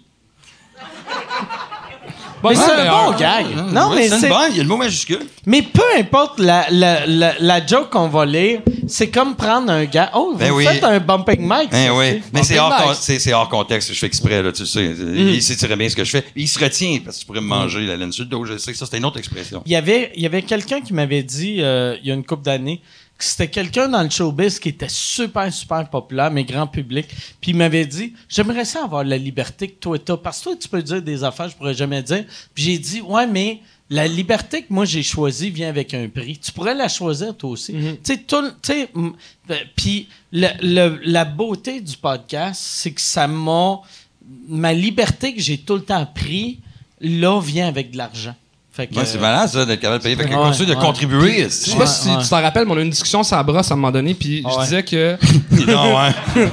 [SPEAKER 5] Bon,
[SPEAKER 1] mais c'est un
[SPEAKER 5] meilleur.
[SPEAKER 1] bon gag. Non,
[SPEAKER 4] ah, Ouais,
[SPEAKER 1] mais
[SPEAKER 4] c'est
[SPEAKER 1] c'est-
[SPEAKER 4] une bonne il y a le mot majuscule
[SPEAKER 1] Mais peu importe la, la, la, la joke qu'on va lire, c'est comme prendre un gars. Oh,
[SPEAKER 4] Ben
[SPEAKER 1] vous
[SPEAKER 4] oui.
[SPEAKER 1] faites un bumping mic.
[SPEAKER 4] Eh
[SPEAKER 1] ça,
[SPEAKER 4] oui,
[SPEAKER 1] c'est-
[SPEAKER 4] mais c'est
[SPEAKER 5] On
[SPEAKER 4] hors,
[SPEAKER 5] fait le
[SPEAKER 4] con-
[SPEAKER 5] max.
[SPEAKER 4] c'est- c'est hors contexte, je fais exprès, là, tu sais.
[SPEAKER 1] Mm.
[SPEAKER 4] Il sait très bien ce que je fais. Il se retient parce que tu pourrais me manger la laine sur le dos, je sais que ça, c'est une autre expression.
[SPEAKER 1] Il y avait, il y avait quelqu'un qui m'avait dit, euh, il y a une couple d'années, que c'était quelqu'un dans le showbiz qui était super, super populaire, mais grand public. Puis il m'avait dit, j'aimerais ça avoir la liberté que toi t'as. Parce que toi, tu peux dire des affaires que je pourrais jamais dire. Puis j'ai dit, ouais, mais la liberté que moi j'ai choisie vient avec un prix. Tu pourrais la choisir toi aussi. Tu sais, tout le- tu sais, mm, euh, puis le- le- la beauté du podcast, c'est que ça m'a, ma liberté que j'ai tout le temps pris, là, vient avec de l'argent. Fait que, euh,
[SPEAKER 4] Ouais, c'est malade, ça, d'être capable de payer. Fait
[SPEAKER 1] Ouais,
[SPEAKER 4] que continue de
[SPEAKER 1] ouais.
[SPEAKER 4] contribuer.
[SPEAKER 5] Je
[SPEAKER 4] est-ce
[SPEAKER 5] sais
[SPEAKER 4] que-
[SPEAKER 5] pas si
[SPEAKER 1] Ouais, ouais.
[SPEAKER 5] tu t'en rappelles, mais on a eu une discussion sur la brosse à un moment donné, puis je
[SPEAKER 1] Ouais.
[SPEAKER 5] disais que
[SPEAKER 4] Non, ouais.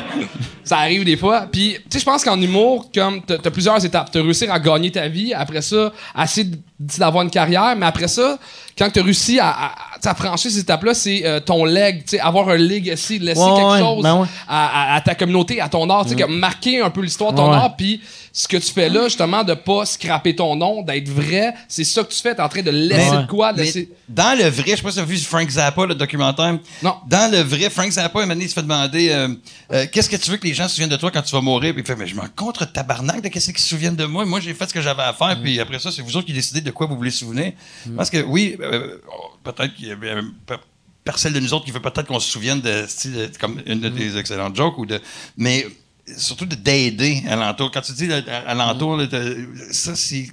[SPEAKER 5] ça arrive des fois. Puis, tu sais, je pense qu'en humour, comme t'as t'as plusieurs étapes. T'as réussi à gagner ta vie, après ça, assez d- d'avoir une carrière, mais après ça, quand t'as réussi à, à, à franchir ces étapes-là, c'est euh, ton leg, tu sais, avoir un legacy, laisser
[SPEAKER 1] Ouais,
[SPEAKER 5] quelque
[SPEAKER 1] ouais,
[SPEAKER 5] chose
[SPEAKER 1] ben ouais. Mm.
[SPEAKER 5] à, à- à ta communauté, à ton art, tu sais, comme marquer un peu l'histoire de ton
[SPEAKER 1] Ouais.
[SPEAKER 5] art, puis ce que tu fais là, justement, de pas scraper ton nom, d'être vrai, c'est ça que tu fais, t'es en train de laisser
[SPEAKER 1] Ouais.
[SPEAKER 5] de quoi,
[SPEAKER 4] Mais
[SPEAKER 5] laisser...
[SPEAKER 4] dans le vrai, je sais pas si tu as vu Frank Zappa, le documentaire.
[SPEAKER 5] Non.
[SPEAKER 4] Dans le vrai, Frank Zappa, un moment donné, il se fait demander euh, euh, Qu'est-ce que tu veux que les gens se souviennent de toi quand tu vas mourir Puis il fait Mais je m'en contre tabarnak de qu'est-ce qu'ils se souviennent de moi. Moi, j'ai fait ce que j'avais à faire.
[SPEAKER 1] Mm.
[SPEAKER 4] Puis après ça, c'est vous autres qui décidez de quoi vous voulez souvenir. Parce que oui, euh, oh, peut-être qu'il y a euh, pe- personne de nous autres qui veut peut-être qu'on se souvienne de, style, de- comme une
[SPEAKER 1] Mm.
[SPEAKER 4] de tes excellentes jokes. Ou de, mais surtout de d'aider alentour. Quand tu dis là, à- alentour,
[SPEAKER 1] Mm.
[SPEAKER 4] là, t'as- ça, c'est.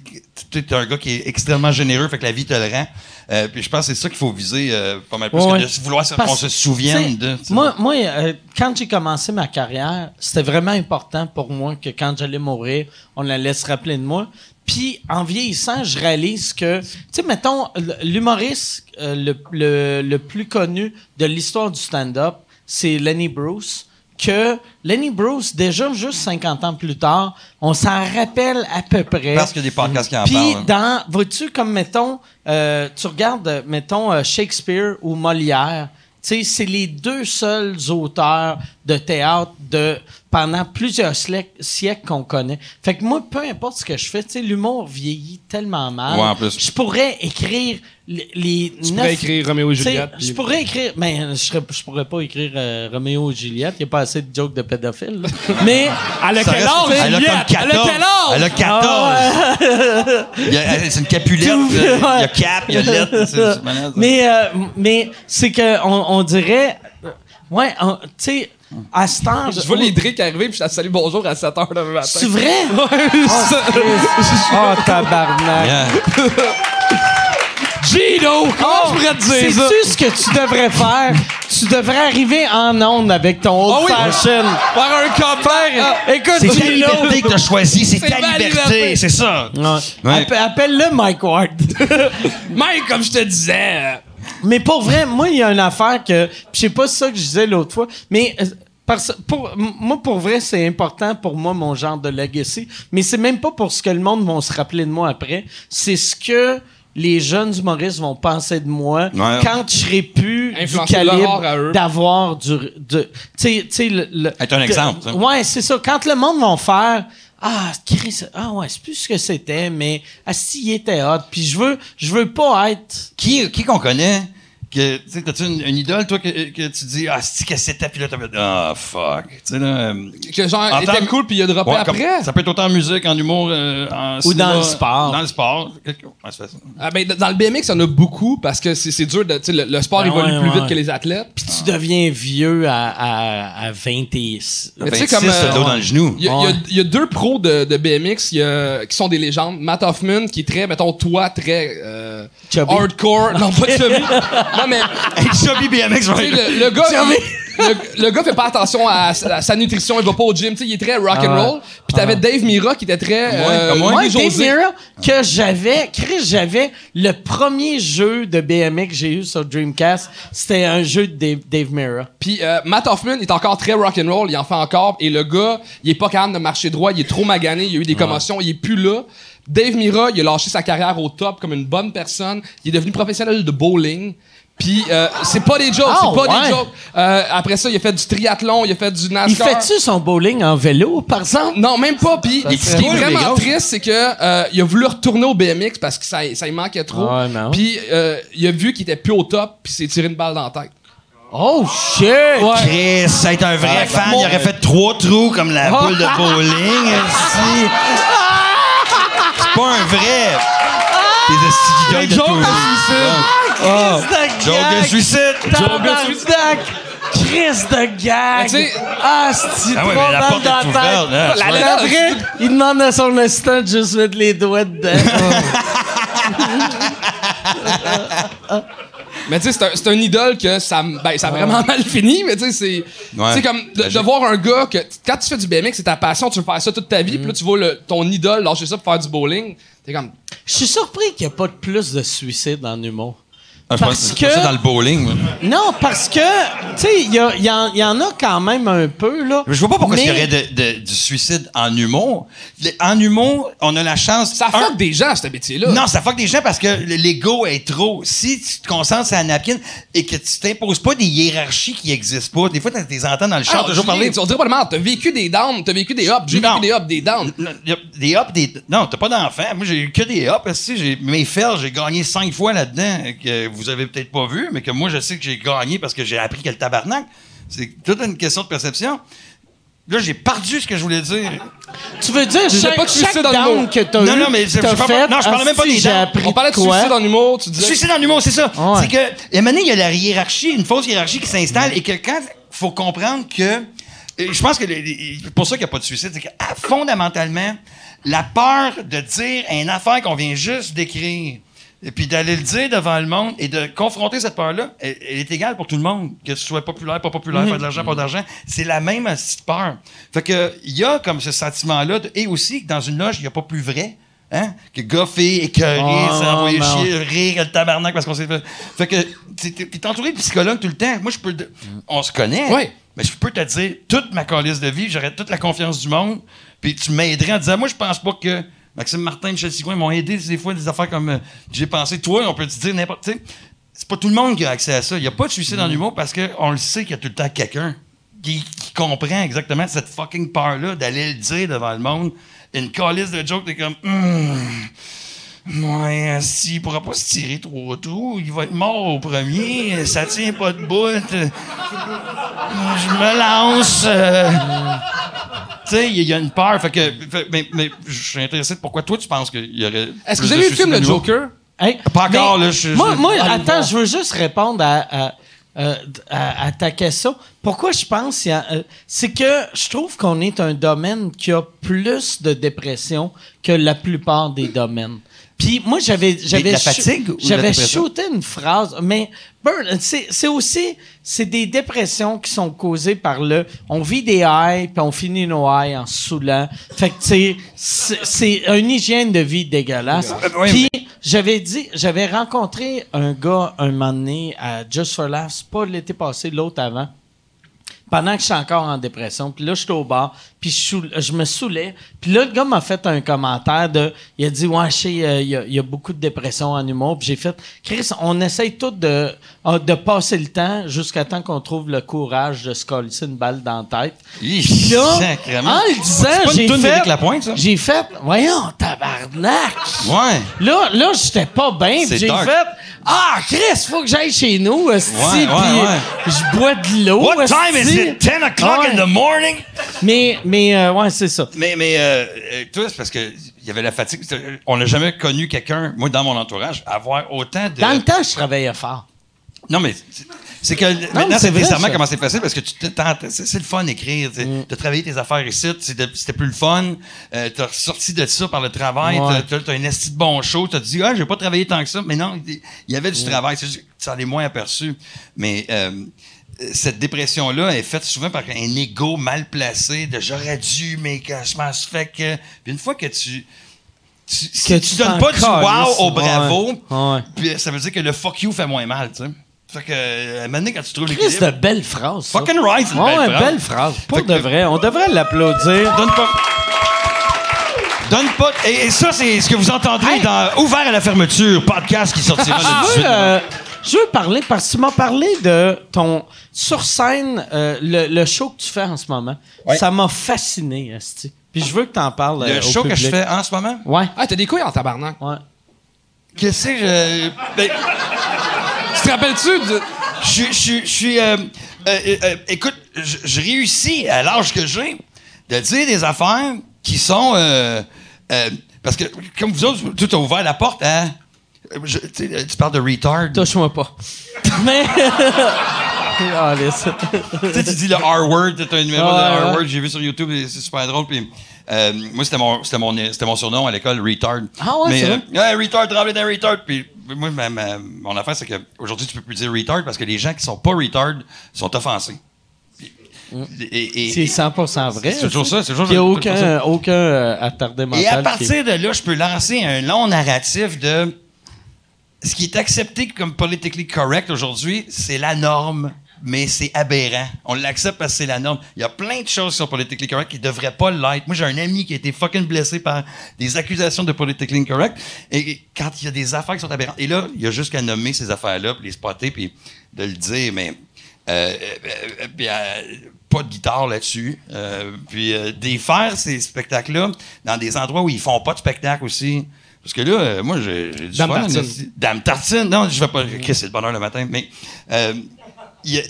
[SPEAKER 4] Tu es un gars qui est extrêmement généreux, fait que la vie te le rend. Euh, puis je pense que c'est ça qu'il faut viser euh, pas mal plus
[SPEAKER 1] Ouais, ouais.
[SPEAKER 4] que de vouloir se-
[SPEAKER 1] Parce-
[SPEAKER 4] qu'on se souvienne
[SPEAKER 1] tu
[SPEAKER 4] de.
[SPEAKER 1] sais,
[SPEAKER 4] tu sais.
[SPEAKER 1] Moi, moi euh, quand j'ai commencé ma carrière, c'était vraiment important pour moi que quand j'allais mourir, on la laisse rappeler de moi. Puis, en vieillissant, je réalise que, tu sais, mettons, l- l'humoriste euh, le, le- le plus connu de l'histoire du stand-up, c'est Lenny Bruce. Que Lenny Bruce, déjà juste 50 ans plus tard, on s'en rappelle à peu près.
[SPEAKER 4] Parce qu'il y a des podcasts qui en
[SPEAKER 1] Puis
[SPEAKER 4] parlent.
[SPEAKER 1] dans, vois-tu, comme mettons, euh, tu regardes, euh, mettons, euh, Shakespeare ou Molière, tu sais, c'est les deux seuls auteurs de théâtre de pendant plusieurs sle- siècles qu'on connaît. Fait que moi, peu importe ce que je fais, tu sais, l'humour vieillit tellement mal.
[SPEAKER 4] Ouais, en plus.
[SPEAKER 1] Je pourrais écrire l- les
[SPEAKER 5] Tu pourrais écrire Roméo et
[SPEAKER 1] tu sais,
[SPEAKER 5] Juliette.
[SPEAKER 1] Je
[SPEAKER 5] puis-
[SPEAKER 1] pourrais écrire, mais je, serais- je pourrais pas écrire euh, Roméo et Juliette. Il n'y a pas assez de jokes de pédophiles. là. mais à
[SPEAKER 4] Ça reste- Elle a comme 14. Elle a 14. Il y a- C'est une capulette. euh,
[SPEAKER 1] Tout-
[SPEAKER 4] Il y a
[SPEAKER 1] ouais.
[SPEAKER 4] cap, il y a lettre. c'est- c'est malade, ça.
[SPEAKER 1] mais euh, mais c'est que on, on dirait, euh, ouais, on- tu sais, à ce temps,
[SPEAKER 5] Je vois les drinks arriver, puis je la salue bonjour à 7 h le matin.
[SPEAKER 1] C'est vrai?
[SPEAKER 6] Oh, tabarnak.
[SPEAKER 4] Yeah.
[SPEAKER 5] Gino, comment je pourrais te dire ça?
[SPEAKER 1] Oh, Sais-tu ce que tu devrais faire? Tu devrais arriver en onde avec ton old
[SPEAKER 5] Ah oui.
[SPEAKER 1] fashion.
[SPEAKER 5] Faire un copain!
[SPEAKER 4] C'est
[SPEAKER 1] Écoute,
[SPEAKER 4] ta
[SPEAKER 1] Gino.
[SPEAKER 4] liberté que t'as choisi, c'est
[SPEAKER 5] C'est
[SPEAKER 4] ta
[SPEAKER 5] ma
[SPEAKER 4] liberté,
[SPEAKER 5] liberté.
[SPEAKER 4] c'est ça.
[SPEAKER 1] Ouais.
[SPEAKER 4] Ouais.
[SPEAKER 1] Appe- Appelle-le Mike Ward.
[SPEAKER 5] Mike, comme je te disais, euh,
[SPEAKER 1] Mais pour vrai, moi, il y a une affaire que. pis Je sais pas ça que je disais l'autre fois, mais. euh, parce, pour, m- moi, pour vrai, c'est important pour moi, mon genre de legacy. Mais c'est même pas pour ce que le monde vont se rappeler de moi après. C'est ce que les jeunes humoristes vont penser de moi
[SPEAKER 4] Ouais.
[SPEAKER 1] quand je serai plus du
[SPEAKER 5] Influencer
[SPEAKER 1] calibre
[SPEAKER 5] l'horreur à eux.
[SPEAKER 1] d'avoir du... de- tu sais- tu sais, le- le-
[SPEAKER 4] Être un
[SPEAKER 1] de-
[SPEAKER 4] exemple, hein. ça.
[SPEAKER 1] Ouais, c'est ça. Quand le monde va faire Ah, Chris, ah ouais, c'est plus ce que c'était, mais ah, si, il était hot. Puis je veux, je veux pas être...
[SPEAKER 4] Qui qui qu'on connaît? Que, tu sais, t'as-tu une, une idole, toi, que, que tu dis, ah, c'est que c'était, puis là, t'as fait, ah, fuck. Tu sais, là. euh,
[SPEAKER 5] que genre,
[SPEAKER 4] En
[SPEAKER 5] était
[SPEAKER 4] tant-
[SPEAKER 5] cool, puis il a droppé
[SPEAKER 4] ouais, comme-
[SPEAKER 5] après.
[SPEAKER 4] ça peut être autant en musique, en humour, euh, en
[SPEAKER 1] Ou dans
[SPEAKER 4] cinéma,
[SPEAKER 1] le sport.
[SPEAKER 4] Dans le sport. Quelque- ouais, c'est ça.
[SPEAKER 5] Ah, ben, d- dans le BMX, il y en a beaucoup, parce que c'est c'est dur, de, tu sais, le, le sport
[SPEAKER 1] Ben
[SPEAKER 5] évolue
[SPEAKER 1] ouais,
[SPEAKER 5] plus
[SPEAKER 1] ouais.
[SPEAKER 5] vite que les athlètes.
[SPEAKER 1] Puis tu deviens vieux à, à, à 26.
[SPEAKER 5] Mais tu sais,
[SPEAKER 4] 26,
[SPEAKER 5] comme, euh,
[SPEAKER 4] t'as le dos dans le genou.
[SPEAKER 5] Il y, a- il y a- il y a deux pros de, de BMX il y a- qui sont des légendes. Matt Hoffman, qui est très, mettons, toi, très euh,
[SPEAKER 1] Chubby.
[SPEAKER 5] hardcore. Non, pas chubby. non, mais
[SPEAKER 4] Hey, Chubby BMX,
[SPEAKER 5] tu sais,
[SPEAKER 4] right?
[SPEAKER 5] le, le gars, il- le, le gars fait pas attention à, sa- à sa nutrition, il va pas au gym. tu sais, Il est très rock and roll. Puis t'avais Dave Mira qui était très... euh,
[SPEAKER 4] comme moi.
[SPEAKER 5] Louis
[SPEAKER 1] Ouais, Dave
[SPEAKER 5] José.
[SPEAKER 1] Mirra, que j'avais, Chris, j'avais le premier jeu de BMX que j'ai eu sur Dreamcast, c'était un jeu de Dave, Dave Mirra.
[SPEAKER 5] Puis euh, Matt Hoffman est encore très rock'n'roll, il en fait encore. Et le gars, il est pas capable de marcher droit, il est trop magané, il a eu des commotions, il est plus là. Dave Mira, il a lâché sa carrière au top comme une bonne personne. Il est devenu professionnel de bowling. Puis euh, c'est pas des jokes,
[SPEAKER 1] Ah,
[SPEAKER 5] c'est pas
[SPEAKER 1] ouais.
[SPEAKER 5] des jokes. Euh, après ça, il a fait du triathlon, il a fait
[SPEAKER 4] Ah,
[SPEAKER 5] du
[SPEAKER 1] Il
[SPEAKER 5] NASCAR.
[SPEAKER 1] fait-tu son bowling en vélo, par exemple?
[SPEAKER 5] Non, même pas. Puis
[SPEAKER 1] Ça
[SPEAKER 5] ce
[SPEAKER 1] serait
[SPEAKER 5] qui est
[SPEAKER 1] cool, les
[SPEAKER 5] vraiment
[SPEAKER 1] gars.
[SPEAKER 5] triste, c'est que euh, il a voulu retourner au BMX parce que ça, ça lui manquait trop.
[SPEAKER 1] Ah ouais, non.
[SPEAKER 5] Puis euh, il a vu qu'il était plus au top, puis s'est tiré une balle dans la tête.
[SPEAKER 1] Oh, shit!
[SPEAKER 4] Chris, ça a été un vrai fan. Il aurait fait trois trous comme la
[SPEAKER 5] Ah.
[SPEAKER 4] boule de bowling. esti. C'est pas un vrai. Des esti d'idoles de
[SPEAKER 5] jokes de
[SPEAKER 4] bowling. Ah.
[SPEAKER 1] Chris de
[SPEAKER 4] Joke
[SPEAKER 1] gag!
[SPEAKER 4] de suicide.
[SPEAKER 1] Tabarnak! Chris de
[SPEAKER 5] Mais
[SPEAKER 1] gag!
[SPEAKER 5] tu sais-
[SPEAKER 1] Ah, c'est
[SPEAKER 4] Ah
[SPEAKER 1] trop
[SPEAKER 4] ouais, mais la
[SPEAKER 1] dans
[SPEAKER 4] porte
[SPEAKER 1] la
[SPEAKER 4] est
[SPEAKER 1] tête!
[SPEAKER 4] ouverte. hein,
[SPEAKER 5] La-
[SPEAKER 4] tu vois.
[SPEAKER 5] la-
[SPEAKER 1] La vraie, il demande à son assistant de juste mettre les doigts dedans.
[SPEAKER 5] Mais tu sais, c'est un- c'est un, idole que ça, m- ben, ça a vraiment mal fini, mais tu sais, c'est.
[SPEAKER 4] Ouais.
[SPEAKER 5] Tu sais, comme de, de voir un gars que. Quand tu fais du BMX, c'est ta passion, tu veux faire ça toute ta vie, puis là, tu vois le- ton idole lâcher ça pour faire du bowling. T'es comme.
[SPEAKER 1] Je suis surpris qu'il n'y a pas de plus de suicides en humour.
[SPEAKER 4] Ah, je pense
[SPEAKER 1] Parce
[SPEAKER 4] que c'est ça dans le
[SPEAKER 1] que.
[SPEAKER 4] bowling. moi.
[SPEAKER 1] Non, parce que, tu sais, il y, a- il y en- il y en a quand même un peu, là.
[SPEAKER 4] Je vois pas pourquoi
[SPEAKER 1] Mais-
[SPEAKER 4] il y aurait de- de- du suicide en humour. Les- En humour, on a la chance.
[SPEAKER 5] Ça
[SPEAKER 4] un,
[SPEAKER 5] fuck des gens, ce métier-là.
[SPEAKER 4] Non, ça fuck des gens parce que l'ego est trop. Si tu te concentres sur la napkin et que tu t'imposes pas des hiérarchies qui existent pas, des fois, tu les entends dans le char
[SPEAKER 5] Alors,
[SPEAKER 4] toujours parler.
[SPEAKER 5] Ah, Tu vas dire pas le mal, t'as vécu des downs, t'as vécu des ups, j'ai
[SPEAKER 4] Non.
[SPEAKER 5] vécu des ups, des downs.
[SPEAKER 4] Non, y a Des ups, des. Non, t'as pas d'enfant. Moi, j'ai eu que des ups. Si j'ai mes fers, j'ai gagné cinq fois là-dedans que vous avez peut-être pas vu, mais que moi, je sais que j'ai gagné parce que j'ai appris que le tabarnak. C'est toute une question de perception. Là, j'ai perdu ce que je voulais dire.
[SPEAKER 1] Tu veux dire,
[SPEAKER 5] disais
[SPEAKER 1] chaque,
[SPEAKER 5] pas de suicide
[SPEAKER 1] chaque
[SPEAKER 5] dans le
[SPEAKER 1] down
[SPEAKER 5] mot.
[SPEAKER 1] que t'as
[SPEAKER 4] Non,
[SPEAKER 1] eu,
[SPEAKER 4] non, mais je-
[SPEAKER 1] t'as
[SPEAKER 4] je parle-
[SPEAKER 1] fait,
[SPEAKER 4] non, je parlais même pas
[SPEAKER 1] asti,
[SPEAKER 4] des
[SPEAKER 1] j'ai
[SPEAKER 4] downs.
[SPEAKER 1] appris
[SPEAKER 5] On parlait de
[SPEAKER 1] quoi?
[SPEAKER 5] suicide en humour, tu disais.
[SPEAKER 4] Suicide en humour, c'est ça.
[SPEAKER 1] Ah Ouais.
[SPEAKER 4] C'est que, et maintenant, il y a la hiérarchie, une fausse hiérarchie qui s'installe et que quand, faut comprendre que, et je pense que, les- les- pour ça qu'il n'y a pas de suicide, c'est que, ah, fondamentalement, la peur de dire une affaire qu'on vient juste d'écrire, et puis d'aller le dire devant le monde et de confronter cette peur-là, elle, elle est égale pour tout le monde. Que ce soit populaire, pas populaire,
[SPEAKER 1] Mhm.
[SPEAKER 4] faire de l'argent, pas d'argent, c'est la même petite peur. Fait que, il y a comme ce sentiment-là, de- et aussi que dans une loge, il n'y a pas plus vrai. Hein? Que goffer, écœuré,
[SPEAKER 1] Ah,
[SPEAKER 4] s'envoyer
[SPEAKER 1] non.
[SPEAKER 4] chier, rire, le tabarnak parce qu'on s'est fait. Fait que t'es- t'es t'es entouré de psychologues tout le temps. Moi, je peux. te- On se connaît.
[SPEAKER 5] Oui.
[SPEAKER 4] Mais je peux te dire toute ma calice de vie, j'aurais toute la confiance du monde. Puis tu m'aiderais en disant, moi, je pense pas que Maxime Martin, Michel Sigouin m'ont aidé des fois des affaires comme euh, j'ai pensé. Toi, on peut te dire n'importe. tu sais, C'est pas tout le monde qui a accès à ça. Il n'y a pas de suicide en humour parce qu'on le sait qu'il y a tout le temps quelqu'un qui, qui comprends exactement cette fucking peur-là d'aller le dire devant le monde. Une calice de joke, t'es comme. hmm, Hum, Ouais, si, il pourra pas se tirer trop tôt, il va être mort au premier, ça tient pas de bout. Euh, Je me lance. euh. Tu sais, il y a une peur. Fait que, fait- mais, mais je suis intéressé de pourquoi toi tu penses qu'il y aurait.
[SPEAKER 5] Est-ce que
[SPEAKER 4] plus de
[SPEAKER 5] vous avez vu le
[SPEAKER 4] suicides
[SPEAKER 5] film Le
[SPEAKER 4] à nouveau?
[SPEAKER 5] Joker?
[SPEAKER 1] Hey,
[SPEAKER 4] Pas encore, là, je-
[SPEAKER 1] moi,
[SPEAKER 4] je-
[SPEAKER 1] moi,
[SPEAKER 4] Allez
[SPEAKER 1] attends,
[SPEAKER 4] voir.
[SPEAKER 1] je veux juste répondre à, à, euh, à- à ta question. Pourquoi je pense... qu'il y a- euh, C'est que je trouve qu'on est un domaine qui a plus de dépression que la plupart des domaines. Puis moi, j'avais... j'avais
[SPEAKER 4] de la
[SPEAKER 1] shoo-
[SPEAKER 4] fatigue ou de la
[SPEAKER 1] J'avais
[SPEAKER 4] dépression?
[SPEAKER 1] shooté une phrase, mais burn- c'est c'est aussi... C'est des dépressions qui sont causées par le... On vit des haies, puis on finit nos haies en se saoulant. Fait que, tu sais, c'est- c'est une hygiène de vie dégueulasse.
[SPEAKER 4] oui,
[SPEAKER 1] Puis, j'avais dit, j'avais rencontré un gars un moment donné à Just for Laughs, pas l'été passé, l'autre avant. Pendant que je suis encore en dépression, puis là, je suis au bar, puis je, soul- je me saoulais. Puis là, le gars m'a fait un commentaire de... Il a dit, ouais, je sais, euh, il y, a- il y a beaucoup de dépression en humour. Puis j'ai fait, Chris, on essaye tous de, ah, de passer le temps jusqu'à temps qu'on trouve le courage de se coller une balle dans la tête.
[SPEAKER 4] Hi,
[SPEAKER 1] Puis là, Ah,
[SPEAKER 4] sacrément.
[SPEAKER 1] en le
[SPEAKER 4] C'est pas
[SPEAKER 1] disant,
[SPEAKER 4] une
[SPEAKER 1] j'ai
[SPEAKER 4] toune
[SPEAKER 1] fait...
[SPEAKER 4] d'Éric Lapointe, ça?
[SPEAKER 1] J'ai fait, voyons, tabarnak!
[SPEAKER 4] Ouais.
[SPEAKER 1] Là, là j'étais pas bien. puis
[SPEAKER 4] C'est
[SPEAKER 1] J'ai
[SPEAKER 4] dark.
[SPEAKER 1] fait Ah, Chris, faut que j'aille chez nous. esti,
[SPEAKER 4] Ouais, ouais,
[SPEAKER 1] puis
[SPEAKER 4] ouais.
[SPEAKER 1] Je bois de l'eau.
[SPEAKER 4] What
[SPEAKER 1] esti.
[SPEAKER 4] time is it? 10 o'clock
[SPEAKER 1] Ouais.
[SPEAKER 4] in the morning?
[SPEAKER 1] Mais, mais euh, ouais, c'est ça.
[SPEAKER 4] Mais, mais euh, euh, toi, c'est parce qu'il y avait la fatigue. C'est- On n'a jamais connu quelqu'un, moi, dans mon entourage, avoir autant de.
[SPEAKER 1] Dans le temps, je travaillais fort.
[SPEAKER 4] Non, mais c'est- c'est que
[SPEAKER 1] mais
[SPEAKER 4] maintenant,
[SPEAKER 1] c'est
[SPEAKER 4] c'est
[SPEAKER 1] vrai,
[SPEAKER 4] bizarrement
[SPEAKER 1] ça. Mm.
[SPEAKER 4] comment c'est facile parce que tu te tentes- c'est c'est le fun d'écrire. tu sais. T'as travaillé tes affaires ici, c'était c'était plus le fun. Euh, t'as sorti de ça par le travail.
[SPEAKER 1] Ouais.
[SPEAKER 4] T'as as, un esti de bon show. T'as dit, ah, j'ai pas travaillé tant que ça. Mais non, il il y avait
[SPEAKER 1] Mm.
[SPEAKER 4] du travail. C'est juste que Tu en es moins aperçu. Mais euh, cette dépression-là est faite souvent par un ego mal placé de j'aurais dû, mais que je m'en suis fait que. Puis une fois que tu. Tu, si
[SPEAKER 1] Que
[SPEAKER 4] tu
[SPEAKER 1] tu
[SPEAKER 4] donnes
[SPEAKER 1] t'en
[SPEAKER 4] pas du wow
[SPEAKER 1] calisses,
[SPEAKER 4] au bravo,
[SPEAKER 1] ouais. Ouais.
[SPEAKER 4] puis euh, ça veut dire que le fuck you fait moins mal, tu sais. Fait que, euh, à un moment donné, quand tu trouves
[SPEAKER 1] Chris,
[SPEAKER 4] l'équilibre...
[SPEAKER 1] de belles phrases. ça.
[SPEAKER 4] Fucking right, c'est une
[SPEAKER 1] Ouais,
[SPEAKER 4] belle
[SPEAKER 1] ouais,
[SPEAKER 4] phrase.
[SPEAKER 1] belle phrase. Pour
[SPEAKER 4] Fait que-
[SPEAKER 1] de vrai, on devrait l'applaudir.
[SPEAKER 4] Donne pas... Donne pas... Et, et ça, c'est ce que vous entendrez
[SPEAKER 1] Hey!
[SPEAKER 4] dans Ouvert à la fermeture, podcast qui sortira
[SPEAKER 1] Ah,
[SPEAKER 4] le
[SPEAKER 1] je,
[SPEAKER 4] 18
[SPEAKER 1] veux, euh, je veux parler parce que tu m'as parlé de ton sur scène, euh, le, le show que tu fais en ce moment. Ça m'a fasciné, Esti. Puis je veux que tu en parles.
[SPEAKER 4] Le
[SPEAKER 1] euh, au
[SPEAKER 4] show que je
[SPEAKER 1] public.
[SPEAKER 4] fais en ce moment?
[SPEAKER 1] Ouais,
[SPEAKER 5] Ah, t'as des couilles en tabarnak.
[SPEAKER 1] ouais.
[SPEAKER 4] Qu'est-ce que je... Ben,
[SPEAKER 5] Tu te rappelles-tu de.
[SPEAKER 4] je suis- je suis- je suis... euh, euh, euh, écoute, je je réussis, à l'âge que j'ai, de dire des affaires qui sont... euh, euh, parce que, comme vous autres, tu as ouvert la porte à... je- tu sais, tu parles de retard.
[SPEAKER 1] Touche-moi pas. Mais. Ah, laisse.
[SPEAKER 4] tu sais, tu dis le R-word, t'as un numéro
[SPEAKER 1] Ouais,
[SPEAKER 4] de
[SPEAKER 1] ouais.
[SPEAKER 4] R-word, j'ai vu sur YouTube, et c'est super drôle. Puis, euh, moi, c'était mon, c'était mon, c'était mon surnom à l'école, Retard.
[SPEAKER 1] Ah ouais,
[SPEAKER 4] Mais,
[SPEAKER 1] c'est
[SPEAKER 4] euh, Ouais, Retard, tremblé d'un Retard. Puis, moi, ma- ma- mon affaire, c'est qu'aujourd'hui, tu peux plus dire Retard parce que les gens qui sont pas Retard sont offensés. Puis, et- et-
[SPEAKER 1] Mm. C'est 100% vrai.
[SPEAKER 4] C'est toujours ça, c'est toujours
[SPEAKER 1] Il n'y a
[SPEAKER 4] ça.
[SPEAKER 1] aucun, aucun euh, attardé mental.
[SPEAKER 4] Et à
[SPEAKER 1] qui-
[SPEAKER 4] partir de là, je peux lancer un long narratif de ce qui est accepté comme politically correct aujourd'hui, c'est la norme, mais c'est aberrant. On l'accepte parce que c'est la norme. Il y a plein de choses qui sont politically correct qui devraient pas l'être. Moi, j'ai un ami qui a été fucking blessé par des accusations de politically incorrect. Et et quand il y a des affaires qui sont aberrantes, et là, il y a juste qu'à nommer ces affaires-là, puis les spotter, puis de le dire, mais. Euh, euh, euh, puis, euh, pas de guitare là-dessus. Euh, puis euh, des faire ces spectacles-là dans des endroits où ils font pas de spectacle aussi. Parce que là, euh, moi, j'ai j'ai du
[SPEAKER 5] Dame
[SPEAKER 4] fun,
[SPEAKER 5] Tartine.
[SPEAKER 4] mais- Dame Tartine, non, je vais pas. Qu'est-ce que c'est le bonheur le matin? Mais euh, il,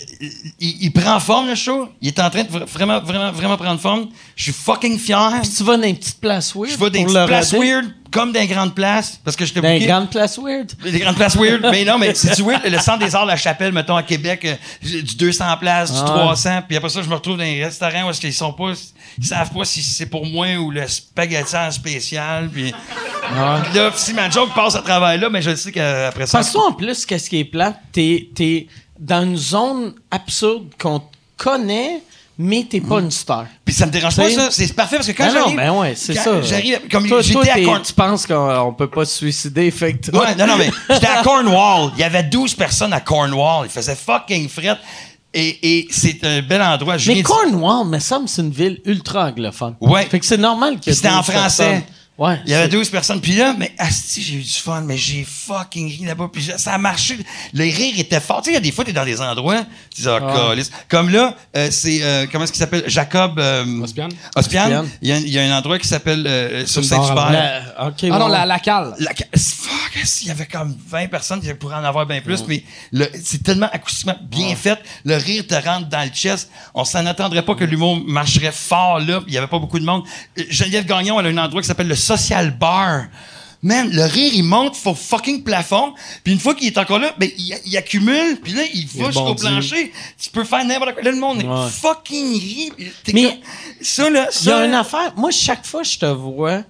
[SPEAKER 4] il- il prend forme le show. Il est en train de vra- vraiment, vraiment, vraiment prendre forme. Je suis fucking fier.
[SPEAKER 1] Puis tu vas dans une petite place weird.
[SPEAKER 4] Je vois des
[SPEAKER 1] pour
[SPEAKER 4] petites
[SPEAKER 1] le
[SPEAKER 4] places
[SPEAKER 1] rader.
[SPEAKER 4] weird comme des grandes places. Parce que je te
[SPEAKER 1] Dans une grande place weird.
[SPEAKER 4] les grandes places weird. Mais non, mais si tu veux, le centre des arts de la chapelle, mettons, à Québec, euh, j'ai du 200 places, du
[SPEAKER 1] Ah.
[SPEAKER 4] 300. Puis après ça, je me retrouve dans les restaurants où est-ce qu'ils sont pas, ils savent pas si c'est pour moi ou le spaghetti en spécial. Puis Puis là, si ma joke passe à travers là, mais je sais qu'après ça.
[SPEAKER 1] Ah. Parce que toi, en plus, qu'est-ce qui est plate? T'es, t'es dans une zone absurde qu'on te connaît, mais t'es pas une star.
[SPEAKER 4] Puis ça me dérange pas,
[SPEAKER 1] T'sais-
[SPEAKER 4] ça. C'est parfait parce que quand
[SPEAKER 1] Ben non,
[SPEAKER 4] j'arrive.
[SPEAKER 1] ben ouais, c'est
[SPEAKER 4] quand
[SPEAKER 1] ça.
[SPEAKER 4] J'arrive, comme
[SPEAKER 1] toi, toi,
[SPEAKER 4] j'étais à
[SPEAKER 1] t'es-
[SPEAKER 4] Corn-
[SPEAKER 1] tu penses qu'on on peut pas se suicider, fait que toi-
[SPEAKER 4] Ouais, non, non, mais j'étais à Cornwall. Il y avait 12 personnes à Cornwall. Il faisait fucking fret. Et, et c'est un bel endroit. Julien
[SPEAKER 1] Mais
[SPEAKER 4] dit-
[SPEAKER 1] Cornwall, me semble, c'est une ville ultra anglophone.
[SPEAKER 4] Ouais.
[SPEAKER 1] Fait que c'est normal que.
[SPEAKER 4] Puis c'était en
[SPEAKER 1] 12 personnes-
[SPEAKER 4] français.
[SPEAKER 1] Ouais.
[SPEAKER 4] Il y avait 12 personnes. Puis là, mais asti, j'ai eu du fun, mais j'ai fucking ri là-bas. Puis ça a marché. Les rires étaient forts. Tu sais, il y a des fois, t'es dans des endroits, tu dis, ah, câlisse. Comme là, euh, c'est, euh, comment est-ce qu'il s'appelle? Jacob... euh,
[SPEAKER 5] Ospian.
[SPEAKER 4] Ospian.
[SPEAKER 1] Ospian.
[SPEAKER 4] Il y, a- il y a un endroit qui s'appelle euh, sur
[SPEAKER 5] Sur le bord
[SPEAKER 4] Saint-Hubert.
[SPEAKER 5] à
[SPEAKER 1] La- ok,
[SPEAKER 5] Ah
[SPEAKER 1] ouais,
[SPEAKER 5] non,
[SPEAKER 1] ouais.
[SPEAKER 5] la, la cale.
[SPEAKER 4] La ca- fuck, asti, il y avait comme 20 personnes, il pourrait en avoir bien
[SPEAKER 1] Mm.
[SPEAKER 4] plus, mais le- c'est tellement acoustiquement bien fait. Le rire te rentre dans le chest. On s'en attendrait pas que
[SPEAKER 1] Mm.
[SPEAKER 4] l'humour marcherait fort là. Il y avait pas beaucoup de monde. Euh, Geneviève Gagnon, elle a un endroit qui s'appelle le Social Bar. Man, le rire, il monte faut fucking plafond. Puis une fois qu'il est encore là, ben, il, il accumule. Puis là, il va jusqu'au
[SPEAKER 1] rebondit.
[SPEAKER 4] plancher. Tu peux faire n'importe quoi. Là, le monde
[SPEAKER 1] Ouais.
[SPEAKER 4] est fucking ri. Puis t'es
[SPEAKER 1] Mais-
[SPEAKER 4] comme- ça, là,
[SPEAKER 1] Il y a
[SPEAKER 4] ça...
[SPEAKER 1] une affaire. Moi, chaque fois que je te vois,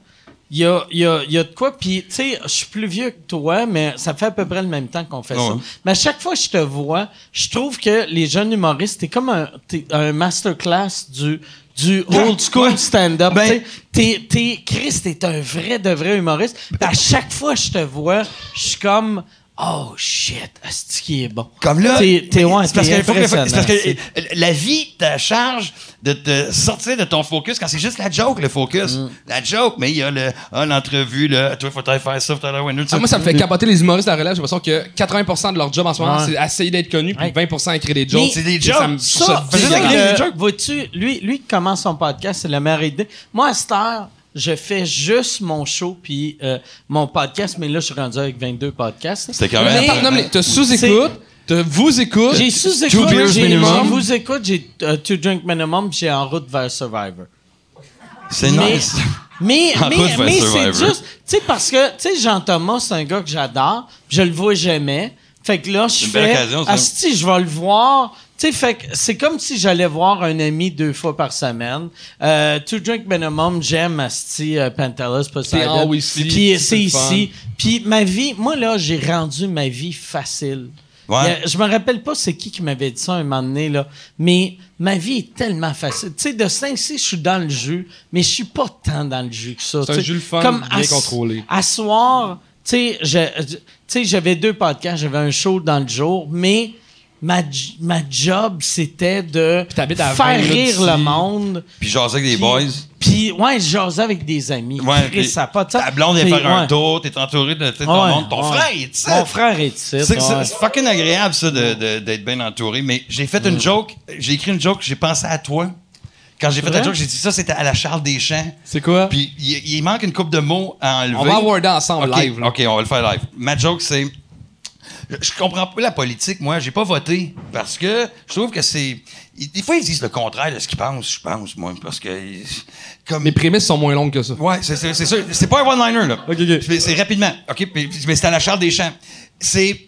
[SPEAKER 1] il y a, il y a- il y a de quoi. Puis, tu sais, je suis plus vieux que toi, mais ça fait à peu près le même temps qu'on fait ça.
[SPEAKER 4] Ouais.
[SPEAKER 1] Mais à chaque fois que je te vois, je trouve que les jeunes humoristes, t'es comme un, t'es un masterclass du, du old school
[SPEAKER 4] Ouais.
[SPEAKER 1] stand-up.
[SPEAKER 4] Ben-
[SPEAKER 1] tu sais. T'es, t'es, Chris, t'es un vrai de vrai humoriste. Puis à chaque fois que je te vois, je suis comme, oh shit, ce qui est bon.
[SPEAKER 4] Comme là,
[SPEAKER 1] T'es, t'es, ouais,
[SPEAKER 4] c'est parce
[SPEAKER 1] t'es
[SPEAKER 4] que- faut que-
[SPEAKER 1] impressionnant,
[SPEAKER 4] c'est parce
[SPEAKER 1] c'est-
[SPEAKER 4] que la vie te charge de te sortir de ton focus quand c'est juste la joke, le focus.
[SPEAKER 1] Mm.
[SPEAKER 4] La joke, mais il y a le, ah, l'entrevue, le, toi, faut t'aller faire ça, faut t'aller winner,
[SPEAKER 5] Ah, moi, ça me fait capoter les humoristes à la relève. J'ai l'impression que 80% de leur job en ce moment,
[SPEAKER 1] Ouais.
[SPEAKER 5] c'est essayer d'être connu, puis
[SPEAKER 1] Ouais.
[SPEAKER 5] 20% écrire des
[SPEAKER 1] Mais
[SPEAKER 5] jokes.
[SPEAKER 4] c'est des
[SPEAKER 5] Et
[SPEAKER 4] jokes.
[SPEAKER 5] ça me-
[SPEAKER 1] Ça,
[SPEAKER 5] ça me fait
[SPEAKER 1] c'est
[SPEAKER 4] faisait
[SPEAKER 5] chier.
[SPEAKER 4] la
[SPEAKER 1] le-
[SPEAKER 4] grille, Chuck.
[SPEAKER 1] vois-tu, lui, lui qui commence son podcast, c'est la meilleure idée. Moi, à cette heure, je fais juste mon show puis euh, mon podcast, mais là, je suis rendu avec 22 podcasts.
[SPEAKER 4] C'était quand
[SPEAKER 5] Mais
[SPEAKER 4] même-
[SPEAKER 5] Ah attends, non, mais t'as sous-écoute, t'as vous écoute.
[SPEAKER 1] J'ai sous-écoute,
[SPEAKER 5] Two beers
[SPEAKER 1] j'ai- j'ai
[SPEAKER 5] minimum.
[SPEAKER 1] vous écoute, j'ai euh, Two Drink Minimum, puis j'ai En route vers Survivor.
[SPEAKER 4] C'est
[SPEAKER 1] Mais-
[SPEAKER 4] nice.
[SPEAKER 1] Mais,
[SPEAKER 4] En
[SPEAKER 1] mais,
[SPEAKER 4] route vers
[SPEAKER 1] mais c'est
[SPEAKER 4] Survivor.
[SPEAKER 1] juste, tu sais, parce que, tu sais, Jean-Thomas, c'est un gars que j'adore, puis je le vois jamais. Fait que là, je
[SPEAKER 4] une belle
[SPEAKER 1] fais,
[SPEAKER 4] occasion, ça.
[SPEAKER 1] Asti, je vais le voir. Tu sais, fait que c'est comme si j'allais voir un ami deux fois par semaine. Euh, to Drink Minimum, j'aime Asti, euh,
[SPEAKER 4] ah
[SPEAKER 1] Pantelis, Poseidon.
[SPEAKER 5] haut ici,
[SPEAKER 1] Puis
[SPEAKER 5] c'est
[SPEAKER 1] c'est
[SPEAKER 5] le fun.
[SPEAKER 1] ici. Puis ma vie, moi là, j'ai rendu ma vie facile.
[SPEAKER 4] Ouais.
[SPEAKER 1] Il y a- je me rappelle pas c'est qui qui m'avait dit ça un moment donné, là, mais ma vie est tellement facile. Tu sais, de 5-6, je suis dans le jus, mais je suis pas tant dans le jus que ça.
[SPEAKER 5] C'est un
[SPEAKER 1] tu sais.
[SPEAKER 5] jus le fun, bien
[SPEAKER 1] à s-
[SPEAKER 5] contrôlé.
[SPEAKER 1] À soir, tu sais, je- tu sais, j'avais deux podcasts, j'avais un show dans le jour, mais ma, j- ma job, c'était de
[SPEAKER 5] t'habites à
[SPEAKER 1] faire
[SPEAKER 5] 20 minutes
[SPEAKER 1] rire le
[SPEAKER 5] d'ici.
[SPEAKER 1] monde.
[SPEAKER 4] Puis jaser avec des
[SPEAKER 1] Puis-
[SPEAKER 4] boys.
[SPEAKER 1] Puis, ouais, je jasais avec des amis.
[SPEAKER 4] Ouais,
[SPEAKER 1] Chris,
[SPEAKER 4] puis
[SPEAKER 1] ça a pas de sens.
[SPEAKER 4] ta blonde est
[SPEAKER 1] hein. Puis,
[SPEAKER 4] faire un
[SPEAKER 1] ouais.
[SPEAKER 4] tour, t'es entouré de tu sais, ton
[SPEAKER 1] Ah Ouais,
[SPEAKER 4] monde. Ton
[SPEAKER 1] ouais.
[SPEAKER 4] frère, il est ici.
[SPEAKER 1] Mon frère est ici.
[SPEAKER 4] C'est, c'est-
[SPEAKER 1] ouais.
[SPEAKER 4] c'est fucking agréable, ça, de- de- d'être bien entouré. Mais j'ai fait
[SPEAKER 1] Mm.
[SPEAKER 4] une joke, j'ai écrit une joke, j'ai pensé à toi. Quand j'ai fait la
[SPEAKER 1] Vrai?
[SPEAKER 4] joke, j'ai dit ça, c'était à la Charles Deschamps.
[SPEAKER 5] C'est quoi?
[SPEAKER 4] Puis il, il manque une coupe de mots à enlever.
[SPEAKER 5] On va aborder ensemble
[SPEAKER 4] OK,
[SPEAKER 5] live. là.
[SPEAKER 4] OK, on va le faire live. Ma joke, c'est. Je, je comprends pas la politique, moi. J'ai pas voté parce que je trouve que c'est. il- Des fois, ils disent le contraire de ce qu'ils pensent, je pense, moi. Parce que. Comme.
[SPEAKER 5] Mes prémices sont moins longues que ça.
[SPEAKER 4] Ouais, c'est c'est- c'est sûr. C'est pas un one-liner, là. C'est- C'est rapidement. OK, puis- mais c'est à la Charles des Champs. C'est.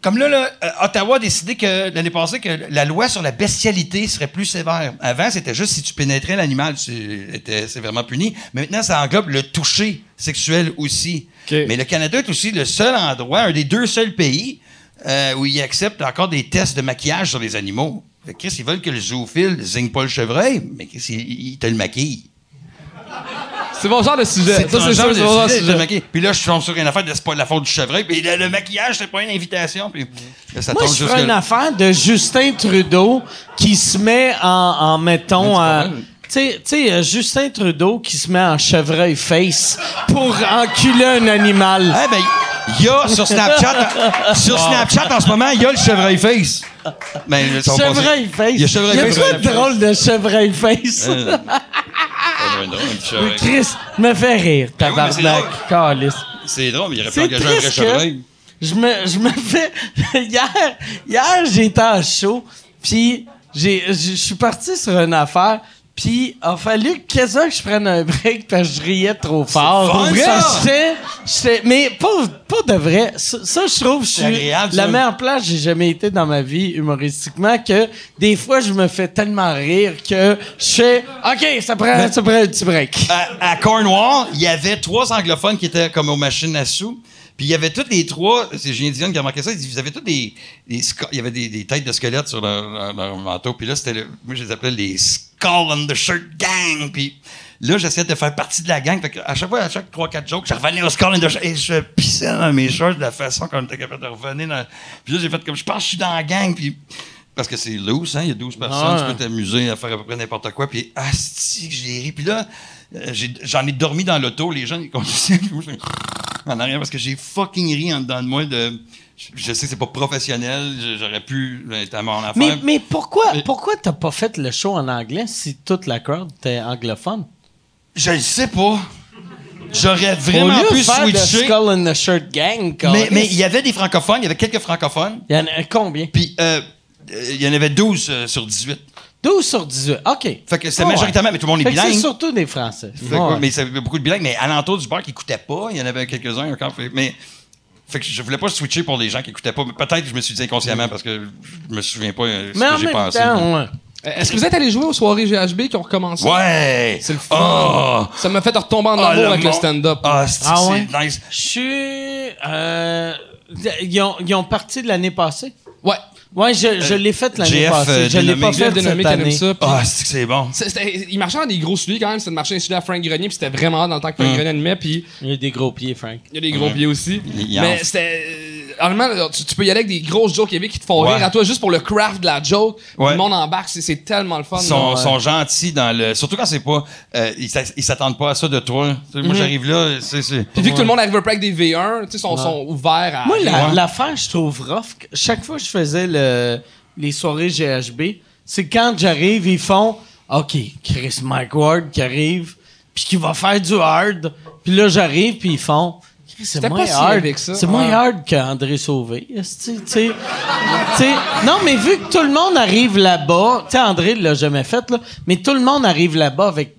[SPEAKER 4] Comme là, là, euh, Ottawa a décidé que l'année passée que la loi sur la bestialité serait plus sévère. Avant, c'était juste si tu pénétrais l'animal, tu étais sévèrement puni. Mais maintenant, ça englobe le toucher sexuel aussi. Mais le Canada est aussi le seul endroit, un des deux seuls pays euh, où ils acceptent encore des tests de maquillage sur les animaux. Fait que Chris, ils veulent que le zoophile zigne pas le chevreuil, mais Chris, il, il te le maquille.
[SPEAKER 5] C'est mon genre de sujet.
[SPEAKER 4] C'est
[SPEAKER 5] Ça,
[SPEAKER 4] un
[SPEAKER 5] c'est sûr,
[SPEAKER 4] genre
[SPEAKER 5] c'est
[SPEAKER 4] de
[SPEAKER 5] mon genre de
[SPEAKER 4] sujet, je te
[SPEAKER 5] sujet.
[SPEAKER 4] maquille. Puis là, je suis sur une affaire de c'est pas de la faute du chevreuil. Puis le, le maquillage, c'est pas une invitation. Puis là, ça
[SPEAKER 1] Moi,
[SPEAKER 4] tombe
[SPEAKER 1] je
[SPEAKER 4] jusque-
[SPEAKER 1] ferais une affaire de Justin Trudeau qui se met en, en mettons,
[SPEAKER 4] pas
[SPEAKER 1] euh,
[SPEAKER 4] mal.
[SPEAKER 1] tu sais- tu sais, euh, Justin Trudeau qui se met en chevreuil face pour enculer un animal.
[SPEAKER 4] Ah, ben, il y a sur Snapchat, sur Snapchat en ce moment, il y a le chevreuil face. Ben, ils sont passés.
[SPEAKER 1] Chevreuil face.
[SPEAKER 4] Il y a chevreuil
[SPEAKER 1] Il y a
[SPEAKER 4] face.
[SPEAKER 1] pas de drôle de chevreuil face.
[SPEAKER 4] Euh, un drôle, un petit chevreuil.
[SPEAKER 1] Chris, me fait rire,
[SPEAKER 4] Ben oui, mais c'est
[SPEAKER 1] tabarnak.
[SPEAKER 4] drôle.
[SPEAKER 1] Calisse.
[SPEAKER 4] C'est drôle, mais il aurait pu
[SPEAKER 1] C'est
[SPEAKER 4] engager un vrai
[SPEAKER 1] triste que
[SPEAKER 4] chevreuil.
[SPEAKER 1] je me, je me fais... hier, hier j'étais en show, puis j'ai- je je suis parti sur une affaire, puis il a fallu quasiment que je prenne un break parce que je riais trop fort.
[SPEAKER 4] fun,
[SPEAKER 1] Pour vrai,
[SPEAKER 4] ça!
[SPEAKER 1] j'étais- j'étais- mais pas, pas de vrai. Ça, ça, je trouve, je suis
[SPEAKER 4] agréable,
[SPEAKER 1] la
[SPEAKER 4] ça.
[SPEAKER 1] meilleure place que j'ai jamais été dans ma vie humoristiquement que des fois, je me fais tellement rire que je fais « OK, ça prend, ça prend un petit break.
[SPEAKER 4] à, à Cornwall, il y avait trois anglophones qui étaient comme aux machines à sous. Puis il y avait toutes les trois, c'est Julien Dion qui a remarqué ça, il dit, vous avez toutes des, des sco- il y avait des, des têtes de squelettes sur leur, leur- leur manteau. Puis là, c'était le, moi je les appelais les Skull on the Shirt Gang. Puis là, j'essayais de faire partie de la gang. Fait que à chaque fois, à chaque trois, quatre jokes, je revenais au Skull on the Shirt et je pissais dans mes shorts de la façon qu'on était capable de revenir. Dans... Puis là, j'ai fait comme, je pense que je suis dans la gang. Puis Parce que c'est loose, hein? Il y a 12 personnes,
[SPEAKER 1] Ouais.
[SPEAKER 4] tu peux t'amuser à faire à peu près n'importe quoi. Puis, asti, que j'ai ri. Puis là, euh, j'ai- j'en ai, dormi dans l'auto. Les gens, ils conduisaient. puis moi, je fais en arrière parce que j'ai fucking ri en dedans de moi. De, je, je sais que c'est pas professionnel. je- J'aurais pu être à mon affaire.
[SPEAKER 1] Mais, mais pourquoi,
[SPEAKER 4] Mais-
[SPEAKER 1] pourquoi t'as pas fait le show en anglais si toute la crowd était anglophone?
[SPEAKER 4] Je le sais pas. J'aurais
[SPEAKER 1] Au
[SPEAKER 4] vraiment
[SPEAKER 1] lieu de
[SPEAKER 4] pu
[SPEAKER 1] faire le
[SPEAKER 4] switcher.
[SPEAKER 1] Skull and the Shirt Gang,
[SPEAKER 4] Mais
[SPEAKER 1] câlisse,
[SPEAKER 4] mais il y avait des francophones. Il y avait quelques francophones.
[SPEAKER 1] il y en a combien?
[SPEAKER 4] Puis, euh, euh, il y en avait 12 euh, sur 18.
[SPEAKER 1] 12 sur 18. OK.
[SPEAKER 4] Fait que c'est
[SPEAKER 1] Ah ouais.
[SPEAKER 4] majoritairement, mais tout le monde est
[SPEAKER 1] Fait que
[SPEAKER 4] bilingue.
[SPEAKER 1] C'est surtout des Français.
[SPEAKER 4] Fait que,
[SPEAKER 1] Ouais.
[SPEAKER 4] Mais ça avait beaucoup de bilingues, mais à l'entour du bar qui écoutaient pas, il y en avait quelques-uns encore. Fait- Mais fait que je voulais pas switcher pour les gens qui écoutaient pas. mais Peut-être que je me suis dit inconsciemment parce que je me souviens pas euh, ce
[SPEAKER 1] Mais en
[SPEAKER 4] que j'ai
[SPEAKER 1] même
[SPEAKER 4] pensé.
[SPEAKER 1] temps, ouais.
[SPEAKER 5] Euh, Est-ce que vous êtes allé jouer aux soirées GHB qui ont recommencé?
[SPEAKER 4] ouais!
[SPEAKER 5] C'est le fun.
[SPEAKER 4] Oh!
[SPEAKER 5] Ça m'a fait retomber en
[SPEAKER 4] Oh,
[SPEAKER 5] amour avec le
[SPEAKER 4] monde.
[SPEAKER 5] stand-up.
[SPEAKER 4] Ah, c'est
[SPEAKER 1] Ah
[SPEAKER 4] c'est
[SPEAKER 1] ouais?
[SPEAKER 4] nice.
[SPEAKER 1] Je suis. euh, ils, ont, ils ont parti de l'année passée.
[SPEAKER 5] Ouais.
[SPEAKER 1] Ouais, je, je l'ai fait l'année
[SPEAKER 4] GF,
[SPEAKER 1] passée.
[SPEAKER 4] euh,
[SPEAKER 1] je l'ai pas
[SPEAKER 4] dénommé.
[SPEAKER 1] fait
[SPEAKER 5] Jeff Denomé
[SPEAKER 1] cette
[SPEAKER 5] qui aime
[SPEAKER 1] année.
[SPEAKER 5] ça. puis-
[SPEAKER 4] Ah, c'est que c'est bon.
[SPEAKER 5] C'est- c'était- il marchait dans des gros souliers quand même, c'était le marché insulaire à Frank Grenier, puis c'était vraiment hot dans le temps que Frank Grenier animait, puis
[SPEAKER 1] Il y a des gros pieds, Frank.
[SPEAKER 5] il y a des gros
[SPEAKER 4] Ouais.
[SPEAKER 5] pieds aussi.
[SPEAKER 4] Il y en
[SPEAKER 5] Mais
[SPEAKER 4] fait.
[SPEAKER 5] c'était. euh, Honnêtement, là, tu, tu peux y aller avec des grosses jokes québécois qui te font
[SPEAKER 4] Ouais.
[SPEAKER 5] rire à toi juste pour le craft de la joke. puis
[SPEAKER 4] Ouais.
[SPEAKER 5] Le monde embarque, c'est- c'est tellement le fun.
[SPEAKER 4] Ils sont,
[SPEAKER 5] là.
[SPEAKER 4] sont gentils dans le. Surtout quand c'est pas. euh, ils s'a- ils s'attendent pas à ça de toi. Tu sais,
[SPEAKER 5] Mhm.
[SPEAKER 4] Moi, j'arrive là, c'est. c'est-
[SPEAKER 5] Puis vu que tout le monde arrive un break des V1, tu sais, ils sont, sont ouverts à.
[SPEAKER 1] Moi, la-
[SPEAKER 4] Ouais.
[SPEAKER 1] l'affaire, je trouve rough. que Chaque fois que je faisais le- les soirées GHB, c'est quand j'arrive, ils font OK, Chris Mike Ward qui arrive, puis qui va faire du hard. Puis là, j'arrive, puis ils font. Chris, C'est
[SPEAKER 5] C'était
[SPEAKER 1] moins,
[SPEAKER 5] pas si
[SPEAKER 1] hard.
[SPEAKER 5] avec ça, Ah.
[SPEAKER 1] C'est moins
[SPEAKER 5] ouais.
[SPEAKER 1] hard qu'André Sauvé. esti, tu sais. Tu sais, non, mais vu que tout le monde arrive là-bas, tu sais, André l'a jamais fait, là, mais tout le monde arrive là-bas avec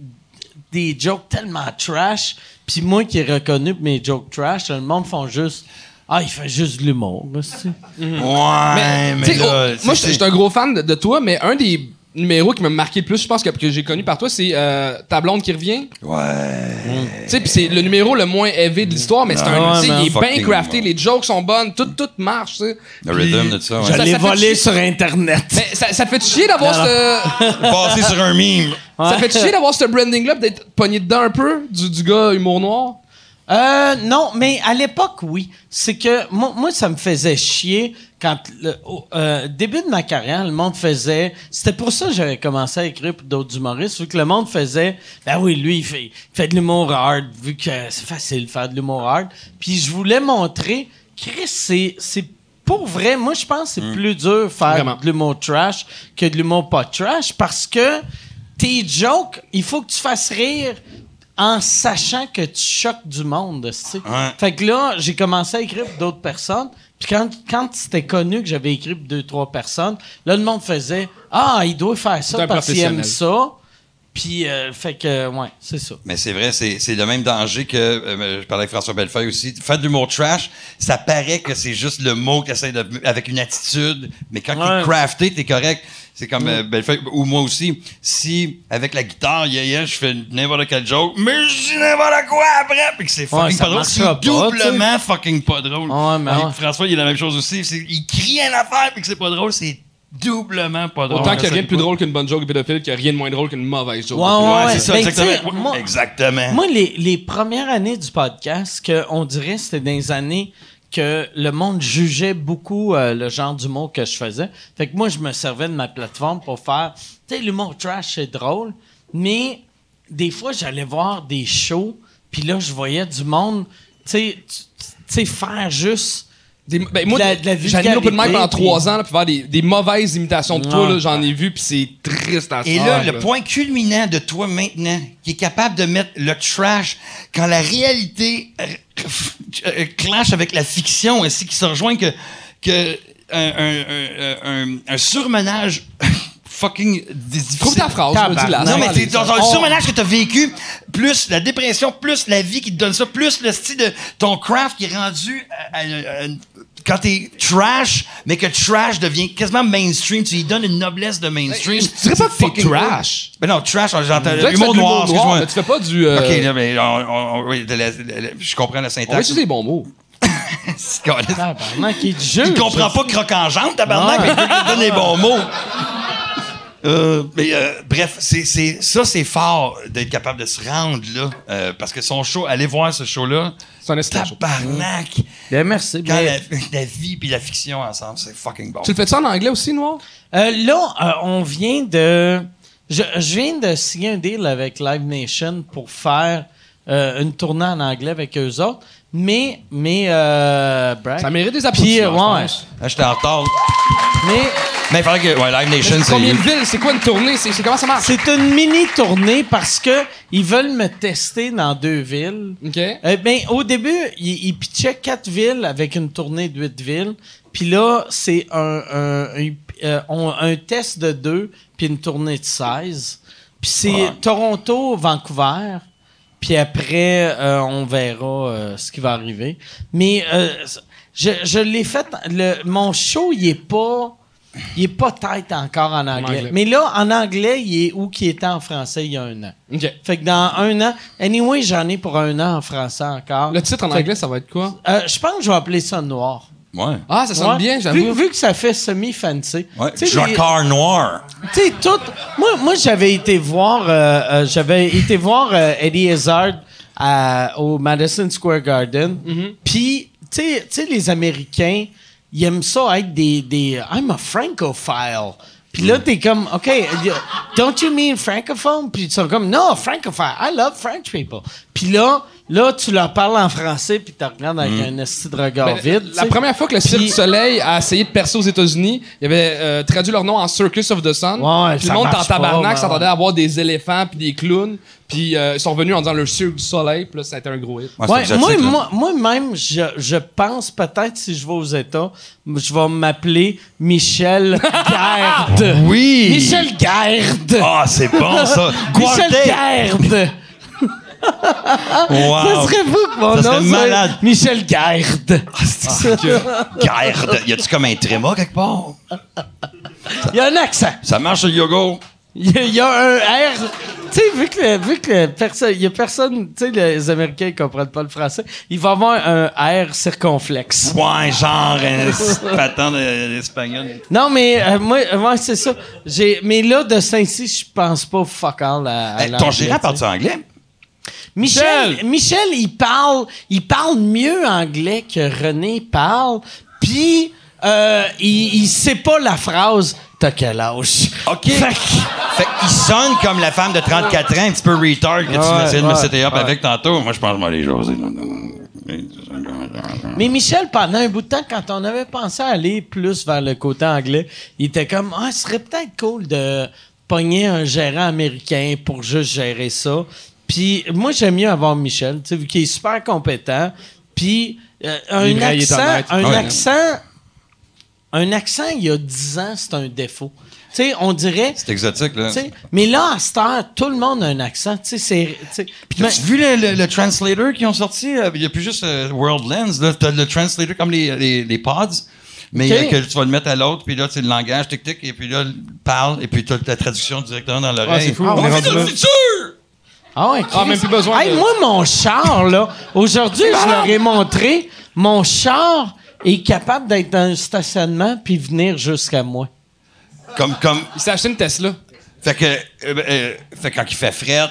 [SPEAKER 1] des jokes tellement trash. Puis moi qui ai reconnu mes jokes trash, le monde font juste. Ah, il fait juste de l'humour. là, c'est-
[SPEAKER 4] Ouais, mais,
[SPEAKER 5] Mhm. tu sais,
[SPEAKER 4] là.
[SPEAKER 5] oh,
[SPEAKER 4] c'est-
[SPEAKER 5] moi, je suis un gros fan de, de toi, mais un des numéros qui m'a marqué le plus, je pense, que, que j'ai connu par toi, c'est euh, Ta blonde qui revient.
[SPEAKER 4] Ouais.
[SPEAKER 5] Tu sais, puis c'est le numéro le moins élevé de l'histoire, mais c'est
[SPEAKER 4] Non,
[SPEAKER 5] un. tu sais,
[SPEAKER 4] non.
[SPEAKER 5] il est bien
[SPEAKER 4] Fucking
[SPEAKER 5] crafté,
[SPEAKER 4] bon.
[SPEAKER 5] les jokes sont bonnes, tout, tout marche, tu sais.
[SPEAKER 4] Le
[SPEAKER 5] Puis-
[SPEAKER 4] rhythm de ça, ouais.
[SPEAKER 5] Ça-
[SPEAKER 1] J'allais
[SPEAKER 5] ça fait
[SPEAKER 1] voler
[SPEAKER 5] chier.
[SPEAKER 1] sur Internet.
[SPEAKER 5] Mais ça, ça te fait chier d'avoir
[SPEAKER 1] Non,
[SPEAKER 5] ce.
[SPEAKER 4] Passer sur un meme.
[SPEAKER 5] Ça
[SPEAKER 1] Ouais.
[SPEAKER 5] fait chier d'avoir ce branding-là, pis d'être pogné dedans un peu, du, du gars humour noir.
[SPEAKER 1] Euh, non, mais à l'époque, oui. C'est que moi, moi, ça me faisait chier quand, le, au euh, début de ma carrière, le monde faisait. C'était pour ça que j'avais commencé à écrire pour d'autres humoristes, vu que le monde faisait. Ben oui, lui, il fait, il fait de l'humour hard, vu que c'est facile de faire de l'humour hard. Puis je voulais montrer, Chris, c'est. c'est pour vrai, moi, je pense que c'est plus dur de faire
[SPEAKER 5] Vraiment.
[SPEAKER 1] de l'humour trash que de l'humour pas trash parce que tes jokes, il faut que tu fasses rire en sachant que tu choques du monde. tu sais.
[SPEAKER 4] Ouais.
[SPEAKER 1] Fait que là, j'ai commencé à écrire pour d'autres personnes. Puis quand, quand c'était connu que j'avais écrit pour deux, trois personnes, là, le monde faisait Ah, il doit faire
[SPEAKER 5] C'est
[SPEAKER 1] ça
[SPEAKER 5] un
[SPEAKER 1] parce qu'il aime
[SPEAKER 5] professionnel.
[SPEAKER 1] ça. Puis, euh, fait que, ouais, c'est ça.
[SPEAKER 4] Mais c'est vrai, c'est c'est le même danger que euh, je parlais avec François Bellefeuille aussi. Faire de l'humour trash, ça paraît que c'est juste le mot qu'il essaie de avec une attitude, mais quand il
[SPEAKER 1] Ouais.
[SPEAKER 4] est crafté, t'es correct. C'est comme euh, Bellefeuille ou moi aussi. Si avec la guitare, yeah, yeah, je fais n'importe quel joke, mais je dis n'importe quoi après, puis que c'est
[SPEAKER 1] Ouais,
[SPEAKER 4] fucking
[SPEAKER 1] ça
[SPEAKER 4] pas drôle,
[SPEAKER 1] marchera
[SPEAKER 4] c'est
[SPEAKER 1] pas,
[SPEAKER 4] doublement fucking pas drôle.
[SPEAKER 1] Ouais, mais
[SPEAKER 4] Puis
[SPEAKER 1] ouais.
[SPEAKER 4] François, il a la même chose aussi. C'est- Il crie une affaire, puis que c'est pas drôle, c'est doublement pas drôle.
[SPEAKER 5] Autant qu'il n'y a rien de plus
[SPEAKER 4] Ouais,
[SPEAKER 5] drôle qu'une bonne joke de pédophile, qu'il n'y a rien de moins drôle qu'une mauvaise joke.
[SPEAKER 1] Ouais,
[SPEAKER 5] de pédophile.
[SPEAKER 1] ouais, ouais.
[SPEAKER 4] c'est ça,
[SPEAKER 1] Ben,
[SPEAKER 4] exactement.
[SPEAKER 1] tu sais, moi-
[SPEAKER 4] exactement.
[SPEAKER 1] Moi, les, les premières années du podcast, que on dirait c'était des années que le monde jugeait beaucoup euh, le genre d'humour que je faisais. Fait que moi, je me servais de ma plateforme pour faire, tu sais, l'humour trash, c'est drôle, mais des fois, j'allais voir des shows, puis là, je voyais du monde, tu sais, tu- tu sais, faire juste...
[SPEAKER 5] Des- ben, moi,
[SPEAKER 1] De la- de la
[SPEAKER 5] j'anime open mic
[SPEAKER 1] vulgarité,
[SPEAKER 5] pendant
[SPEAKER 1] puis-
[SPEAKER 5] trois ans, là, puis faire des, des mauvaises imitations de
[SPEAKER 1] Ouais.
[SPEAKER 5] toi, là, j'en ai vu, puis c'est triste à
[SPEAKER 4] Et
[SPEAKER 5] se
[SPEAKER 4] là,
[SPEAKER 5] faire,
[SPEAKER 4] le point culminant de toi maintenant, qui est capable de mettre le trash quand la réalité euh, euh, clash avec la fiction, ainsi qui se rejoint que, que un, un- un- un- un surmenage fucking difficile.
[SPEAKER 5] Trouve ta phrase, je me dis Oh. là.
[SPEAKER 4] Non, mais
[SPEAKER 5] allez,
[SPEAKER 4] t'es dans un
[SPEAKER 5] on-
[SPEAKER 4] surmenage que t'as vécu, plus la dépression, plus la vie qui te donne ça, plus le style de ton craft qui est rendu à- à- à- quand t'es trash, mais que trash devient quasiment mainstream. Tu lui donnes une noblesse de mainstream.
[SPEAKER 5] Je dirais pas que
[SPEAKER 4] C'est
[SPEAKER 5] t'es
[SPEAKER 4] fucking
[SPEAKER 5] trash.
[SPEAKER 4] cool. Ben non, trash, j'entends
[SPEAKER 5] Tu fais de
[SPEAKER 4] l'humour noir, excuse-moi.
[SPEAKER 5] mais Tu fais pas du. euh,
[SPEAKER 4] Ok, là, mais on- on- on- oui, de la- de la- je comprends la
[SPEAKER 5] on va
[SPEAKER 4] syntaxe.
[SPEAKER 5] utiliser des bons mots.
[SPEAKER 1] Tabarnak, il juge.
[SPEAKER 4] Il comprend pas croque en jambe, tabarnak,
[SPEAKER 1] Ouais.
[SPEAKER 4] mais il veut que je donne les bons mots. Euh, mais euh, bref, c'est, c'est- ça, c'est fort d'être capable de se rendre là. euh, parce que son show, allez voir ce show-là.
[SPEAKER 5] C'est un esclave.
[SPEAKER 4] Tabarnak!
[SPEAKER 1] Ben, merci.
[SPEAKER 4] Quand
[SPEAKER 1] mais-
[SPEAKER 4] la, la vie puis la fiction ensemble, c'est fucking bon.
[SPEAKER 5] Tu le fais ça en anglais aussi, Noir?
[SPEAKER 1] Euh, là, euh, on vient de. Je, je viens de signer un deal avec Live Nation pour faire euh, une tournée en anglais avec eux autres. Mais. mais euh, brag.
[SPEAKER 5] Ça mérite des
[SPEAKER 1] Puis, euh,
[SPEAKER 5] applaudissements.
[SPEAKER 1] ouais.
[SPEAKER 5] je pense.
[SPEAKER 4] Là, J'étais en retard.
[SPEAKER 1] Mais
[SPEAKER 4] Mais il fallait que. Ouais, Live Nation,
[SPEAKER 5] C'est Combien de
[SPEAKER 4] c'est.
[SPEAKER 5] villes? C'est quoi une tournée? C'est c'est- comment ça marche?
[SPEAKER 1] c'est une mini tournée parce que ils veulent me tester dans deux villes.
[SPEAKER 5] OK.
[SPEAKER 1] Euh, ben, au début, il, il pitchait quatre villes avec une tournée de huit villes. Puis là, c'est un, un, un- euh, on- un test de deux, puis une tournée de 16. Puis c'est
[SPEAKER 4] Ouais.
[SPEAKER 1] Toronto, Vancouver. Puis après, euh, on verra euh, ce qui va arriver. Mais euh, je, je l'ai fait. Le, mon show, il est pas. Il est pas tête encore en anglais.
[SPEAKER 5] anglais.
[SPEAKER 1] Mais là, en anglais, il est où qui était en français il y a un an.
[SPEAKER 5] OK.
[SPEAKER 1] Fait que dans un an, anyway, j'en ai pour un an en français encore.
[SPEAKER 5] Le titre en anglais, ça va être quoi?
[SPEAKER 1] Euh, je pense que je vais appeler ça noir.
[SPEAKER 4] Ouais.
[SPEAKER 5] Ah, ça sonne
[SPEAKER 1] Ouais.
[SPEAKER 5] bien,
[SPEAKER 1] vu,
[SPEAKER 5] j'avoue.
[SPEAKER 1] vu que ça fait semi-fancy.
[SPEAKER 4] Ouais.
[SPEAKER 1] Tu sais, les-
[SPEAKER 4] Jacquard Noir.
[SPEAKER 1] tu sais, tout. Moi, moi j'avais été voir, euh, euh, j'avais été voir euh, Eddie Hazard à- au Madison Square Garden.
[SPEAKER 5] Mm-hmm.
[SPEAKER 1] Puis, tu sais- tu sais, les Américains, ils aiment ça être des, des I'm a francophile. Puis là, t'es comme, OK, y- don't you mean francophone? Puis ils sont comme, no, francophile. I love French people. Puis là, là, tu leur parles en français, puis tu regardes avec un esti de regard
[SPEAKER 5] Ben,
[SPEAKER 1] vide. tu
[SPEAKER 5] la
[SPEAKER 1] sais.
[SPEAKER 5] première fois que le Cirque
[SPEAKER 1] Puis-
[SPEAKER 5] du Soleil a essayé de percer aux États-Unis, il avait euh, traduit leur nom en Circus of the Sun.
[SPEAKER 1] Ouais,
[SPEAKER 5] Puis
[SPEAKER 1] ça
[SPEAKER 5] le monde
[SPEAKER 1] marche
[SPEAKER 5] en
[SPEAKER 1] pas, ouais,
[SPEAKER 5] tabarnak s'attendait
[SPEAKER 1] ouais.
[SPEAKER 5] à avoir des éléphants puis des clowns. Puis euh, ils sont revenus en disant le Cirque du Soleil. Puis là, ça a été un gros hit.
[SPEAKER 4] Ah, c'est
[SPEAKER 1] Ouais,
[SPEAKER 4] exotique,
[SPEAKER 1] moi,
[SPEAKER 4] là.
[SPEAKER 1] moi, moi-même, je, je pense peut-être si je vais aux États, je vais m'appeler Michel Garde.
[SPEAKER 4] Oui!
[SPEAKER 1] Michel Garde.
[SPEAKER 4] Ah, c'est bon ça!
[SPEAKER 1] Michel
[SPEAKER 4] Guardet.
[SPEAKER 1] Garde. Ça
[SPEAKER 4] Wow!
[SPEAKER 1] serait vous que mon
[SPEAKER 4] Ah, Ça serait
[SPEAKER 1] nom soit
[SPEAKER 4] malade. Ah,
[SPEAKER 1] Michel Garde. Ah,
[SPEAKER 4] Garde! Y a-tu comme un tréma quelque part?
[SPEAKER 1] Il y a un accent.
[SPEAKER 4] Ça marche le yoga?
[SPEAKER 1] Il y, a- il y a un R. Tu sais, vu que, le- vu que le perso- il y a personne, tu sais, les Américains ils comprennent pas le français, il va avoir un R circonflexe.
[SPEAKER 4] Ouais, genre un patent de- d'espagnol.
[SPEAKER 1] Non, mais euh, moi, euh, ouais, c'est ça. J'ai, mais là, de Saint-Cy, je pense pas fuck all à, à
[SPEAKER 4] Hey, Eh, ton
[SPEAKER 1] l'anglais, tu
[SPEAKER 4] gérant
[SPEAKER 1] sais.
[SPEAKER 4] parle en anglais?
[SPEAKER 1] Michel, Michel, il parle, il parle mieux anglais que René parle, puis euh, il, il sait pas la phrase « T'as quel âge? »
[SPEAKER 4] OK.
[SPEAKER 1] Fait que-
[SPEAKER 4] Fait qu'il sonne comme la femme de 34 ans, un petit peu retard que
[SPEAKER 1] Ouais,
[SPEAKER 4] tu vas essayer de me
[SPEAKER 1] ouais,
[SPEAKER 4] setter up
[SPEAKER 1] ouais.
[SPEAKER 4] avec tantôt. Moi, je pense que je vais aller jaser.
[SPEAKER 1] Mais Michel, pendant un bout de temps, quand on avait pensé à aller plus vers le côté anglais, il était comme Ah, ce serait peut-être cool de pogner un gérant américain pour juste gérer ça. Puis moi, j'aime mieux avoir Michel, tu sais, vu qu'il est super compétent. Puis euh, un
[SPEAKER 5] est vrai, il est
[SPEAKER 1] accent,
[SPEAKER 5] honnête.
[SPEAKER 1] un
[SPEAKER 4] Ouais.
[SPEAKER 1] accent, un accent, il y a 10 ans, c'est un défaut. Tu sais, on dirait.
[SPEAKER 4] C'est exotique, là.
[SPEAKER 1] tu sais, mais là, à cette heure, tout le monde a un accent. Tu sais, c'est. tu sais,
[SPEAKER 4] Puis
[SPEAKER 1] mais-
[SPEAKER 4] t'as-tu vu le, le- le translator qu'ils ont sorti? Euh, Il n'y a plus juste euh, World Lens. Là, t'as le translator comme les, les, les pods, mais
[SPEAKER 1] Ok.
[SPEAKER 4] euh, que tu vas le mettre à l'autre, puis là, c'est le langage, tic-tic, et puis là, il parle, et puis t'as la traduction directement dans l'oreille.
[SPEAKER 5] Ah, c'est fou,
[SPEAKER 4] On
[SPEAKER 5] on est
[SPEAKER 4] vit
[SPEAKER 5] rendu
[SPEAKER 4] dans le
[SPEAKER 5] là.
[SPEAKER 4] futur!
[SPEAKER 1] Ah ouais,
[SPEAKER 5] Ah,
[SPEAKER 1] Chris.
[SPEAKER 5] même plus besoin
[SPEAKER 1] Hey,
[SPEAKER 5] de-
[SPEAKER 1] Moi, mon char, là, aujourd'hui, je leur ai montré, mon char est capable d'être dans un stationnement puis venir jusqu'à moi.
[SPEAKER 4] Comme, comme,
[SPEAKER 5] Il s'est acheté une Tesla.
[SPEAKER 4] fait que, euh, euh, fait que quand il fait fret,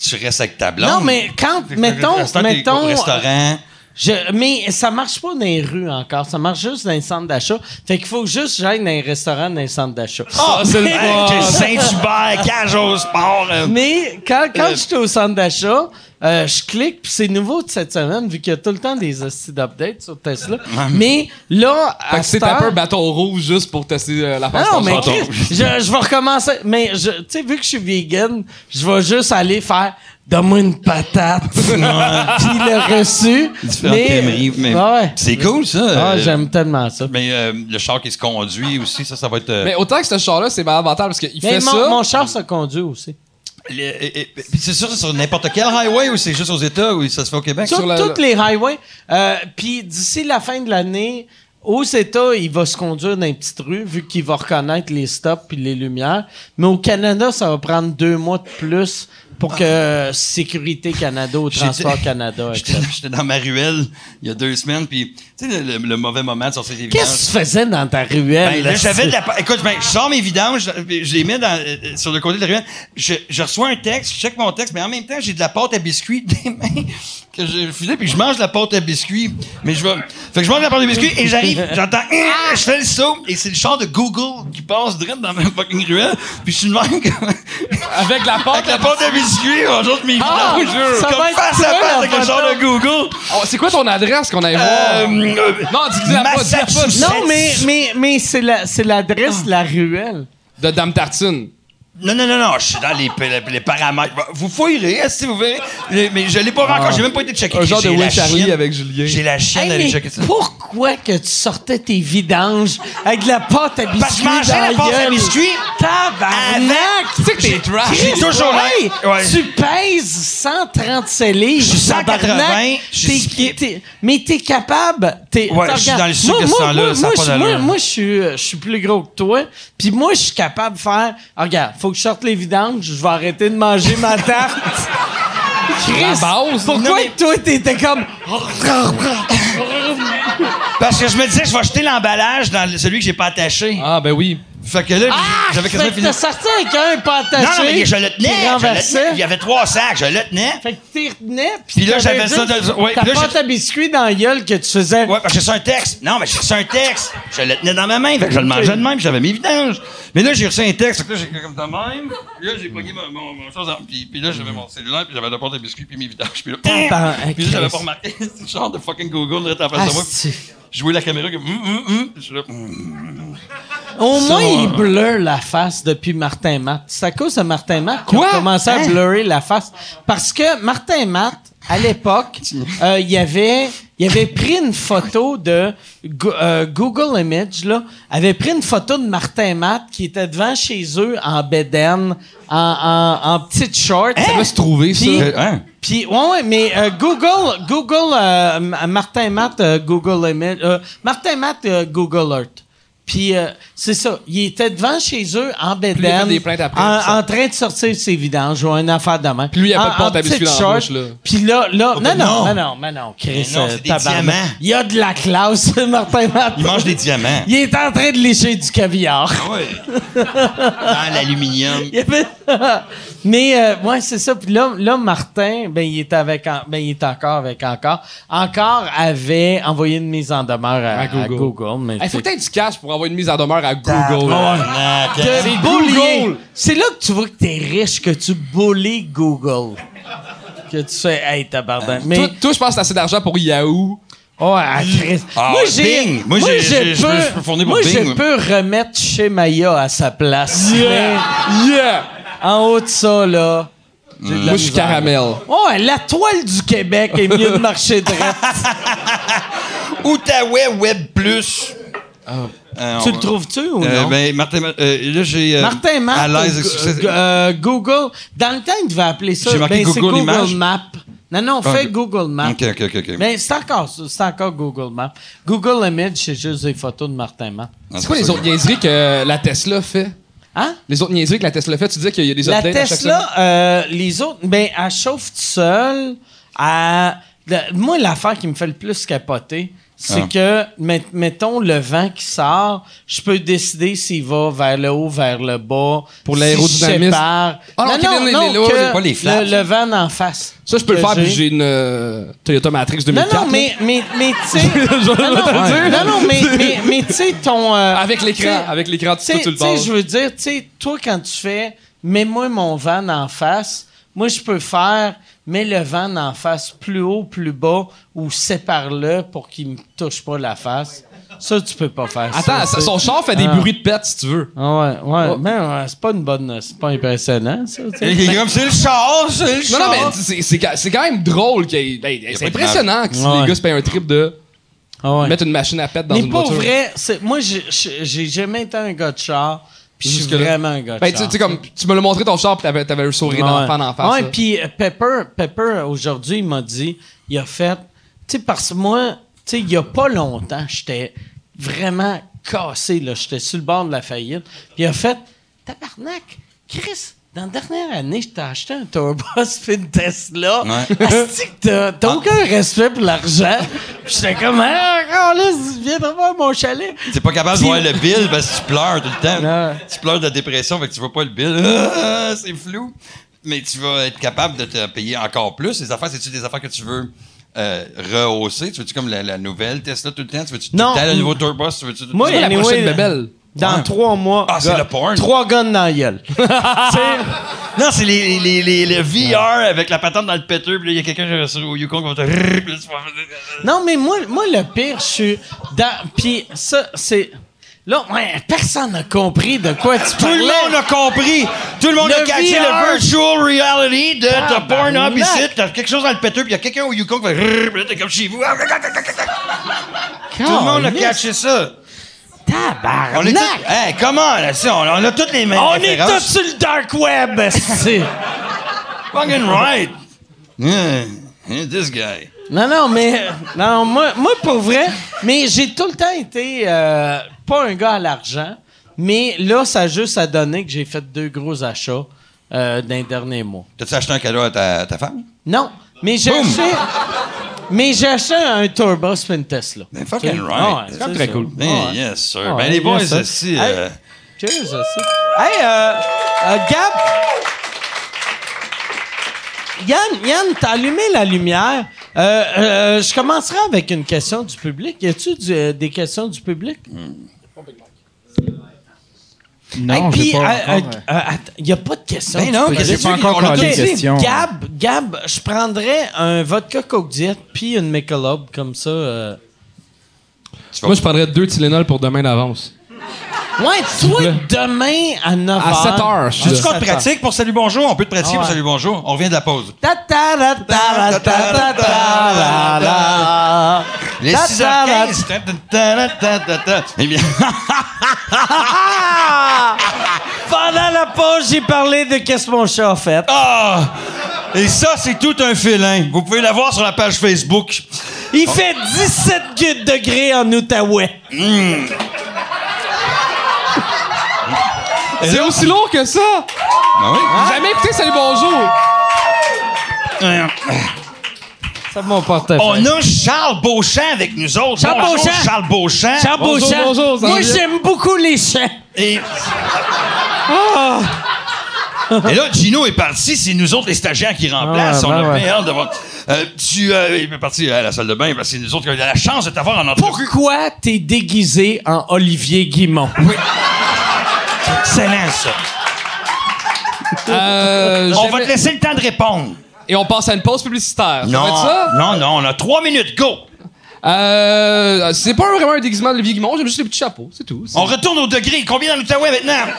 [SPEAKER 4] tu restes avec ta blonde.
[SPEAKER 1] Non, mais quand,
[SPEAKER 4] Fait que
[SPEAKER 1] mettons,
[SPEAKER 4] le restant, t'es
[SPEAKER 1] mettons... euh,
[SPEAKER 4] Au restaurant.
[SPEAKER 1] Je- mais ça marche pas dans les rues encore. Ça marche juste dans les centres d'achat. Fait qu'il faut juste que j'aille dans les restaurants, dans les centres d'achat.
[SPEAKER 5] Ah, c'est le
[SPEAKER 4] Hey, que Saint-Hubert, cage au sport. euh,
[SPEAKER 1] Mais quand,
[SPEAKER 5] Euh.
[SPEAKER 1] quand j'étais au centre d'achat, euh, je clique, puis c'est nouveau de cette semaine, vu qu'il y a tout le temps des hosties d'updates sur Tesla. Mais là, à
[SPEAKER 5] Fait que c'est
[SPEAKER 1] cette
[SPEAKER 5] un peu
[SPEAKER 1] heure-
[SPEAKER 5] Baton Rouge juste pour tester euh, la
[SPEAKER 1] Ah
[SPEAKER 5] face.
[SPEAKER 1] non, mais
[SPEAKER 4] s'entend.
[SPEAKER 1] Chris, je, je vais recommencer. Mais je- tu sais, vu que je suis vegan, je vais juste aller faire Donne-moi une patate. Puis le reçu.
[SPEAKER 4] différentes crèmeries, mais
[SPEAKER 1] Ouais.
[SPEAKER 4] c'est cool, ça.
[SPEAKER 1] Ah,
[SPEAKER 4] Euh,
[SPEAKER 1] j'aime tellement ça.
[SPEAKER 4] Mais euh, le char qui se conduit aussi, ça, ça va être. euh,
[SPEAKER 5] Mais autant que ce char-là, c'est malavental parce qu'il
[SPEAKER 1] Mais
[SPEAKER 5] fait
[SPEAKER 1] mon,
[SPEAKER 5] ça.
[SPEAKER 1] mon char se conduit aussi.
[SPEAKER 4] Le- et- et- puis c'est sûr, c'est sur n'importe quel highway ou c'est juste aux États ou ça se fait au Québec?
[SPEAKER 1] Sur,
[SPEAKER 5] la-
[SPEAKER 1] toutes les highways. Euh, Puis d'ici la fin de l'année, aux États, il va se conduire dans les petites rues, vu qu'il va reconnaître les stops puis les lumières. Mais au Canada, ça va prendre deux mois de plus pour que Sécurité Canada ou
[SPEAKER 4] J'étais-
[SPEAKER 1] Transport Canada,
[SPEAKER 4] J'étais
[SPEAKER 1] etc.
[SPEAKER 4] j'étais dans ma ruelle il y a deux semaines, puis tu Tu sais, le, le- le mauvais moment de sortir les vidanges.
[SPEAKER 1] Qu'est-ce que tu faisais dans ta ruelle?
[SPEAKER 4] Ben, là, j'avais de la... pa- Écoute, ben, je sors mes vidanges, je, je les mets dans, euh, sur le côté de la ruelle. Je, je reçois un texte, je check mon texte, mais en même temps, j'ai de la pâte à biscuits des mains que je filais, puis je mange de la pâte à biscuits. Mais je vais... Fait que je mange de la pâte à biscuits et j'arrive, j'entends... Ah! Je fais le saut, et c'est le char de Google qui passe direct dans ma fucking ruelle, puis je suis le même que...
[SPEAKER 5] Avec la porte.
[SPEAKER 4] Avec la pâte à biscuits, bonjour de mes
[SPEAKER 5] Ah,
[SPEAKER 4] vidanges.
[SPEAKER 5] je-
[SPEAKER 4] Comme face à face avec le char de Google.
[SPEAKER 5] Oh, c'est quoi ton adresse qu'on allait
[SPEAKER 4] Euh,
[SPEAKER 5] voir?
[SPEAKER 4] euh,
[SPEAKER 5] Non, dis-la pas, dis-la pas.
[SPEAKER 4] Massachusetts.
[SPEAKER 1] Non, mais, mais, mais c'est la- c'est l'adresse de la ruelle.
[SPEAKER 5] De Dame Tartine.
[SPEAKER 4] Non, non, non, non, je suis dans les, les, les paramètres. Bah, Vous fouillerez, si vous verrez. Le- Mais je l'ai pas vu encore, j'ai même pas été checké.
[SPEAKER 5] Ah. Un genre de
[SPEAKER 4] J'ai la
[SPEAKER 5] Will Charlie
[SPEAKER 4] chienne.
[SPEAKER 5] avec Julien.
[SPEAKER 4] J'ai la chienne
[SPEAKER 1] Hey,
[SPEAKER 4] d'aller
[SPEAKER 1] mais
[SPEAKER 4] checker ça.
[SPEAKER 1] pourquoi que tu sortais tes vidanges avec de la pâte à biscuits
[SPEAKER 4] Parce que je mangeais
[SPEAKER 1] dans
[SPEAKER 4] la pâte à
[SPEAKER 1] gueule?
[SPEAKER 4] biscuits.
[SPEAKER 1] Tabarnak!
[SPEAKER 5] Tu sais que t'es trash.
[SPEAKER 4] J'ai toujours l'air.
[SPEAKER 1] Hey,
[SPEAKER 4] Ouais.
[SPEAKER 1] Tu pèses 137 livres.
[SPEAKER 4] Je suis 180,
[SPEAKER 1] tabarnak.
[SPEAKER 4] je suis
[SPEAKER 1] T'es-
[SPEAKER 4] skip.
[SPEAKER 1] t'es- mais t'es capable. T'es,
[SPEAKER 4] Ouais,
[SPEAKER 1] t'as-
[SPEAKER 4] je suis dans le sucre
[SPEAKER 1] Moi,
[SPEAKER 4] de ce
[SPEAKER 1] moi,
[SPEAKER 4] temps-là,
[SPEAKER 1] moi,
[SPEAKER 4] ça a
[SPEAKER 1] moi,
[SPEAKER 4] pas
[SPEAKER 1] je-
[SPEAKER 4] d'allure.
[SPEAKER 1] moi, moi, je suis, euh, je suis plus gros que toi. Puis moi, je suis capable de faire. Ah, regarde, faut que je sorte les vidanges. Je vais arrêter de manger ma tarte. Chris,
[SPEAKER 5] La base.
[SPEAKER 1] pourquoi
[SPEAKER 5] Non, mais-
[SPEAKER 1] toi t'étais comme
[SPEAKER 4] Parce que je me disais, je vais jeter l'emballage dans le- celui que j'ai pas attaché.
[SPEAKER 5] Ah, ben oui.
[SPEAKER 4] Fait que là,
[SPEAKER 1] ah
[SPEAKER 4] j'avais
[SPEAKER 1] fait
[SPEAKER 4] quasiment
[SPEAKER 1] que
[SPEAKER 4] fini.
[SPEAKER 1] t'as sorti avec un pantaché
[SPEAKER 4] Non, non, mais je le tenais.
[SPEAKER 1] qui
[SPEAKER 4] je le
[SPEAKER 1] renversait.
[SPEAKER 4] tenais. Il y avait trois sacs, je le tenais.
[SPEAKER 1] Fait que t'y retenais,
[SPEAKER 4] Puis là,
[SPEAKER 1] t'avais
[SPEAKER 4] j'avais ça
[SPEAKER 1] juste
[SPEAKER 4] dans- ouais,
[SPEAKER 1] ta
[SPEAKER 4] puis là,
[SPEAKER 1] pâte
[SPEAKER 4] j'ai-
[SPEAKER 1] à biscuits dans la gueule que tu faisais.
[SPEAKER 4] Ouais, parce que c'est un texte. Non, mais j'ai reçu un texte. Je le tenais dans ma main, fait que je le mangeais de même, puis j'avais mes vidanges. Mais là, j'ai reçu un texte, fait que là, j'ai fait comme de même. Puis là, j'ai pogné mon, mon, mon chose, en- puis, puis là, j'avais mon cellulaire, puis j'avais la porte de biscuits, puis mes vidanges, puis là,
[SPEAKER 1] Ah, ben,
[SPEAKER 4] puis là, j'avais
[SPEAKER 1] Christ. Ah,
[SPEAKER 4] pas remarqué. C'est le genre de fucking Google direct en face de moi.
[SPEAKER 1] Asti.
[SPEAKER 4] Je jouais la caméra comme hum, hum, hum. Je suis là, hum.
[SPEAKER 1] Au moins, il blur la face depuis Martin Matt. C'est à cause de Martin Matt qu'on a
[SPEAKER 5] Quoi?
[SPEAKER 1] commencé à
[SPEAKER 5] Hein?
[SPEAKER 1] blurrer la face. Parce que Martin Matt, à l'époque, euh, il avait, il avait pris une photo de Go- euh, Google Image, là, avait pris une photo de Martin Matt qui était devant chez eux en bédaine, en, en, en petite short.
[SPEAKER 4] Hein?
[SPEAKER 5] Ça va se trouver, ça.
[SPEAKER 1] Puis-
[SPEAKER 4] Euh, hein?
[SPEAKER 1] Puis, ouais, ouais, mais euh, Google, Google, euh, M- Martin Matt, euh, Google Image, euh, Martin Matt, euh, Google Earth. Puis, euh, c'est ça, il était devant chez eux, en
[SPEAKER 5] il a fait
[SPEAKER 1] bédaine,
[SPEAKER 5] des plaintes après, puis
[SPEAKER 1] en,
[SPEAKER 5] ça.
[SPEAKER 1] en train de sortir ses vidanges, ou un affaire de main.
[SPEAKER 5] Puis lui, il a pas de
[SPEAKER 1] En- en
[SPEAKER 5] porte à
[SPEAKER 1] petite
[SPEAKER 5] biscuits dans la
[SPEAKER 1] short.
[SPEAKER 5] bouche, là.
[SPEAKER 1] Puis là, là, non, non,
[SPEAKER 4] Oh, ben non.
[SPEAKER 1] non, non, mais non, Chris,
[SPEAKER 4] Mais non, c'est
[SPEAKER 1] euh,
[SPEAKER 4] des
[SPEAKER 1] tabarnak.
[SPEAKER 4] diamants.
[SPEAKER 1] Il y a de la classe, Martin Matt.
[SPEAKER 4] Il mange des diamants. Ah
[SPEAKER 1] Il est en train de lécher du caviar.
[SPEAKER 4] Ouais. Dans l'aluminium.
[SPEAKER 1] Il y avait- Mais euh, ouais, c'est ça. Puis là, là, Martin, ben il est avec, en- ben il est encore avec encore, encore avait envoyé une mise en demeure à,
[SPEAKER 5] À
[SPEAKER 1] à Google.
[SPEAKER 5] Google.
[SPEAKER 1] mais
[SPEAKER 5] Il faut
[SPEAKER 1] c'est-
[SPEAKER 5] peut-être du cash pour avoir une mise en demeure à
[SPEAKER 1] Ah,
[SPEAKER 4] Oh,
[SPEAKER 5] Google.
[SPEAKER 1] Oh,
[SPEAKER 4] Tabarnak, hein.
[SPEAKER 1] Que
[SPEAKER 5] c'est
[SPEAKER 1] bullier.
[SPEAKER 5] Google.
[SPEAKER 1] C'est là que tu vois que t'es riche, que tu bullies Google, que tu fais, hey tabarnak. Mais
[SPEAKER 5] Toi, toi, je pense que t'as assez d'argent pour Yahoo.
[SPEAKER 1] oh, ah, Christ.
[SPEAKER 4] Ah,
[SPEAKER 1] moi j'ai,
[SPEAKER 4] Bing. Moi, j'ai- j'ai- je
[SPEAKER 1] peux,
[SPEAKER 4] peux- je peux fournir pour
[SPEAKER 1] moi, je
[SPEAKER 4] Bing.
[SPEAKER 1] peux remettre chez Maya à sa place.
[SPEAKER 5] Yeah!
[SPEAKER 1] Mais en haut de ça là. j'ai de la
[SPEAKER 5] Moi, je suis
[SPEAKER 1] misère. Ah,
[SPEAKER 5] caramel.
[SPEAKER 1] Oh, Ouais, la toile du Québec est mieux de marcher de
[SPEAKER 4] Outaouais Web Plus. Euh,
[SPEAKER 1] Ah. Tu
[SPEAKER 4] on-
[SPEAKER 1] le trouves-tu ou
[SPEAKER 4] Euh,
[SPEAKER 1] non?
[SPEAKER 4] ben, Martin, Ma- euh, là, j'ai. euh,
[SPEAKER 1] Martin Matt,
[SPEAKER 4] À l'aise
[SPEAKER 1] ou
[SPEAKER 4] avec
[SPEAKER 1] Go-
[SPEAKER 4] succès.
[SPEAKER 1] euh, Google, dans le temps, il devait appeler ça
[SPEAKER 4] J'ai marqué
[SPEAKER 1] ben, c'est
[SPEAKER 4] Google
[SPEAKER 1] Google
[SPEAKER 4] Images.
[SPEAKER 1] Maps. Non, non,
[SPEAKER 4] Ah,
[SPEAKER 1] fais
[SPEAKER 4] Go-
[SPEAKER 1] Google
[SPEAKER 5] Hein?
[SPEAKER 1] Maps.
[SPEAKER 4] Ok, ok, ok, ok.
[SPEAKER 1] Mais c'est encore ça, c'est encore Google Maps. Google Image, c'est juste des photos de Martin Matt.
[SPEAKER 4] Ah,
[SPEAKER 5] C'est quoi
[SPEAKER 4] ça
[SPEAKER 5] les
[SPEAKER 4] que-
[SPEAKER 5] autres niaiseries que la Tesla fait?
[SPEAKER 1] Hein?
[SPEAKER 5] Les autres niaiseries que la Tesla fait, tu dis qu'il y a des
[SPEAKER 1] La
[SPEAKER 5] updates à chaque semaine?
[SPEAKER 1] Tesla, euh, les autres, ben, elle chauffe toute seule. Elle- la- moi, l'affaire qui me fait le plus capoter, c'est
[SPEAKER 4] Ah.
[SPEAKER 1] que, met- mettons, le vent qui sort, je peux décider s'il va vers le haut, vers le bas.
[SPEAKER 5] Pour
[SPEAKER 1] si
[SPEAKER 5] l'aérodynamisme.
[SPEAKER 1] je sépare.
[SPEAKER 5] Ah non, Kevin, les- les lois,
[SPEAKER 1] que
[SPEAKER 5] c'est
[SPEAKER 4] pas les flaps.
[SPEAKER 1] le, le vent en face.
[SPEAKER 5] Ça, je peux le
[SPEAKER 1] Que
[SPEAKER 5] faire, puis j'ai une euh, Toyota Matrix
[SPEAKER 1] Non,
[SPEAKER 5] 2004.
[SPEAKER 1] non,
[SPEAKER 5] là.
[SPEAKER 1] mais, mais, mais tu sais. non,
[SPEAKER 5] Je vais te le
[SPEAKER 1] non,
[SPEAKER 5] dire.
[SPEAKER 1] non, non, mais, mais, mais tu sais, ton. euh,
[SPEAKER 5] Avec
[SPEAKER 1] tu sais,
[SPEAKER 5] l'écran, avec l'écran,
[SPEAKER 1] tu
[SPEAKER 5] tu
[SPEAKER 1] sais,
[SPEAKER 5] tout le
[SPEAKER 1] tu sais,
[SPEAKER 5] bord.
[SPEAKER 1] je veux dire, tu sais, toi, quand tu fais « Mets-moi mon van en face », moi, je peux faire « Mets le van en face plus haut, plus bas ou sépare-le pour qu'il me touche pas la face ». Ça, tu peux pas faire ça.
[SPEAKER 5] Attends,
[SPEAKER 1] tu sais.
[SPEAKER 5] son Oh. char fait des
[SPEAKER 1] Ah.
[SPEAKER 5] bruits de pète, si tu veux.
[SPEAKER 1] Ah ouais, ouais, mais ouais, c'est pas une bonne... C'est pas impressionnant, ça, tu sais.
[SPEAKER 4] Il est comme c'est le char, c'est le
[SPEAKER 5] Non,
[SPEAKER 4] char.
[SPEAKER 5] non, mais c'est- c'est ca- c'est quand même drôle. qu'il y ait- ben,
[SPEAKER 4] a pas
[SPEAKER 5] C'est
[SPEAKER 4] de
[SPEAKER 5] impressionnant que si
[SPEAKER 1] Ouais.
[SPEAKER 5] les gars se payent un trip de
[SPEAKER 1] Ah ouais.
[SPEAKER 5] mettre une machine à pète dans
[SPEAKER 1] mais
[SPEAKER 5] une
[SPEAKER 1] pour
[SPEAKER 5] voiture.
[SPEAKER 1] vrai, c'est- moi, j'ai- j'ai j'ai jamais été un gars de char, puis je suis
[SPEAKER 5] Jusque-là.
[SPEAKER 1] vraiment un gars de
[SPEAKER 5] Ben, tu
[SPEAKER 1] char.
[SPEAKER 5] sais, tu sais, comme, tu me l'as montré ton char, puis t'avais, t'avais le sourire d'enfant d'en face.
[SPEAKER 1] Ouais,
[SPEAKER 5] là.
[SPEAKER 1] puis euh, Pepper, Pepper aujourd'hui, il m'a dit, il a fait, tu sais, parce que moi, tu sais, il y a pas longtemps, j'étais vraiment cassé, là, j'étais sur le bord de la faillite, puis il a fait, tabarnak, Chris, Dans la dernière année, je t'ai acheté un Turbos puis une Tesla.
[SPEAKER 4] Ouais. Ah.
[SPEAKER 1] Asti que t'as- t'as aucun respect pour l'argent. Puis J'étais comme, ah, câlisse, viens de voir mon chalet.
[SPEAKER 4] T'es pas capable de
[SPEAKER 1] Puis-
[SPEAKER 4] voir le bill parce que tu pleures tout le temps.
[SPEAKER 5] Ah.
[SPEAKER 1] Non.
[SPEAKER 4] Tu pleures de la dépression, fait que tu vois pas le bill. Ah, c'est flou. Mais tu vas être capable de te payer encore plus. Les affaires, c'est-tu des affaires que tu veux euh, rehausser? Tu veux-tu comme la, la nouvelle Tesla tout le temps? Tu veux-tu tout
[SPEAKER 1] Non.
[SPEAKER 4] le temps le nouveau Turbo? Tu veux-tu tout le
[SPEAKER 1] Moi,
[SPEAKER 4] temps-
[SPEAKER 5] la
[SPEAKER 1] anyway,
[SPEAKER 5] prochaine bébelle.
[SPEAKER 1] Dans
[SPEAKER 4] Ouais.
[SPEAKER 1] trois mois.
[SPEAKER 4] Ah, c'est
[SPEAKER 1] gars,
[SPEAKER 4] le porn.
[SPEAKER 1] Trois guns dans la gueule.
[SPEAKER 4] Non, c'est les, les, les, les- le VR avec la patente dans le péteux, puis là, il y a quelqu'un euh, sur- au Yukon qui va te. puis là, tu vas-
[SPEAKER 1] Non, mais moi, moi le pire, je suis dans. Puis ça, c'est. Là, ouais, personne n'a compris de quoi tu
[SPEAKER 4] Tout
[SPEAKER 1] parlais.
[SPEAKER 4] le monde a compris! Tout le monde
[SPEAKER 1] Le
[SPEAKER 4] a catché
[SPEAKER 1] VR.
[SPEAKER 4] le virtual reality de t'as Pornhub
[SPEAKER 1] Tabarnak.
[SPEAKER 4] ici, t'as quelque chose dans le péteux, puis il y a quelqu'un au Yukon qui fait. puis là, t'es comme chez vous. Tout le monde a
[SPEAKER 1] Caliste,
[SPEAKER 4] catché ça. On est
[SPEAKER 1] Tabarnak!
[SPEAKER 4] tous... Hey, comment, là, si, on, on a toutes les mêmes
[SPEAKER 1] On est tous
[SPEAKER 4] références.
[SPEAKER 1] sur le dark web, c'est.
[SPEAKER 4] Fucking right. Yeah, yeah, this guy.
[SPEAKER 1] Non, non, mais. Non, moi, moi pour vrai, mais j'ai tout le temps été euh, pas un gars à l'argent, mais là, ça a juste à donner que j'ai fait deux gros achats euh, d'un dernier mois.
[SPEAKER 4] T'as-tu acheté un cadeau à ta, ta femme?
[SPEAKER 1] Non, mais j'ai
[SPEAKER 4] Boum!
[SPEAKER 1] acheté. Mais j'ai acheté un Turbo Spin Tesla.
[SPEAKER 4] Ben, fucking
[SPEAKER 1] Tu sais?
[SPEAKER 4] right.
[SPEAKER 1] Ouais,
[SPEAKER 4] C'est
[SPEAKER 1] ça, ça.
[SPEAKER 2] très cool.
[SPEAKER 4] Ben,
[SPEAKER 1] Ouais.
[SPEAKER 4] yes, sir.
[SPEAKER 1] Ouais,
[SPEAKER 4] ben, les
[SPEAKER 1] yes,
[SPEAKER 4] boys,
[SPEAKER 1] sir.
[SPEAKER 4] aussi...
[SPEAKER 1] Hey.
[SPEAKER 4] euh,
[SPEAKER 1] Cheers à ça. Hey, euh, euh, Gab. Yann, Yann t'as allumé la lumière. Euh, euh, je commencerai avec une question du public. Y a-tu du- euh, des questions du public? Hey,
[SPEAKER 3] Non,
[SPEAKER 1] puis,
[SPEAKER 3] j'ai pas
[SPEAKER 1] euh,
[SPEAKER 3] encore,
[SPEAKER 1] euh,
[SPEAKER 3] euh,
[SPEAKER 1] euh, attends, y a pas de questions.
[SPEAKER 4] Ben
[SPEAKER 1] du
[SPEAKER 4] non,
[SPEAKER 1] public.
[SPEAKER 4] qu'est-ce que
[SPEAKER 3] j'ai
[SPEAKER 4] tu
[SPEAKER 3] pas
[SPEAKER 4] veux,
[SPEAKER 3] encore
[SPEAKER 4] on a
[SPEAKER 3] collé
[SPEAKER 4] toutes
[SPEAKER 3] les
[SPEAKER 1] Ok,
[SPEAKER 3] questions.
[SPEAKER 1] Gab, Gab, je prendrais un vodka Coke Diet puis une Michelob comme ça. euh.
[SPEAKER 5] Moi, je prendrais deux Tylenol pour demain d'avance.
[SPEAKER 1] Ouais, toi,
[SPEAKER 5] plaît.
[SPEAKER 1] demain à 9h.
[SPEAKER 5] À 7 heures, je suis
[SPEAKER 4] As-tu
[SPEAKER 5] là.
[SPEAKER 4] quoi de pratique pour Salut Bonjour? On peut te pratiquer
[SPEAKER 1] Ah ouais.
[SPEAKER 4] pour Salut Bonjour. On revient de la pause.
[SPEAKER 1] Ta ta ra ta ra ta ta ta ra ra.
[SPEAKER 4] Les
[SPEAKER 1] Ta ta ra
[SPEAKER 4] 6h15. ta- ta- ta- ta- ta- ta. Eh bien,
[SPEAKER 1] Ah! Pendant la pause, j'ai parlé de qu'est-ce que mon chat a fait.
[SPEAKER 4] ah! Et ça, c'est tout un félin. Vous pouvez la voir sur la page Facebook.
[SPEAKER 1] Il fait 17 gu- degrés en Outaouais.
[SPEAKER 5] Ah, C'est aussi lourd que ça!
[SPEAKER 4] Ah oui?
[SPEAKER 5] J'ai Jamais écouté Salut Bonjour!
[SPEAKER 1] Ça mon portefeuille.
[SPEAKER 4] On a Charles Beauchamp avec nous autres.
[SPEAKER 1] Charles
[SPEAKER 4] Bonjour,
[SPEAKER 1] Beauchamp.
[SPEAKER 4] Charles Beauchamp.
[SPEAKER 1] Charles
[SPEAKER 5] Bonjour,
[SPEAKER 1] Beauchamp.
[SPEAKER 5] bonjour, ça
[SPEAKER 1] Moi,
[SPEAKER 5] va bien?
[SPEAKER 1] j'aime beaucoup les chats.
[SPEAKER 4] Et...
[SPEAKER 1] Ah!
[SPEAKER 4] Et là, Gino est parti. C'est nous autres, les stagiaires, qui remplacent.
[SPEAKER 1] Ah ouais,
[SPEAKER 4] On
[SPEAKER 1] ben
[SPEAKER 4] a
[SPEAKER 1] ouais.
[SPEAKER 4] bien hâte de voir. Euh, tu euh, il est parti à la salle de bain parce que c'est nous autres qui avons la chance de t'avoir en entrevue.
[SPEAKER 1] Pourquoi t'es déguisé en Olivier Guimont?
[SPEAKER 4] Excellent, ça.
[SPEAKER 5] Euh,
[SPEAKER 4] On
[SPEAKER 5] jamais-
[SPEAKER 4] va te laisser le temps de répondre.
[SPEAKER 5] Et on passe à une pause
[SPEAKER 1] Ah,
[SPEAKER 5] publicitaire. Ça va être ça?
[SPEAKER 4] non, non, on a trois minutes. Go!
[SPEAKER 5] Euh, c'est pas vraiment un déguisement de Olivier Guimond, j'aime juste les petits chapeaux, c'est tout. C'est-
[SPEAKER 4] On retourne au degré. Combien dans l'Outaouais maintenant?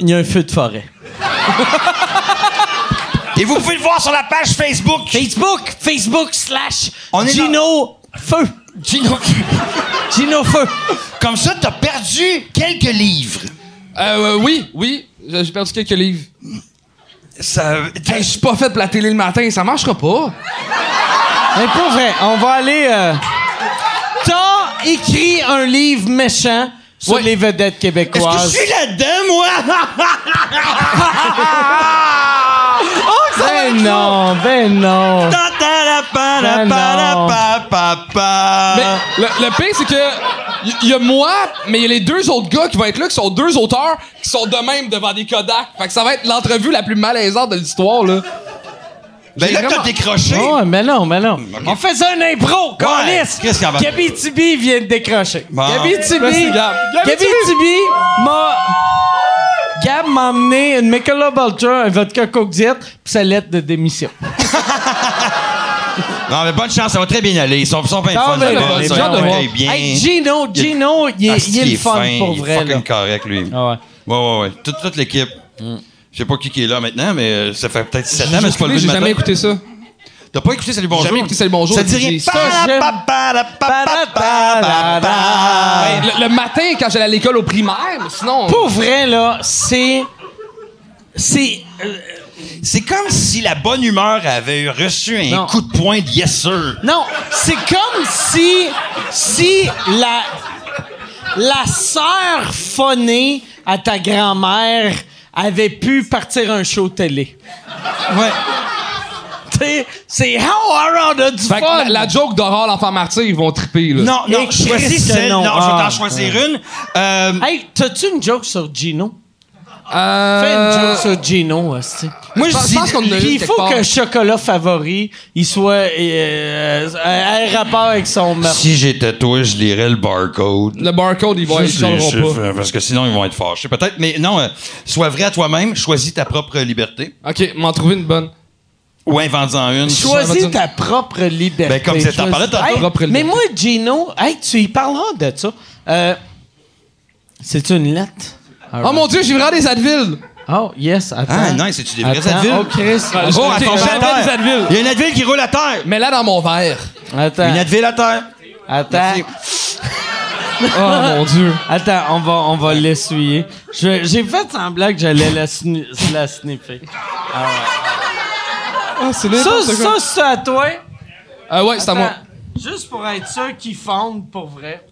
[SPEAKER 1] Il y a un feu de forêt.
[SPEAKER 4] Et vous pouvez le voir sur la page Facebook.
[SPEAKER 1] Facebook, Facebook slash
[SPEAKER 4] On est
[SPEAKER 1] Gino Feu.
[SPEAKER 4] Gino,
[SPEAKER 1] Gino Feu.
[SPEAKER 4] comme ça, t'as perdu quelques livres.
[SPEAKER 5] Euh, euh, oui, oui, j'ai j'ai perdu quelques livres.
[SPEAKER 4] Ça, euh,
[SPEAKER 5] Hey, Ben, je suis pas fait pour la télé le matin, ça marchera pas.
[SPEAKER 1] Mais pour vrai, on va aller. euh, T'as écrit un livre méchant sur
[SPEAKER 5] Oui.
[SPEAKER 1] les vedettes
[SPEAKER 4] Est-ce que je
[SPEAKER 1] québécoises.
[SPEAKER 4] suis là-dedans, moi?
[SPEAKER 1] ben non, ben non.
[SPEAKER 4] Ta ta la pa la
[SPEAKER 1] Ben
[SPEAKER 4] pa la
[SPEAKER 1] non.
[SPEAKER 4] pa pa pa.
[SPEAKER 5] Mais le, le pire, c'est que il y, a moi, mais il y a les deux autres gars qui vont être là, qui sont deux auteurs, qui sont de même devant des Kodak. Fait que ça va être l'entrevue la plus malaisante de l'histoire, là.
[SPEAKER 4] Ben
[SPEAKER 5] j'ai
[SPEAKER 4] là, t'as
[SPEAKER 5] vraiment-
[SPEAKER 4] décroché.
[SPEAKER 1] Oh, mais non, mais non. On faisait un impro, câlisse.
[SPEAKER 4] qu'est-ce qu'il y avait?
[SPEAKER 1] Gabitibi vient de décrocher.
[SPEAKER 4] Bon.
[SPEAKER 1] Gabitibi.
[SPEAKER 5] Merci, Gab. Gabitibi.
[SPEAKER 1] Gabitibi m'a. Gab m'a emmené une Michelob Ultra, un vodka Coke Diet, pis sa lettre de démission.
[SPEAKER 4] Ah, Non, mais bonne chance, ça va très bien aller. Ils sont, ils sont bien
[SPEAKER 1] Non,
[SPEAKER 4] fun,
[SPEAKER 1] mais
[SPEAKER 4] là-bas.
[SPEAKER 1] là,
[SPEAKER 4] Ils
[SPEAKER 5] Ah, j'ai hâte de
[SPEAKER 4] sont
[SPEAKER 5] voir.
[SPEAKER 4] très bien.
[SPEAKER 1] Hey, Gino, Gino, il
[SPEAKER 4] Ah,
[SPEAKER 1] est,
[SPEAKER 4] c'est
[SPEAKER 1] il est
[SPEAKER 4] qu'il
[SPEAKER 1] le fun
[SPEAKER 4] fin,
[SPEAKER 1] pour
[SPEAKER 4] il est
[SPEAKER 1] vrai.
[SPEAKER 4] fucking
[SPEAKER 1] là.
[SPEAKER 4] correct, lui. Ouais,
[SPEAKER 1] Ah ouais.
[SPEAKER 4] ouais, ouais. Toute, toute l'équipe. Je sais pas qui qui est là maintenant, mais euh, ça fait peut-être 7 ans, mais c'est pas le
[SPEAKER 5] J'ai
[SPEAKER 4] but
[SPEAKER 5] jamais écouté ça.
[SPEAKER 4] T'as pas écouté Salut Bonjour?
[SPEAKER 5] Jamais écouté Salut Bonjour.
[SPEAKER 4] Ça te dit
[SPEAKER 5] J'ai-
[SPEAKER 4] rien.
[SPEAKER 5] ça,
[SPEAKER 1] j'aime.
[SPEAKER 4] Pa-ra-pa-pa-ra-pa-pa-pa.
[SPEAKER 5] Le, le matin, quand j'allais à l'école au primaire, mais sinon.
[SPEAKER 1] Pour vrai, là, c'est. C'est. euh,
[SPEAKER 4] C'est comme si la bonne humeur avait reçu un
[SPEAKER 1] Non.
[SPEAKER 4] coup de poing de yes sir.
[SPEAKER 1] non, c'est comme si. Si la. La sœur phonée à ta grand-mère avait pu partir un show télé.
[SPEAKER 4] Ouais.
[SPEAKER 1] Tu sais, c'est how are on a du
[SPEAKER 5] Fait que
[SPEAKER 1] fun.
[SPEAKER 5] la, la joke d'Aurore, l'enfant martyr, ils vont triper, là.
[SPEAKER 4] Non, non,
[SPEAKER 1] Et
[SPEAKER 4] je choisis
[SPEAKER 1] Christ que
[SPEAKER 4] celle. Non,
[SPEAKER 1] non.
[SPEAKER 4] je vais
[SPEAKER 1] Ah.
[SPEAKER 4] t'en choisir une. Euh,
[SPEAKER 1] Hey, t'as-tu une joke sur Gino?
[SPEAKER 5] Euh,
[SPEAKER 1] Fais une joke sur Gino, hostie.
[SPEAKER 4] moi,
[SPEAKER 5] je
[SPEAKER 4] je
[SPEAKER 5] pense-
[SPEAKER 4] dis.
[SPEAKER 5] pense qu'on en a
[SPEAKER 1] Puis
[SPEAKER 5] une
[SPEAKER 1] il
[SPEAKER 5] quelque
[SPEAKER 1] faut
[SPEAKER 5] part.
[SPEAKER 1] que chocolat favori, il soit euh, euh, un rapport avec son meurtre.
[SPEAKER 4] Si j'étais toi, je lirais le barcode.
[SPEAKER 5] Le barcode, ils vont ils
[SPEAKER 4] Juste les
[SPEAKER 5] changeront
[SPEAKER 4] chiffres, euh, Parce que sinon, ils vont être fâchés. Peut-être, mais non, euh, sois vrai à toi-même, choisis ta propre liberté.
[SPEAKER 5] pas. Ok, m'en trouver une bonne.
[SPEAKER 4] Ou invente-en une.
[SPEAKER 1] Choisis
[SPEAKER 5] dire-
[SPEAKER 1] ta propre liberté.
[SPEAKER 4] Ben, comme tu t'en
[SPEAKER 1] Choisis-
[SPEAKER 4] parlais tantôt.
[SPEAKER 1] Hey,
[SPEAKER 5] Propre
[SPEAKER 1] Mais
[SPEAKER 5] liberté.
[SPEAKER 1] moi, Gino, hey, tu y parleras de ça. Euh, C'est-tu une lettre?
[SPEAKER 5] Oh mon dieu, j'ai vraiment des Advil!
[SPEAKER 1] Oh, yes, attends.
[SPEAKER 4] Ah, nice, c'est-tu des vrais
[SPEAKER 1] Attends,
[SPEAKER 4] Advil?
[SPEAKER 1] Oh, Chris.
[SPEAKER 4] Oh, elle
[SPEAKER 5] Ah, Ok,
[SPEAKER 4] tombe
[SPEAKER 5] j'en
[SPEAKER 4] à
[SPEAKER 5] ai
[SPEAKER 4] terre.
[SPEAKER 5] des Advil.
[SPEAKER 4] Il y a une Advil qui roule à terre.
[SPEAKER 5] Mais là, dans mon verre.
[SPEAKER 1] Attends,
[SPEAKER 4] Une Advil à terre.
[SPEAKER 1] attends,
[SPEAKER 5] Oh mon dieu.
[SPEAKER 1] attends, on va, on va l'essuyer. Je- J'ai fait semblant que j'allais la, sni- la sniffer.
[SPEAKER 5] Ah, c'est
[SPEAKER 1] Ça,
[SPEAKER 5] n'importe
[SPEAKER 1] ça,
[SPEAKER 5] quoi.
[SPEAKER 1] c'est à toi.
[SPEAKER 5] Euh, ouais, c'est à moi.
[SPEAKER 1] Attends, Juste pour être sûr qu'ils fondent pour vrai.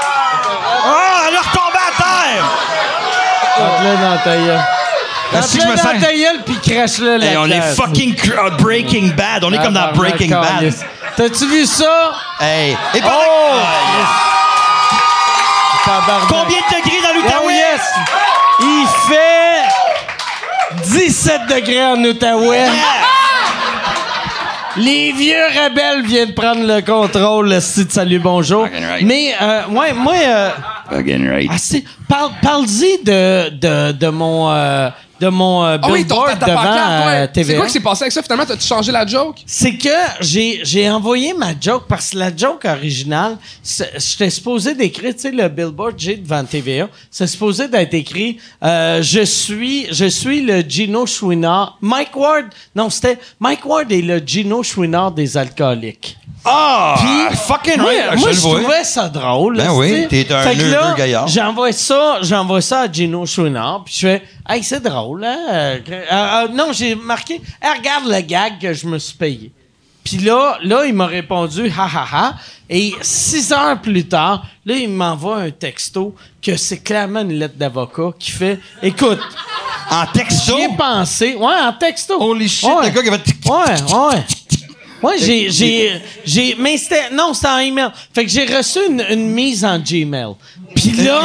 [SPEAKER 4] Ah, elle est retombée à terre.
[SPEAKER 1] Plante-le dans ta gueule.
[SPEAKER 4] Est-ce Ah, que je me
[SPEAKER 1] Plante-le dans
[SPEAKER 4] sens-
[SPEAKER 1] ta gueule, puis crache-le là
[SPEAKER 4] Hey, on est fucking cr- euh, Breaking Bad.
[SPEAKER 1] Ah,
[SPEAKER 4] On est comme
[SPEAKER 1] bah,
[SPEAKER 4] dans Breaking Bad.
[SPEAKER 1] T'as-tu vu ça?
[SPEAKER 4] Hey. Et pendant-
[SPEAKER 1] Oh!
[SPEAKER 4] Ah,
[SPEAKER 1] Tabarnak.
[SPEAKER 4] Combien de degrés dans
[SPEAKER 1] Oh
[SPEAKER 4] l'Outaouais?
[SPEAKER 1] yes! Il fait 17 degrés en Outaouais. Les vieux rebelles viennent prendre le contrôle, le site Salut Bonjour.
[SPEAKER 4] Fucking right.
[SPEAKER 1] Mais, euh, ouais, moi, euh,
[SPEAKER 4] Fucking right.
[SPEAKER 1] ah, c'est- parle, parle-y de, de, de mon, euh, de mon euh,
[SPEAKER 5] Ah oui, ton
[SPEAKER 1] billboard
[SPEAKER 5] ta- ta
[SPEAKER 1] devant
[SPEAKER 5] pancarte,
[SPEAKER 1] euh,
[SPEAKER 5] ouais. C'est
[SPEAKER 1] TVA.
[SPEAKER 5] quoi qui s'est passé avec ça finalement? T'as-tu changé la joke?
[SPEAKER 1] C'est que j'ai, j'ai envoyé ma joke parce que la joke originale, c'est- j'étais supposé d'écrire, tu sais, le billboard que j'ai devant TVA, c'est supposé d'être écrit euh, Je suis je suis le Gino Chouinard. Mike Ward, non, c'était Mike Ward est le Gino Chouinard des alcooliques.
[SPEAKER 4] Ah!
[SPEAKER 1] Puis,
[SPEAKER 4] fucking
[SPEAKER 1] moi,
[SPEAKER 4] right.
[SPEAKER 1] moi,
[SPEAKER 4] le
[SPEAKER 1] je
[SPEAKER 4] vois.
[SPEAKER 1] trouvais ça drôle.
[SPEAKER 4] Ben
[SPEAKER 1] là,
[SPEAKER 4] oui,
[SPEAKER 1] tu sais.
[SPEAKER 4] t'es un
[SPEAKER 1] Fait que
[SPEAKER 4] leu-
[SPEAKER 1] là,
[SPEAKER 4] leu gaillard.
[SPEAKER 1] J'envoie ça, j'envoie ça à Gino Chouinard, puis je fais « Hey, c'est drôle, hein? euh, euh, euh, non, j'ai marqué Hey, Regarde le gag que je me suis payé. » Puis là, là, il m'a répondu « Ha, ha, ha. » Et six heures plus tard, là, il m'envoie un texto que c'est clairement une lettre d'avocat qui fait « Écoute,
[SPEAKER 4] En texto.
[SPEAKER 1] j'y ai pensé. » Ouais, en texto.
[SPEAKER 4] Holy shit,
[SPEAKER 1] Ouais.
[SPEAKER 4] le gars qui va. tic-
[SPEAKER 1] Ouais, ouais. Ouais, j'ai, j'ai, j'ai, mais c'était, non, c'était en email. Fait que j'ai reçu une, une mise en Gmail. Puis là,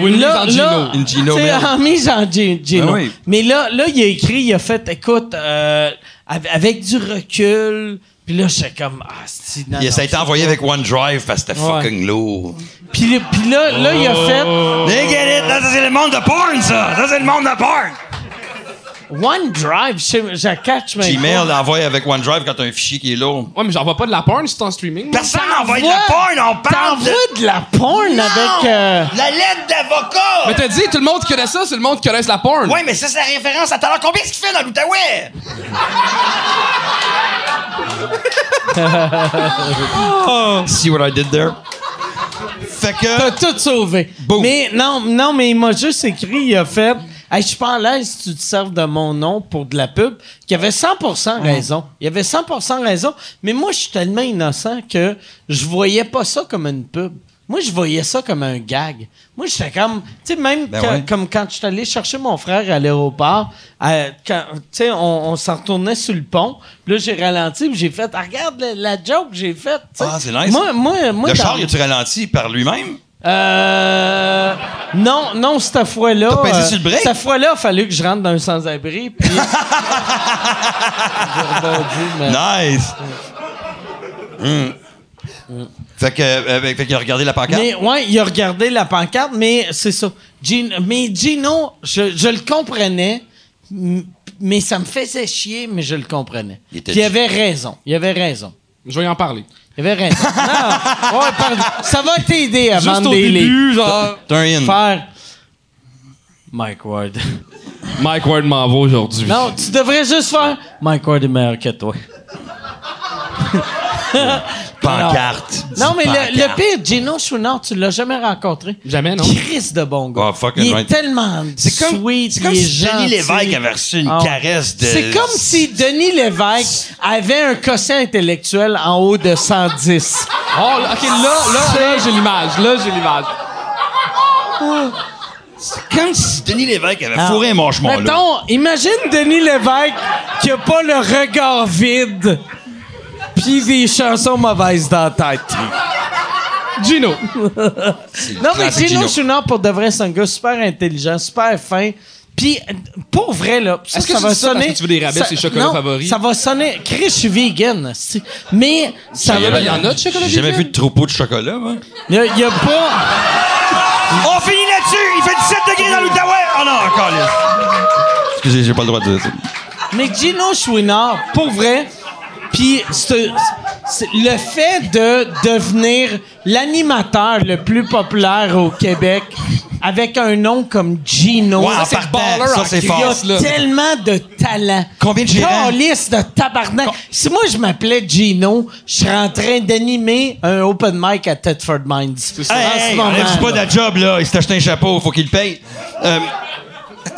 [SPEAKER 5] Ou une
[SPEAKER 1] là,
[SPEAKER 5] mise en
[SPEAKER 1] là,
[SPEAKER 5] Gino? Une Gino
[SPEAKER 1] t'sais,
[SPEAKER 5] mail.
[SPEAKER 1] en mise en G- Gino.
[SPEAKER 4] Ben oui.
[SPEAKER 1] Mais là, là, il a écrit, il a fait, écoute, euh, av- avec du recul. Puis là, j'étais comme, ah, c'est non,
[SPEAKER 4] Il- Ça a
[SPEAKER 1] non,
[SPEAKER 4] été envoyé avec OneDrive parce que c'était
[SPEAKER 1] Ouais.
[SPEAKER 4] fucking lourd.
[SPEAKER 1] Puis, là- puis là, là, il a
[SPEAKER 4] Oh.
[SPEAKER 1] fait
[SPEAKER 4] They get it. Ça, c'est le monde de porn, ça. Ça, c'est le monde de porn.
[SPEAKER 1] OneDrive, je sais- je catch même pas.
[SPEAKER 4] Gmail l'envoie avec OneDrive quand t'as un fichier qui est lourd.
[SPEAKER 5] Ouais, mais j'en vois pas de la porn si t'es en streaming. moi.
[SPEAKER 4] Personne n'envoie de la porn, on parle de...
[SPEAKER 1] T'envoies de la porn avec, euh,
[SPEAKER 4] La lettre d'avocat!
[SPEAKER 5] Mais t'as dit, tout le monde qui connaît ça, c'est le monde qui connaît la porn.
[SPEAKER 4] Ouais, mais ça, c'est la référence à tout à l'heure. Combien est-ce qu'il fait dans l'Outaouais? See what I did there? Fait
[SPEAKER 1] T'as
[SPEAKER 4] que...
[SPEAKER 1] tout sauvé.
[SPEAKER 4] Boum.
[SPEAKER 1] Mais non, non, mais il m'a juste écrit, il a fait Hey, je suis pas à l'aise si tu te serves de mon nom pour de la pub. Il avait 100% raison. Il avait 100% raison. Mais moi, je suis tellement innocent que je voyais pas ça comme une pub. Moi, je voyais ça comme un gag. Moi, j'étais comme, tu sais, même
[SPEAKER 4] Ben
[SPEAKER 1] quand-
[SPEAKER 4] ouais.
[SPEAKER 1] comme quand je suis allé chercher mon frère à l'aéroport, euh, quand, tu sais, on, on s'en retournait sur le pont. Puis Là, j'ai ralenti, puis j'ai fait, Ah, regarde la, la joke que j'ai faite. tu sais.
[SPEAKER 4] Ah, c'est nice.
[SPEAKER 1] Moi, moi, moi,
[SPEAKER 4] le
[SPEAKER 1] dans-
[SPEAKER 4] char, il a ralenti par lui-même?
[SPEAKER 1] euh. Non, non, cette fois-là.
[SPEAKER 4] T'as pesé
[SPEAKER 1] euh,
[SPEAKER 4] sur le break?
[SPEAKER 1] Cette fois-là, il fallu que je rentre dans un sans-abri. Puis. J'ai rebondi, mais-
[SPEAKER 4] Nice!
[SPEAKER 1] Mm.
[SPEAKER 4] Hmm. Fait que, euh, fait qu'il a regardé la pancarte.
[SPEAKER 1] Mais ouais, il a regardé la pancarte, mais c'est ça. Gin- mais Gino, je, je le comprenais, m- mais ça me faisait chier, mais je le comprenais.
[SPEAKER 4] Il
[SPEAKER 1] Il,
[SPEAKER 4] était
[SPEAKER 1] il avait raison. Il avait raison.
[SPEAKER 5] Je vais y en parler.
[SPEAKER 1] Il avait raison. Non, ouais, pardon. ça va t'aider à
[SPEAKER 5] Juste
[SPEAKER 1] vendre
[SPEAKER 5] au
[SPEAKER 1] des livres.
[SPEAKER 5] début, genre.
[SPEAKER 4] T'as un in.
[SPEAKER 1] Faire. Mike Ward.
[SPEAKER 5] Mike Ward m'en va aujourd'hui.
[SPEAKER 1] Non, tu devrais juste faire Mike Ward est meilleur que toi.
[SPEAKER 4] Pancarte.
[SPEAKER 1] Non, mais le, le
[SPEAKER 4] Pancarte.
[SPEAKER 1] pire, Gino Chouinard, tu l'as jamais rencontré.
[SPEAKER 5] Jamais, non.
[SPEAKER 1] Chris de bon gars.
[SPEAKER 4] Oh, fucking
[SPEAKER 1] il est
[SPEAKER 4] right.
[SPEAKER 1] tellement
[SPEAKER 4] C'est comme,
[SPEAKER 1] sweet,
[SPEAKER 4] c'est comme
[SPEAKER 1] il est
[SPEAKER 4] si Denis
[SPEAKER 1] gentil.
[SPEAKER 4] Lévesque avait reçu une
[SPEAKER 1] Ah ouais.
[SPEAKER 4] caresse de.
[SPEAKER 1] C'est comme si Denis Lévesque avait un quotient intellectuel en haut de 110.
[SPEAKER 5] Oh, là, ok, là, là, là, j'ai l'image. Là, j'ai l'image.
[SPEAKER 4] Comme si Denis Lévesque avait
[SPEAKER 1] Ah.
[SPEAKER 4] fourré un manchement là.
[SPEAKER 1] Mettons, imagine Denis Lévesque qui a pas le regard vide puis des chansons mauvaises dans la tête.
[SPEAKER 5] Gino.
[SPEAKER 1] Non, mais
[SPEAKER 4] Classique
[SPEAKER 1] Gino
[SPEAKER 4] Gino.
[SPEAKER 1] Chouinard, pour de vrai, c'est un gars super intelligent, super fin. Puis, euh, pour vrai, là, ça,
[SPEAKER 5] Est-ce que
[SPEAKER 1] ça
[SPEAKER 5] tu
[SPEAKER 1] va
[SPEAKER 5] dis ça parce
[SPEAKER 1] sonner...
[SPEAKER 5] que tu veux des rabais
[SPEAKER 1] ça-
[SPEAKER 5] sur les chocolats
[SPEAKER 1] non,
[SPEAKER 5] favoris?
[SPEAKER 1] ça va sonner... Chris, je suis vegan, esti. mais ça va...
[SPEAKER 5] Il y en a de chocolat
[SPEAKER 4] J'ai jamais
[SPEAKER 5] vegan?
[SPEAKER 4] vu de troupeau de chocolat, moi.
[SPEAKER 1] Il y a- il y a pas...
[SPEAKER 4] On finit là-dessus! Il fait 17 degrés dans l'Outaouais! Oh non, encore là! Excusez, j'ai pas le droit de dire ça.
[SPEAKER 1] Mais Gino Chouinard, pour vrai, puis c'est- c'est- le fait de devenir l'animateur le plus populaire au Québec avec un nom comme Gino...
[SPEAKER 4] Ouais, en
[SPEAKER 1] c'est
[SPEAKER 4] partant,
[SPEAKER 1] baller
[SPEAKER 4] ça,
[SPEAKER 1] en
[SPEAKER 4] c'est
[SPEAKER 1] crise.
[SPEAKER 4] fort,
[SPEAKER 1] Il y a
[SPEAKER 5] là.
[SPEAKER 1] tellement de talent.
[SPEAKER 4] Combien de gérants?
[SPEAKER 1] Calisse de tabarnak. Si moi, je m'appelais Gino, je serais en train d'animer un open mic à Tedford Mines. En ce
[SPEAKER 4] Hey, hey,
[SPEAKER 1] moment,
[SPEAKER 4] enlève-tu pas
[SPEAKER 1] là.
[SPEAKER 4] de la job, là. Il s'est acheté un chapeau, faut qu'il le paye. Euh,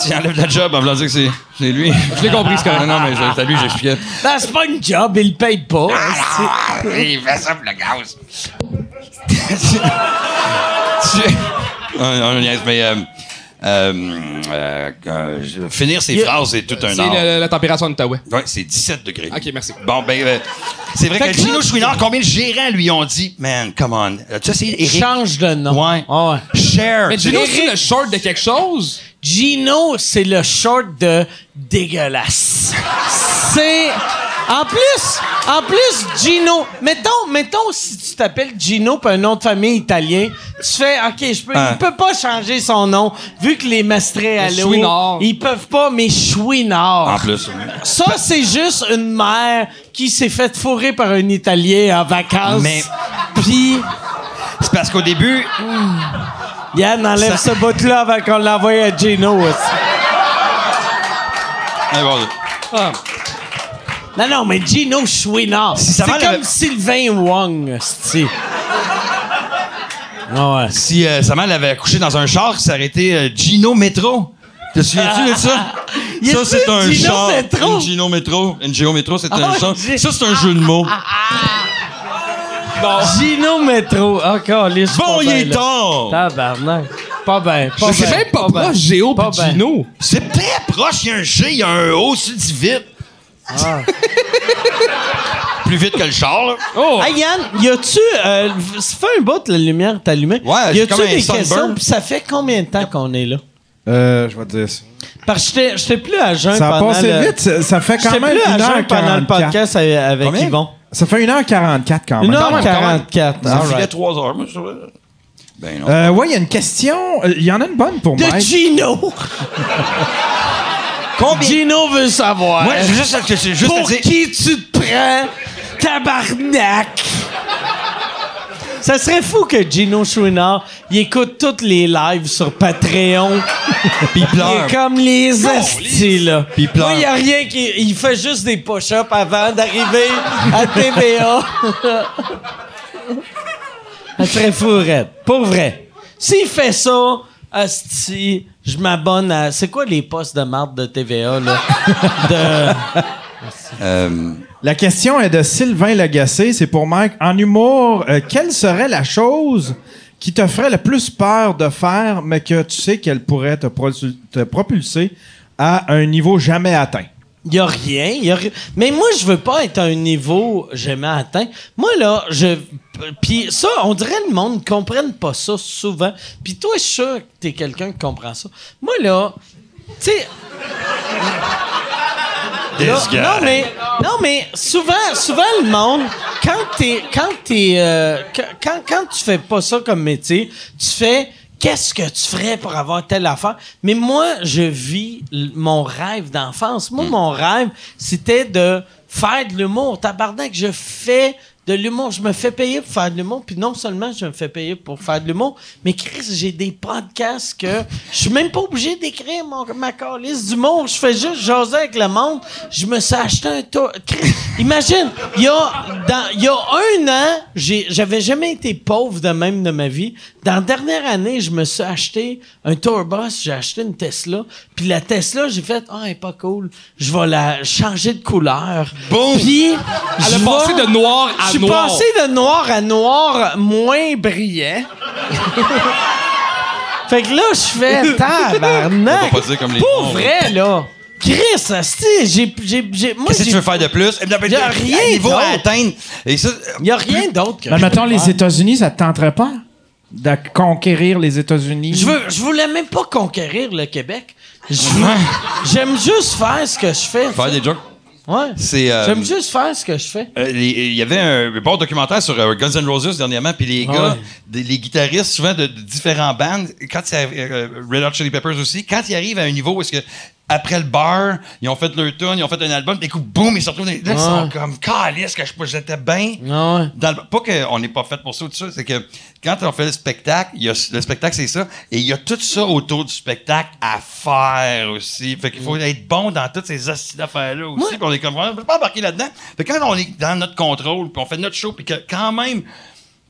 [SPEAKER 4] tu enlèves de la job en voulant dire que c'est c'est lui.
[SPEAKER 5] Je l'ai compris, ce
[SPEAKER 4] Non,
[SPEAKER 5] qu'on
[SPEAKER 4] non, mais je- c'est à lui, j'expliquais.
[SPEAKER 1] Non, Ben, c'est pas une job, il le paye pas.
[SPEAKER 4] Ah, Il fait ça pour le gaz. tu... On, on niaise, mais... euh, euh, euh, euh, je- finir ses phrases, c'est tout un
[SPEAKER 5] C'est
[SPEAKER 4] art.
[SPEAKER 5] la, la température en Outaouais.
[SPEAKER 4] Ouais, c'est 17 degrés.
[SPEAKER 5] Ok, merci.
[SPEAKER 4] Bon, ben, euh, c'est vrai
[SPEAKER 1] Fait
[SPEAKER 4] que,
[SPEAKER 1] que là,
[SPEAKER 4] Gino Chouinard, combien de gérants lui ont dit, man, come on. Tu sais, Eric.
[SPEAKER 1] Change de nom.
[SPEAKER 4] Ouais.
[SPEAKER 1] Ah ouais.
[SPEAKER 4] Share.
[SPEAKER 5] Mais Gino, c'est le short de quelque chose?
[SPEAKER 1] Gino, c'est le short de dégueulasse. C'est. En plus, en plus, Gino. Mettons, mettons si tu t'appelles Gino puis un nom de famille italien, tu fais OK, je peux,
[SPEAKER 4] Hein.
[SPEAKER 1] il peut pas changer son nom vu que les Mastrés à l'eau,
[SPEAKER 5] Chouinard.
[SPEAKER 1] ils peuvent pas, mais Chouinard.
[SPEAKER 4] En plus.
[SPEAKER 1] Ça, c'est juste une mère qui s'est faite fourrer par un Italien en vacances.
[SPEAKER 4] Mais-
[SPEAKER 1] Puis,
[SPEAKER 4] C'est parce qu'au début,
[SPEAKER 1] Yann enlève
[SPEAKER 4] Ça-
[SPEAKER 1] ce bout-là avant qu'on l'envoie à Gino aussi.
[SPEAKER 4] Eh, bon,
[SPEAKER 5] Ah.
[SPEAKER 1] Non, non, mais Gino Chouinard.
[SPEAKER 4] Si ça
[SPEAKER 1] c'est
[SPEAKER 4] va,
[SPEAKER 1] comme
[SPEAKER 4] le-
[SPEAKER 1] Sylvain Wong, c'ti. Ah ouais.
[SPEAKER 4] si euh, sa mère l'avait accouché dans un char qui s'arrêtait euh, Gino Metro. Te souviens-tu de ça?
[SPEAKER 1] Y a-tu
[SPEAKER 4] ça, c'est
[SPEAKER 1] une
[SPEAKER 4] un
[SPEAKER 1] Gino
[SPEAKER 4] char.
[SPEAKER 1] Metro?
[SPEAKER 4] Une Gino Metro. Une Gino Metro, c'est un
[SPEAKER 1] ouais,
[SPEAKER 4] char.
[SPEAKER 1] j'ai- Ah,
[SPEAKER 4] Ça, c'est un jeu de mots.
[SPEAKER 1] Gino Metro. Encore les
[SPEAKER 4] Bon, il est
[SPEAKER 1] ben,
[SPEAKER 4] tard!
[SPEAKER 1] Tabarnak. Pas bien. Pas
[SPEAKER 5] Je sais
[SPEAKER 1] ben,
[SPEAKER 5] même pas
[SPEAKER 1] ben.
[SPEAKER 5] proche Géo
[SPEAKER 1] Pas
[SPEAKER 5] pis
[SPEAKER 1] ben.
[SPEAKER 5] Gino.
[SPEAKER 4] C'est pas proche, il y a un G, il y a un O, c'est dit vite.
[SPEAKER 1] Ah.
[SPEAKER 4] Plus vite que le char, là.
[SPEAKER 5] Oh!
[SPEAKER 1] Hey Yann, y a-tu. Euh, ça fait un bout que la lumière est allumée.
[SPEAKER 4] Ouais,
[SPEAKER 1] y
[SPEAKER 4] j'ai
[SPEAKER 1] a-tu
[SPEAKER 4] comme un
[SPEAKER 1] des
[SPEAKER 4] sunburn.
[SPEAKER 1] questions? Puis ça fait combien de temps qu'on est là?
[SPEAKER 3] Euh, je vais te dire ça.
[SPEAKER 1] Parce que j'étais- j'étais plus à jeun
[SPEAKER 3] Ça a
[SPEAKER 1] pendant
[SPEAKER 3] passé
[SPEAKER 1] le...
[SPEAKER 3] vite. Ça, ça fait quand
[SPEAKER 1] J'étais
[SPEAKER 3] même
[SPEAKER 1] plus à
[SPEAKER 3] une
[SPEAKER 1] jeun
[SPEAKER 3] heure
[SPEAKER 1] pendant le
[SPEAKER 3] 44.
[SPEAKER 1] podcast avec- avec
[SPEAKER 4] Combien? Ah,
[SPEAKER 1] Yvon.
[SPEAKER 3] Ça fait 1h44 quand même.
[SPEAKER 1] 1h44.
[SPEAKER 4] Ça filait
[SPEAKER 1] alright.
[SPEAKER 4] trois heures, moi, je trouvais. Ben non.
[SPEAKER 3] Euh, ouais, il y a une question. Euh, Il y en a une bonne pour moi.
[SPEAKER 1] De Gino. Gino veut savoir.
[SPEAKER 4] moi, je veux juste que c'est juste à
[SPEAKER 1] Pour
[SPEAKER 4] dire-
[SPEAKER 1] qui tu te prends, tabarnak? Ça serait fou que Gino Chouinard il écoute toutes les lives sur Patreon.
[SPEAKER 4] Puis il pleure.
[SPEAKER 1] Il est comme les astis, là.
[SPEAKER 4] Puis il pleure.
[SPEAKER 1] Moi, il y a rien qui... Il fait juste des push-ups avant d'arriver à TVA. Ça serait fou, Red. Pour vrai. S'il fait ça, asti, je m'abonne à... C'est quoi les postes de marde de TVA, là? De... Hein?
[SPEAKER 4] Euh,
[SPEAKER 3] La question est de Sylvain Lagacé. C'est pour Mike. En humour, euh, quelle serait la chose qui te ferait le plus peur de faire, mais que tu sais qu'elle pourrait te, produ- te propulser à un niveau jamais atteint?
[SPEAKER 1] Il a rien. y a ri- Mais moi, je veux pas être à un niveau jamais atteint. Moi, là, je. Puis ça, on dirait le monde ne comprenne pas ça souvent. Puis toi, je suis sûr que t'es quelqu'un qui comprend ça. Moi, là, tu sais, Là,
[SPEAKER 4] this guy.
[SPEAKER 1] Non, mais, non, mais souvent, souvent, le monde, quand t'es, quand t'es, euh, que- quand, quand tu fais pas ça comme métier, tu fais, qu'est-ce que tu ferais pour avoir telle affaire? Mais moi, je vis l- mon rêve
[SPEAKER 4] Hmm.
[SPEAKER 1] d'enfance. Moi, mon rêve, c'était de faire de l'humour. Tabarnak, je fais de l'humour. Je me fais payer pour faire de l'humour, puis non seulement je me fais payer pour faire de l'humour, mais Chris, j'ai des podcasts que je suis même pas obligé d'écrire mon, ma calice d'humour. Je fais juste jaser avec le monde. Je me suis acheté un tour. Chris, imagine, il y a, dans- il y a un an, j'ai- j'avais jamais été pauvre de même de ma vie. Dans la dernière année, je me suis acheté un tour bus, j'ai acheté une Tesla, puis la Tesla, j'ai fait, ah, elle est pas cool. Je vais la changer de couleur.
[SPEAKER 4] Boum!
[SPEAKER 1] Puis,
[SPEAKER 5] Elle
[SPEAKER 1] je
[SPEAKER 5] a passé
[SPEAKER 1] vais-
[SPEAKER 5] de noir
[SPEAKER 1] je
[SPEAKER 5] à
[SPEAKER 1] suis
[SPEAKER 5] noir.
[SPEAKER 1] passé de noir à noir moins brillant. fait que là, je fais tabarnak.
[SPEAKER 4] On va pas dire comme les
[SPEAKER 1] Pour
[SPEAKER 4] noirs.
[SPEAKER 1] vrai, là. Chris, asti, j'ai, j'ai, j'ai, moi,
[SPEAKER 4] Qu'est-ce que
[SPEAKER 1] j'ai-
[SPEAKER 4] tu veux faire de plus? Il
[SPEAKER 1] Y a rien
[SPEAKER 4] niveau à
[SPEAKER 1] d'autre.
[SPEAKER 4] atteindre. Et ça,
[SPEAKER 1] y a rien d'autre que.
[SPEAKER 3] Mais
[SPEAKER 1] je
[SPEAKER 3] mettons,
[SPEAKER 1] peux
[SPEAKER 3] les
[SPEAKER 1] faire.
[SPEAKER 3] États-Unis, ça te tenterait pas de conquérir les États-Unis?
[SPEAKER 1] Je veux, je voulais même pas conquérir le Québec. Je veux- j'aime juste faire ce que je fais.
[SPEAKER 4] faire des jokes.
[SPEAKER 1] Ouais.
[SPEAKER 4] C'est. euh,
[SPEAKER 1] J'aime juste faire ce que je fais.
[SPEAKER 4] Euh, les- Il y avait un bon documentaire sur euh, Guns N' Roses dernièrement, puis les gars, des- les guitaristes souvent de, de différents bands, quand ils arri- euh, Red Hot Chili Peppers aussi, quand ils arrivent à un niveau où est-ce que après le bar, ils ont fait leur tune, ils ont fait un album, des coups, boum, ils se retrouvent dans les- là, ils sont comme calice que je- j'étais bien.
[SPEAKER 1] Ah ouais.
[SPEAKER 4] Dans le- pas qu'on n'est pas fait pour ça ou tout ça, c'est que quand on fait le spectacle, il y a, le spectacle, c'est ça, et il y a tout ça autour du spectacle à faire aussi. Fait qu'il faut être bon dans toutes ces astuces d'affaires-là aussi. Puis on est comme, on peut pas embarquer là-dedans. Fait que quand on est dans notre contrôle, puis on fait notre show, puis que quand même,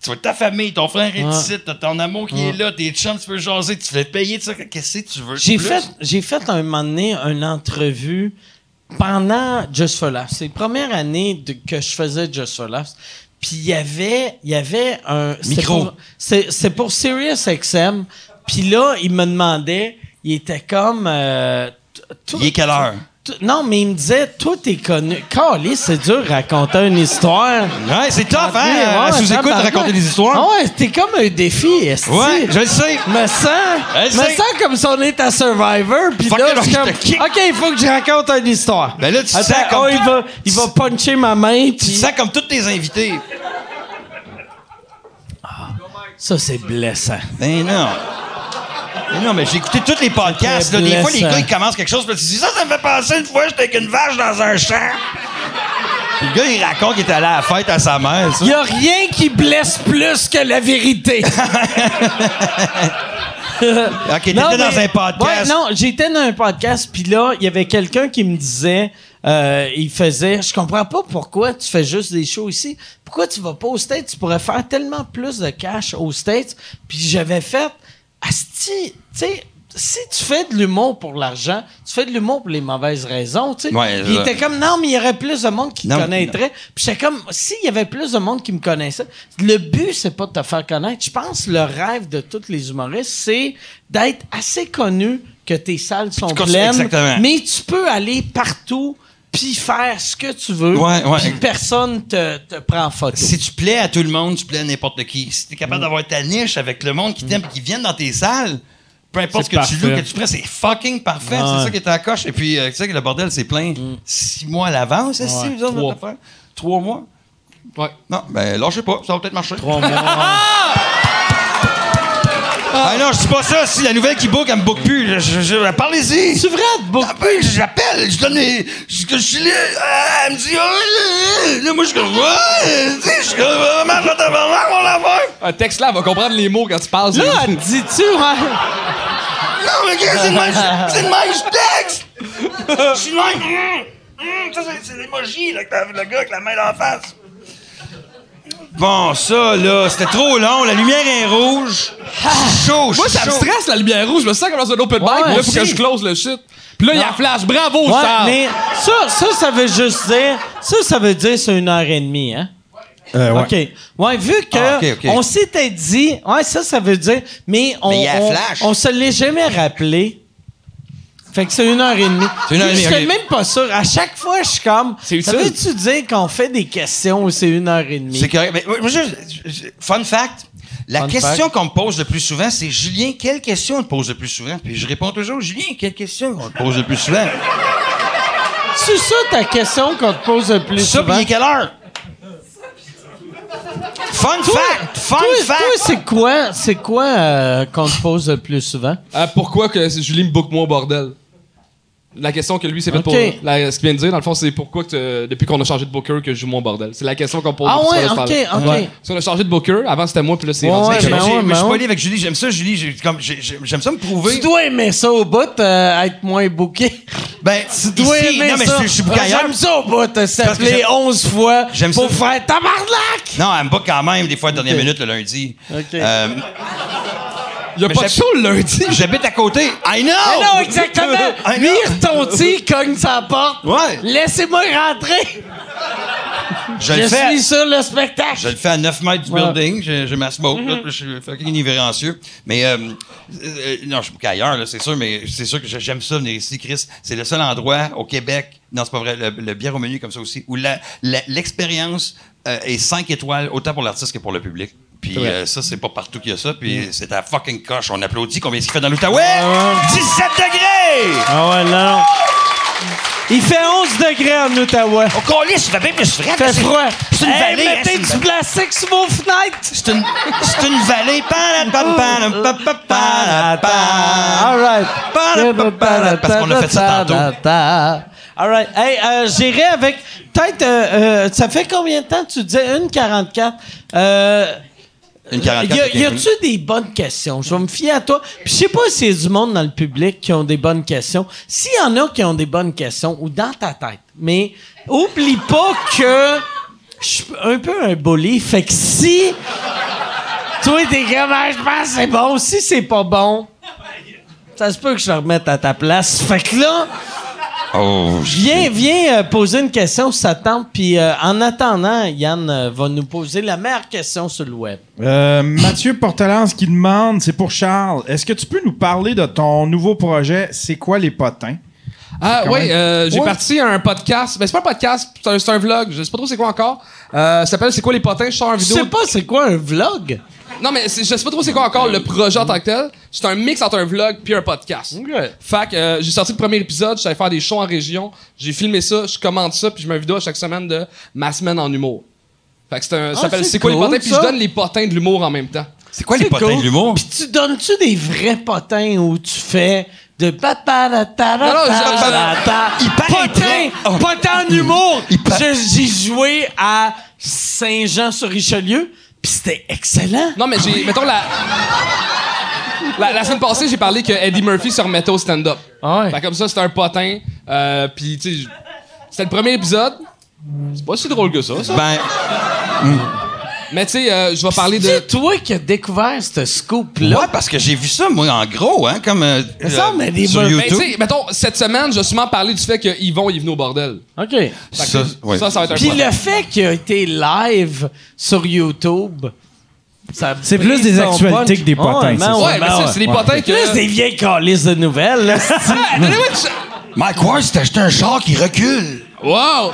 [SPEAKER 4] tu vois ta famille, ton frère est ici, t'as ton amour qui est là, tes chums, tu peux jaser, tu te fais payer, tu sais, qu'est-ce que tu veux? de
[SPEAKER 1] J'ai
[SPEAKER 4] plus?
[SPEAKER 1] fait, j'ai fait un moment donné une entrevue pendant Just for Laughs. C'est la première année de- que je faisais Just for Laughs. Puis il y avait, il y avait un... c'était
[SPEAKER 4] Micro.
[SPEAKER 1] pour- C'est c'est pour SiriusXM. Puis là, il me demandait, il était comme... euh, t- tout-
[SPEAKER 4] Il est quelle heure?
[SPEAKER 1] tout- non, mais il me disait, toi, t'es connu. Calé, c'est dur de raconter une histoire.
[SPEAKER 4] Ouais, c'est tough,
[SPEAKER 1] Ah, ouais,
[SPEAKER 4] hein? sous écoute,
[SPEAKER 1] tabarnak.
[SPEAKER 4] raconter des histoires.
[SPEAKER 1] Ah ouais, t'es comme un défi, esti.
[SPEAKER 4] Ouais, je le sais.
[SPEAKER 1] me sens,
[SPEAKER 4] Elle
[SPEAKER 1] me
[SPEAKER 4] sait.
[SPEAKER 1] sens comme si on était à Survivor, puis
[SPEAKER 4] Fuck
[SPEAKER 1] là,
[SPEAKER 4] it,
[SPEAKER 1] je suis
[SPEAKER 4] je te
[SPEAKER 1] comme,
[SPEAKER 4] kick.
[SPEAKER 1] OK, il faut que je raconte une histoire.
[SPEAKER 4] Ben là, tu
[SPEAKER 1] Attends,
[SPEAKER 4] sens comme-
[SPEAKER 1] oh, il va, il va puncher ma main,
[SPEAKER 4] Tu te
[SPEAKER 1] puis...
[SPEAKER 4] sens comme tous tes invités.
[SPEAKER 1] Ça, c'est blessant.
[SPEAKER 4] Ben non. Mais non, mais j'ai écouté tous les podcasts.
[SPEAKER 1] Très
[SPEAKER 4] là. Des fois, les
[SPEAKER 1] blessant.
[SPEAKER 4] gars, ils commencent quelque chose, puis tu dis ça, ça me fait penser une fois, j'étais avec une vache dans un champ. Puis le gars, il raconte qu'il est allé à la fête à sa mère, ça.
[SPEAKER 1] Il y a rien qui blesse plus que la vérité.
[SPEAKER 4] Ok, t'étais
[SPEAKER 1] Non,
[SPEAKER 4] dans
[SPEAKER 1] mais-
[SPEAKER 4] un podcast.
[SPEAKER 1] Ouais, non, j'étais dans un podcast, puis là, il y avait quelqu'un qui me disait, euh, il faisait, je comprends pas pourquoi tu fais juste des shows ici. Pourquoi tu vas pas aux States? Tu pourrais faire tellement plus de cash aux States. Puis j'avais fait, asti, tu sais, si tu fais de l'humour pour l'argent, tu fais de l'humour pour les mauvaises raisons, tu sais.
[SPEAKER 4] Ouais,
[SPEAKER 1] Puis il
[SPEAKER 4] ça.
[SPEAKER 1] était comme, non, mais il y aurait plus de monde qui te
[SPEAKER 4] Non,
[SPEAKER 1] connaîtrait. Puis j'étais comme, s'il y avait plus de monde qui me connaissait, le but, c'est pas de te faire connaître. Je pense que le rêve de tous les humoristes, c'est d'être assez connu que tes salles sont
[SPEAKER 4] continues-
[SPEAKER 1] pleines.
[SPEAKER 4] exactement.
[SPEAKER 1] Mais tu peux aller partout puis faire ce que tu veux.
[SPEAKER 4] Ouais, ouais.
[SPEAKER 1] Puis personne te, te prend en photo.
[SPEAKER 4] Si tu plais à tout le monde, tu plais à n'importe qui. Si t'es capable d'avoir ta niche avec le monde qui t'aime et qui viennent dans tes salles, peu importe ce
[SPEAKER 3] C'est
[SPEAKER 4] que tu loues,
[SPEAKER 3] parfait.
[SPEAKER 4] que tu prends, c'est fucking parfait. C'est ça qui est à la coche. Et puis, euh, tu sais que le bordel, c'est plein six mois à l'avance, est-ce que vous autres,
[SPEAKER 5] Trois.
[SPEAKER 4] votre affaire? Trois mois?
[SPEAKER 5] Ouais.
[SPEAKER 4] Non, ben lâchez pas, ça va peut-être marcher. Ah non, je dis pas ça. Si la nouvelle qui book, elle me book plus. Je, je- je- Parlez-y.
[SPEAKER 1] C'est vrai, de beaucoup.
[SPEAKER 4] Ah ben, j'appelle, je donne les. Je, je suis là. ah, Elle me dit. ah, là, moi, je suis comme. ah, tu sais, Je suis comme. oh, Vraiment, je t'en parle, mon affaire.
[SPEAKER 5] Un texte là, va comprendre les mots quand tu parles.
[SPEAKER 1] Là, dis-tu, ouais.
[SPEAKER 4] Non, mais qu'est-ce que c'est de même? je- C'est de même, je texte. Je suis de même. hum, hum, ça, c'est- c'est l'émoji, là, que t'as- le gars avec la main d'en face. Bon, ça, là, c'était trop long. La lumière est rouge. Chaud,
[SPEAKER 5] Moi, ça me stresse la lumière rouge. Je me sens comme dans un open mic.
[SPEAKER 1] Ouais,
[SPEAKER 5] puis là, faut
[SPEAKER 1] aussi.
[SPEAKER 5] que je close le shit. Puis là, il y a
[SPEAKER 1] Non.
[SPEAKER 5] flash. Bravo,
[SPEAKER 1] Ouais,
[SPEAKER 5] Charles.
[SPEAKER 1] mais ça, ça, ça veut juste dire, ça, ça veut dire c'est une heure et demie, hein?
[SPEAKER 3] Euh, ouais.
[SPEAKER 1] OK. Ouais, vu que
[SPEAKER 4] Ah, ok, ok.
[SPEAKER 1] on s'était dit, ouais, ça, ça veut dire, mais on,
[SPEAKER 4] Mais il y a la
[SPEAKER 1] on,
[SPEAKER 4] flash.
[SPEAKER 1] on se l'est jamais rappelé. Fait que c'est une heure et demie.
[SPEAKER 4] C'est une heure et demie,
[SPEAKER 1] Je suis
[SPEAKER 4] ok.
[SPEAKER 1] même pas sûr. À chaque fois, je suis comme.
[SPEAKER 5] C'est
[SPEAKER 1] Ça
[SPEAKER 5] utile.
[SPEAKER 1] veut-tu dire qu'on fait des questions où c'est une heure et demie?
[SPEAKER 4] C'est correct. Mais moi, moi, je- je- je- fun fact. La
[SPEAKER 1] Fun
[SPEAKER 4] question qu'on me pose le plus souvent, c'est Julien, quelle question on te pose le plus souvent? Puis je réponds toujours, Julien, quelle question on te pose le plus souvent?
[SPEAKER 1] C'est ça ta question qu'on te pose le plus
[SPEAKER 4] ça, puis
[SPEAKER 1] souvent?
[SPEAKER 4] il est quelle heure? Fun fact! Fun
[SPEAKER 1] Toi, toi,
[SPEAKER 4] fact!
[SPEAKER 1] c'est quoi, c'est quoi euh, qu'on te pose le plus souvent?
[SPEAKER 5] Ah, pourquoi que Julie me book moi au bordel? La question que lui s'est faite
[SPEAKER 1] Ok.
[SPEAKER 5] pour. la- ce qu'il vient de dire, dans le fond, c'est pourquoi que, euh, depuis qu'on a changé de Booker que je joue mon bordel. C'est la question qu'on pose.
[SPEAKER 1] Ah
[SPEAKER 5] sur
[SPEAKER 1] ouais,
[SPEAKER 5] le
[SPEAKER 1] ok,
[SPEAKER 5] stand-up.
[SPEAKER 1] ok.
[SPEAKER 5] Parce qu'on a changé de Booker, avant c'était moi, puis là c'est
[SPEAKER 1] Ouais,
[SPEAKER 5] rendu-
[SPEAKER 1] ouais,
[SPEAKER 4] Mais j'ai-
[SPEAKER 1] ben ouais,
[SPEAKER 4] mais je
[SPEAKER 1] ben
[SPEAKER 4] suis pas
[SPEAKER 1] ouais.
[SPEAKER 4] allé avec Julie, j'aime ça, Julie, j'ai- comme, j'ai- j'ai- j'aime ça me
[SPEAKER 1] Tu
[SPEAKER 4] prouver.
[SPEAKER 1] dois aimer ça au bout, euh, être moins bouqué.
[SPEAKER 4] Ben,
[SPEAKER 1] Tu dois
[SPEAKER 4] ici-
[SPEAKER 1] aimer
[SPEAKER 4] non, mais
[SPEAKER 1] ça.
[SPEAKER 4] je- je suis
[SPEAKER 1] Ah,
[SPEAKER 4] bouqué ailleurs.
[SPEAKER 1] J'aime ça au bout, euh,
[SPEAKER 4] parce que
[SPEAKER 1] s'appeler
[SPEAKER 4] j'aime-
[SPEAKER 1] 11 fois
[SPEAKER 4] J'aime
[SPEAKER 1] pour
[SPEAKER 4] ça.
[SPEAKER 1] faire tabarnak!
[SPEAKER 4] Non, elle me bat quand même, des fois, à la dernière minute, le lundi.
[SPEAKER 1] OK.
[SPEAKER 4] Euh,
[SPEAKER 5] Il y a
[SPEAKER 4] Mais
[SPEAKER 5] pas de
[SPEAKER 4] j'ai-
[SPEAKER 5] show le lundi.
[SPEAKER 4] J'habite à côté. I know!
[SPEAKER 1] Mais non, exactement!
[SPEAKER 4] I know.
[SPEAKER 1] Lui, il retontit, il cogne sa porte.
[SPEAKER 4] Ouais.
[SPEAKER 1] Laissez-moi rentrer!
[SPEAKER 4] Je
[SPEAKER 1] Je
[SPEAKER 4] le fais.
[SPEAKER 1] suis sur le spectacle!
[SPEAKER 4] Je le fais à 9 mètres du building, j'ai j'ai ma smoke,
[SPEAKER 1] Mm-hmm.
[SPEAKER 4] là, puis je suis fucking irrévérencieux. Mais euh, euh, non, je suis pas ailleurs, là, c'est sûr, mais c'est sûr que je- j'aime ça venir ici, Chris. C'est le seul endroit au Québec, non, c'est pas vrai, le, le bière au menu comme ça aussi, où la- la- l'expérience euh, est 5 étoiles, autant pour l'artiste que pour le public. Puis euh, ça, c'est pas partout qu'il y a ça. Puis
[SPEAKER 1] Mm.
[SPEAKER 4] c'est à fucking coche. On applaudit. Combien est-ce qu'il fait dans l'Outaouais? 17 degrés!
[SPEAKER 6] Ah ouais, non, non. Il fait 11 degrés en Ottawa.
[SPEAKER 4] On colisse, il fait bien plus frais.
[SPEAKER 1] Fait
[SPEAKER 4] c'est-
[SPEAKER 1] froid!
[SPEAKER 4] C'est une
[SPEAKER 1] Hey,
[SPEAKER 4] vallée, hein, c'est
[SPEAKER 1] mettez
[SPEAKER 4] une
[SPEAKER 1] du
[SPEAKER 4] vallée.
[SPEAKER 1] plastique sur vos fenêtres!
[SPEAKER 4] C'est une, c'est une vallée.
[SPEAKER 1] All right.
[SPEAKER 4] Parce qu'on a fait ça tantôt.
[SPEAKER 1] All right. Hey, euh, j'irai avec. Peut-être. euh, euh, ça fait combien de temps que tu disais une 44? Euh,
[SPEAKER 4] Une
[SPEAKER 1] y a-
[SPEAKER 4] 44.
[SPEAKER 1] y a-tu des bonnes questions? Je vais me fier à toi. Puis je sais pas si c'est du monde dans le public qui ont des bonnes questions. S'il y en a qui ont des bonnes questions, ou dans ta tête, mais oublie pas que je suis un peu un bully. Fait que si. Toi, t'es comme, Ah, je pense que c'est bon. Si c'est pas bon, ça se peut que je le remette à ta place. Fait que là,
[SPEAKER 4] Oh,
[SPEAKER 1] viens, viens euh, poser une question si ça te tente. Puis euh, en attendant, Yann euh, va nous poser la meilleure question sur le web.
[SPEAKER 3] Euh, Mathieu Portelance qui demande, c'est pour Charles, est-ce que tu peux nous parler de ton nouveau projet, C'est quoi les potins?
[SPEAKER 5] Ah
[SPEAKER 3] quand
[SPEAKER 5] oui,
[SPEAKER 3] même-
[SPEAKER 5] euh, j'ai
[SPEAKER 3] Ouais.
[SPEAKER 5] parti un podcast. Mais c'est pas un podcast, c'est un, c'est un vlog. Je sais pas trop c'est quoi encore. Euh, ça s'appelle C'est quoi les potins? Je sors un
[SPEAKER 1] Je
[SPEAKER 5] vidéo.
[SPEAKER 1] sais pas c'est quoi un vlog.
[SPEAKER 5] Non, mais c'est- je sais pas trop c'est quoi encore le projet en tant que tel. C'est un mix entre un vlog puis un podcast. Fait que euh, j'ai sorti le premier épisode, j'allais faire des shows en région, j'ai filmé ça, je commande ça, puis je mets une vidéo à chaque semaine de ma semaine en humour. Fait que c'est un, ça s'appelle
[SPEAKER 1] Ah, c'est
[SPEAKER 5] C'est quoi
[SPEAKER 1] cool,
[SPEAKER 5] les potins, puis
[SPEAKER 1] ça.
[SPEAKER 5] je donne les potins de l'humour en même temps.
[SPEAKER 4] C'est quoi les potins
[SPEAKER 1] cool.
[SPEAKER 4] de l'humour?
[SPEAKER 1] Puis tu donnes-tu des vrais potins où tu fais de papa la
[SPEAKER 5] Non, non, je-
[SPEAKER 4] Il paraît
[SPEAKER 1] Potin,
[SPEAKER 4] pas. Oh.
[SPEAKER 1] potin en humour.
[SPEAKER 4] Il pa-
[SPEAKER 1] Je- J'ai joué à Saint-Jean-sur-Richelieu, puis c'était excellent.
[SPEAKER 5] Non, mais j'ai. Mettons la. La, la semaine passée, j'ai parlé que Eddie Murphy se remettait au stand-up.
[SPEAKER 1] Ah ouais.
[SPEAKER 5] Fait comme ça, c'était un potin. Euh, puis, tu sais, j- c'était le premier épisode. C'est pas si drôle que ça, ça.
[SPEAKER 4] Ben,
[SPEAKER 5] Mais, tu sais, euh, je vais parler de.
[SPEAKER 1] C'est toi qui as découvert ce scoop-là.
[SPEAKER 4] ouais, parce que j'ai vu ça, moi, en gros, hein, comme euh,
[SPEAKER 1] Mais ça,
[SPEAKER 4] euh,
[SPEAKER 1] mais des Ben,
[SPEAKER 4] sur
[SPEAKER 1] bœufs-
[SPEAKER 5] Mais, Ben, tu
[SPEAKER 4] YouTube.
[SPEAKER 5] sais, mettons, cette semaine, j'ai sûrement parlé du fait que Yvon, il est venu au bordel.
[SPEAKER 1] OK.
[SPEAKER 5] Fait que
[SPEAKER 4] Ça, ouais.
[SPEAKER 5] ça, ça va être un
[SPEAKER 1] Puis
[SPEAKER 5] potin.
[SPEAKER 1] le fait qu'il a été live sur YouTube, ça a
[SPEAKER 3] C'est
[SPEAKER 1] pris
[SPEAKER 3] plus des
[SPEAKER 1] son
[SPEAKER 3] actualités
[SPEAKER 1] punch.
[SPEAKER 3] que des potins,
[SPEAKER 1] Ouais,
[SPEAKER 3] c'est ça.
[SPEAKER 1] ben
[SPEAKER 5] Ouais, mais
[SPEAKER 1] ben
[SPEAKER 5] c'est- c'est des potins que.
[SPEAKER 1] Plus des vieilles calices de nouvelles. là.
[SPEAKER 5] Ah, donnez-moi une ch-
[SPEAKER 4] Mike Ward s'est acheté un char qui recule.
[SPEAKER 5] Wow!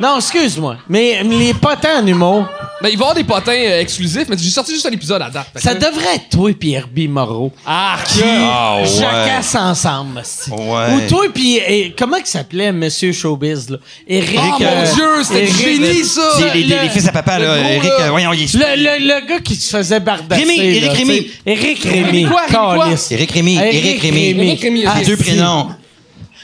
[SPEAKER 1] non, excuse-moi, mais les potins en humour,
[SPEAKER 5] Mais il va y avoir des potins euh, exclusifs, mais j'ai sorti juste un épisode à date. Fait que-
[SPEAKER 1] ça devrait être toi et Herbie Moreau.
[SPEAKER 5] Ah,
[SPEAKER 1] Qui
[SPEAKER 4] Ah, ouais.
[SPEAKER 1] jacassent ensemble. esti.
[SPEAKER 4] Ouais.
[SPEAKER 1] Ou toi puis eh, comment il s'appelait Monsieur Showbiz là? Eric,
[SPEAKER 5] Oh mon
[SPEAKER 1] euh,
[SPEAKER 5] dieu, c'était
[SPEAKER 1] Eric-
[SPEAKER 5] génie, ça!
[SPEAKER 4] C'est les, les- les fils à papa, là,
[SPEAKER 5] gros,
[SPEAKER 4] Eric,
[SPEAKER 5] là.
[SPEAKER 4] euh, voyons, il est...
[SPEAKER 1] Le, le- le gars qui se faisait bardasser.
[SPEAKER 4] Rémi, Éric
[SPEAKER 1] là,
[SPEAKER 4] Rémi.
[SPEAKER 1] tu sais. Éric Rémi.
[SPEAKER 5] quoi, Rémi quoi?
[SPEAKER 1] calice.
[SPEAKER 4] Eric Rémy,
[SPEAKER 1] Éric
[SPEAKER 4] Eric Rémy.
[SPEAKER 1] Rémy.
[SPEAKER 5] Éric Rémy, ok.
[SPEAKER 1] Ah,
[SPEAKER 4] Deux
[SPEAKER 1] si.
[SPEAKER 4] prénoms.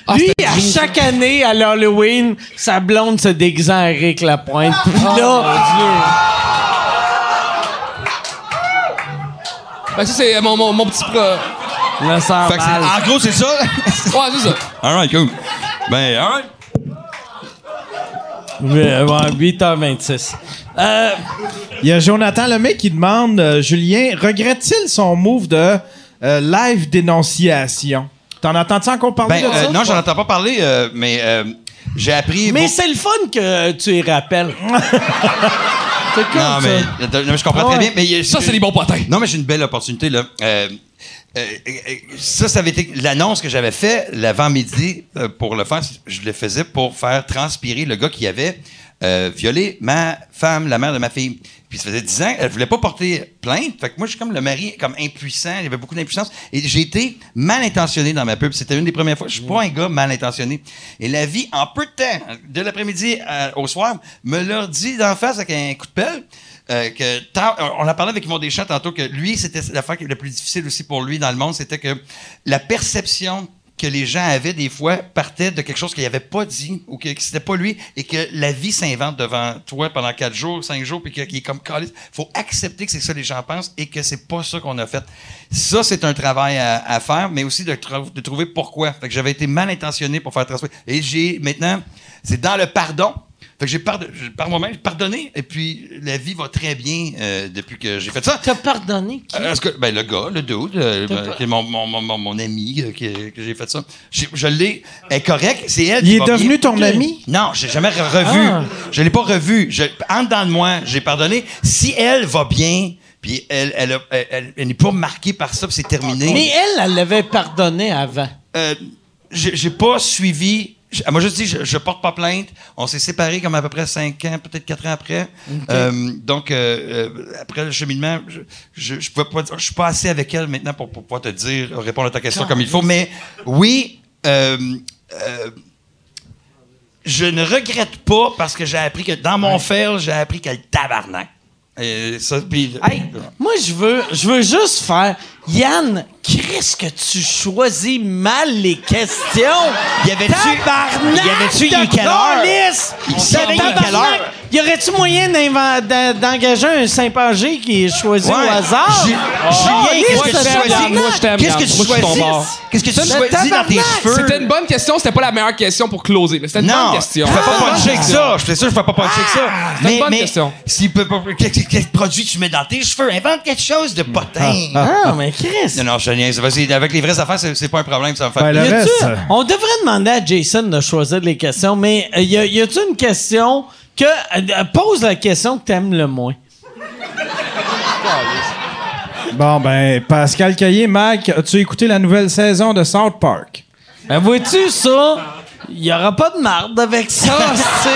[SPEAKER 5] Ah,
[SPEAKER 1] Lui,
[SPEAKER 5] c'était
[SPEAKER 1] à
[SPEAKER 5] génial.
[SPEAKER 1] chaque année, à l'Halloween, sa blonde se déguise en Eric Lapointe. Puis là,
[SPEAKER 5] Fait que ça, c'est euh, mon, mon, mon petit. pro-
[SPEAKER 1] le sang
[SPEAKER 4] Fait que c'est-
[SPEAKER 1] mal.
[SPEAKER 4] en gros, c'est ça.
[SPEAKER 5] Ouais, c'est ça.
[SPEAKER 4] all right, cool. Ben, all right.
[SPEAKER 1] Ouais, ouais, 8h26. Euh,
[SPEAKER 3] Il y a Jonathan Lemay qui demande, euh, Julien, regrette-t-il son move de euh, live dénonciation? T'en entends-tu encore parler
[SPEAKER 4] Ben,
[SPEAKER 3] de
[SPEAKER 4] euh,
[SPEAKER 3] ça?
[SPEAKER 4] non, j'en entends pas parler, euh, mais euh, j'ai appris...
[SPEAKER 1] mais
[SPEAKER 4] beaucoup-
[SPEAKER 1] c'est le fun que tu y rappelles. c'est cool,
[SPEAKER 4] Non, mais,
[SPEAKER 1] ça. Ah
[SPEAKER 4] non, mais je comprends
[SPEAKER 1] Ouais.
[SPEAKER 4] très bien. Mais il y a-
[SPEAKER 5] Ça, c'est des bons potins.
[SPEAKER 4] Non, mais j'ai une belle opportunité, là. Euh, euh, euh, ça, ça avait été l'annonce que j'avais fait l'avant-midi euh, pour le faire. Je le faisais pour faire transpirer le gars qui avait euh, violé ma femme, la mère de ma fille. Puis ça faisait 10 ans, elle voulait pas porter plainte. Fait que moi, je suis comme le mari, comme impuissant. Il y avait beaucoup d'impuissance. Et j'ai été mal intentionné dans ma pub. C'était une des premières fois. Je suis pas un gars mal intentionné. Et la vie, en peu de temps, de l'après-midi euh, au soir, me leur dit d'en face avec un coup de pelle. euh, que tant- euh, on a parlé avec Yvon Deschamps tantôt que lui, c'était l'affaire qui- la plus difficile aussi pour lui dans le monde, c'était que la perception que les gens avaient des fois partait de quelque chose qu'il n'avait pas dit ou que, que c'était pas lui et que la vie s'invente devant toi pendant quatre jours, cinq jours, puis que- qu'il est comme Il faut accepter que c'est ça les gens pensent et que c'est pas ça qu'on a fait. Ça, c'est un travail à, à faire, mais aussi de, tr- de trouver pourquoi. Fait que j'avais été mal intentionné pour faire transfert. Et j'ai maintenant, c'est dans le pardon. Fait que j'ai pardon- j'ai- par moi-même j'ai pardonné et puis la vie va très bien euh, depuis que j'ai fait ça.
[SPEAKER 1] T'as pardonné qui?
[SPEAKER 4] Euh, est-ce que- ben, le gars, le dude, euh,
[SPEAKER 1] T'as
[SPEAKER 4] ben,
[SPEAKER 1] pas-
[SPEAKER 4] qui est mon, mon, mon, mon- mon ami, euh, qui- que j'ai fait ça. Je, je l'ai. Elle est correcte, c'est elle.
[SPEAKER 3] Il
[SPEAKER 4] qui
[SPEAKER 3] est
[SPEAKER 4] va
[SPEAKER 3] devenu
[SPEAKER 4] bien.
[SPEAKER 3] ton
[SPEAKER 4] Ok.
[SPEAKER 3] ami?
[SPEAKER 4] Non, j'ai jamais re- revu.
[SPEAKER 1] Ah.
[SPEAKER 4] Je l'ai pas revu. Je, en dedans de moi, j'ai pardonné. Si elle va bien, puis elle, elle, a- elle- elle- elle n'est pas marquée par ça, puis c'est terminé.
[SPEAKER 1] Mais elle, elle l'avait pardonné avant.
[SPEAKER 4] Euh, j'ai j'ai pas suivi. j'- Elle m'a juste dit, je, je porte pas plainte. On s'est séparés comme à peu près 5 ans, peut-être 4 ans après. Euh, donc, euh, euh, après le cheminement, je, je, je pouvais pas dire- je suis pas assez avec elle maintenant pour, pour pouvoir te dire, répondre à ta question comme il faut. Mais oui, euh, euh, je ne regrette pas parce que j'ai appris que dans mon fer, j'ai appris qu'elle tabarnak. Et ça, puis- euh,
[SPEAKER 1] Hey, moi, je veux, je veux juste faire. Yann, qu'est-ce que tu choisis mal les questions?
[SPEAKER 4] Y avait-tu-
[SPEAKER 1] Tabarnak
[SPEAKER 4] y avait-tu- il est
[SPEAKER 1] de
[SPEAKER 4] quelle heure?
[SPEAKER 1] câlisse!
[SPEAKER 4] Il savait, il est
[SPEAKER 1] Tabarnak!
[SPEAKER 4] quelle heure?
[SPEAKER 1] Y aurait-tu moyen d'invent- d'en- d'engager un Saint-Pangé qui est choisi
[SPEAKER 4] Ouais.
[SPEAKER 1] au hasard? Oh,
[SPEAKER 4] Ju- Julien, qu'est-ce que tu choisis?
[SPEAKER 5] Ah, Moi, je t'aime,
[SPEAKER 4] Qu'est-ce que
[SPEAKER 5] Yann.
[SPEAKER 4] tu
[SPEAKER 5] Moi, je suis ton
[SPEAKER 4] choisis?
[SPEAKER 5] bord.
[SPEAKER 4] Qu'est-ce que tu
[SPEAKER 5] Tabarnak,
[SPEAKER 4] choisis dans tes cheveux?
[SPEAKER 5] C'était une bonne question, c'était pas la meilleure question pour closer, mais c'était une
[SPEAKER 4] non,
[SPEAKER 5] bonne question.
[SPEAKER 4] je ne pas
[SPEAKER 5] C'était
[SPEAKER 4] puncher
[SPEAKER 5] une
[SPEAKER 4] que
[SPEAKER 5] bonne
[SPEAKER 4] ça. Je suis sûr que je ne pas puncher que ça.
[SPEAKER 5] c'est une bonne question.
[SPEAKER 4] s'il peut pas- quel, quel- quel produit tu mets dans tes cheveux? Invente quelque chose de potin.
[SPEAKER 1] Ah, mais Chris!
[SPEAKER 4] Non, non, je te niaise. Vas-y, avec les vraies affaires, c'est c'est pas un problème. Ça me fait
[SPEAKER 3] Ben, le
[SPEAKER 4] plaisir.
[SPEAKER 1] Y a-tu-
[SPEAKER 3] reste.
[SPEAKER 1] on devrait demander à Jason de choisir les questions, mais euh, y, a, y a-tu une question que. euh, pose la question que t'aimes le moins.
[SPEAKER 3] Bon, ben, Pascal Caillé, Mac, as-tu écouté la nouvelle saison de South Park?
[SPEAKER 1] Ben, vois-tu ça? Il n'y aura pas de marde avec ça, c'est.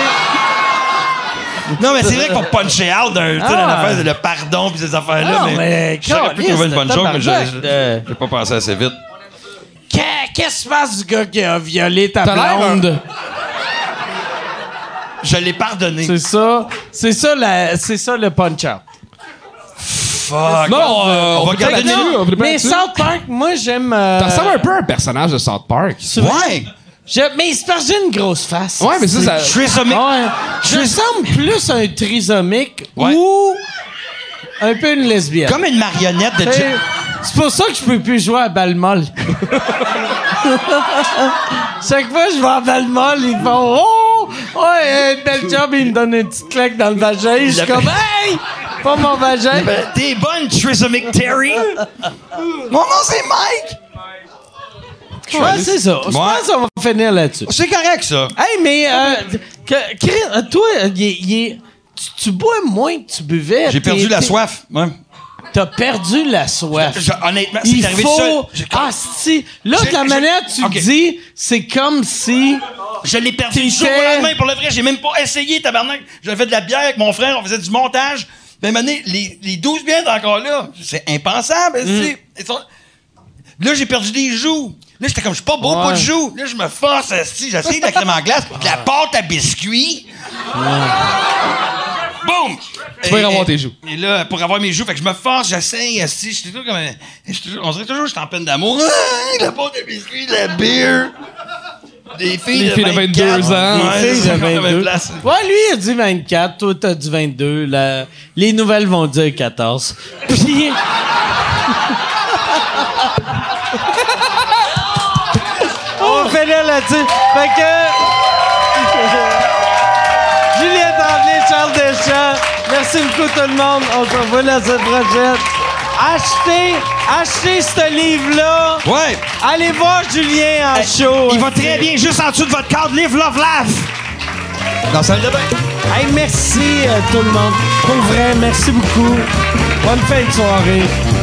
[SPEAKER 4] Non, mais c'est vrai que pour puncher out d'un, tu sais,
[SPEAKER 1] Ah.
[SPEAKER 4] dans l'affaire, le pardon puis ces affaires-là,
[SPEAKER 1] Non,
[SPEAKER 5] Ah,
[SPEAKER 1] mais
[SPEAKER 4] mais, j'aurais pu trouver une bonne joke, mais
[SPEAKER 1] tabarnak
[SPEAKER 4] je-
[SPEAKER 1] de-
[SPEAKER 4] je- j'ai pas pensé assez vite.
[SPEAKER 5] euh,
[SPEAKER 1] Qu'est- Qu'est-ce qui se passe du gars qui a violé ta
[SPEAKER 5] T'as l'air un-
[SPEAKER 1] blonde?
[SPEAKER 4] Je l'ai pardonné.
[SPEAKER 1] C'est ça. C'est ça, la- c'est ça le punch-out.
[SPEAKER 4] Fuck.
[SPEAKER 5] Non, euh,
[SPEAKER 4] on
[SPEAKER 5] on
[SPEAKER 4] va
[SPEAKER 5] peut pas
[SPEAKER 4] garder
[SPEAKER 5] là-dessus,
[SPEAKER 1] Non,
[SPEAKER 5] on peut pas
[SPEAKER 1] mais
[SPEAKER 5] là-dessus.
[SPEAKER 1] South Park, moi, j'aime. euh,
[SPEAKER 5] Ça ressemble un peu à un personnage de South Park.
[SPEAKER 4] Ouais.
[SPEAKER 1] je- mais c'est parce que j'ai une grosse face.
[SPEAKER 5] Ouais, mais ça, ça.
[SPEAKER 4] Trisomic.
[SPEAKER 1] Ouais. Je ressemble plus à un trisomique
[SPEAKER 4] Ouais.
[SPEAKER 1] ou un peu une lesbienne.
[SPEAKER 4] Comme une marionnette de
[SPEAKER 1] C'est
[SPEAKER 4] Jim.
[SPEAKER 1] c'est pour ça que je peux plus jouer à balle molle. Chaque fois que je vais à balle molle, ils font Oh! Ouais, une belle job, ils me donnent une petite claque dans le vagin. Je suis comme Hey! Pas mon vagin.
[SPEAKER 4] Ben, T'es bonne, Trisomic Terry. Mon nom, c'est Mike.
[SPEAKER 1] Ouais, c'est ça. Je
[SPEAKER 4] Ouais.
[SPEAKER 1] pense qu'on va finir là-dessus.
[SPEAKER 4] C'est correct, ça.
[SPEAKER 1] Hey, mais euh, que- Chris, euh, toi, euh, y est- y est- tu, tu bois moins que tu buvais.
[SPEAKER 4] J'ai
[SPEAKER 1] T'es-
[SPEAKER 4] perdu la
[SPEAKER 1] t'es-
[SPEAKER 4] soif. Ouais.
[SPEAKER 1] T'as perdu la soif.
[SPEAKER 4] Je- honnêtement, c'est
[SPEAKER 1] Il
[SPEAKER 4] arrivé
[SPEAKER 1] faut.
[SPEAKER 4] seul. J'ai-
[SPEAKER 1] Ah, si. Là,
[SPEAKER 4] J'ai-
[SPEAKER 1] de la
[SPEAKER 4] j'ai-
[SPEAKER 1] manière que tu
[SPEAKER 4] Ok.
[SPEAKER 1] dis, c'est comme si.
[SPEAKER 4] Je l'ai perdu du jour
[SPEAKER 1] T'étais-
[SPEAKER 4] au lendemain, pour le vrai. J'ai même pas essayé, tabarnak. J'avais fait de la bière avec mon frère, on faisait du montage. Ben, mané, les, les 12 bières encore là, c'est impensable.
[SPEAKER 5] Mm.
[SPEAKER 4] c'est- elles sont- Là, j'ai perdu des joues. Là, j'étais comme, je suis pas beau, pas de joues. Là, je me force, si j'essaye de la crème en glace, de
[SPEAKER 5] Ah.
[SPEAKER 4] la pâte à biscuits. Boum!
[SPEAKER 5] Tu vas y avoir tes joues.
[SPEAKER 4] Et là, pour avoir mes joues, fait que je me force, j'essaye, esti, je suis toujours comme. un- je suis toujours- On dirait toujours que je suis en peine d'amour. Ah, la pâte à biscuits, la bière. Des filles,
[SPEAKER 5] Les filles de 22 ans.
[SPEAKER 4] Ouais,
[SPEAKER 1] Tu sais,
[SPEAKER 4] c'est
[SPEAKER 1] j'ai
[SPEAKER 4] comme la même
[SPEAKER 1] 22.
[SPEAKER 4] place.
[SPEAKER 1] Ouais, lui, il a dit 24, toi, t'as dit 22. là. Les nouvelles vont dire 14. Puis. On fait là là-dessus. Fait que. Julien Tremblay, Charles Deschamps, merci beaucoup tout le monde. On se revoit la semaine prochaine. Achetez, achetez ce livre-là.
[SPEAKER 4] Ouais, Eh,
[SPEAKER 1] Allez voir Julien en show.
[SPEAKER 4] il va très bien, juste en dessous de votre cadre, live Love Laugh. Dans la salle de bain.
[SPEAKER 1] Hey, merci euh, tout le monde. Pour vrai, merci beaucoup. Bonne fin de soirée.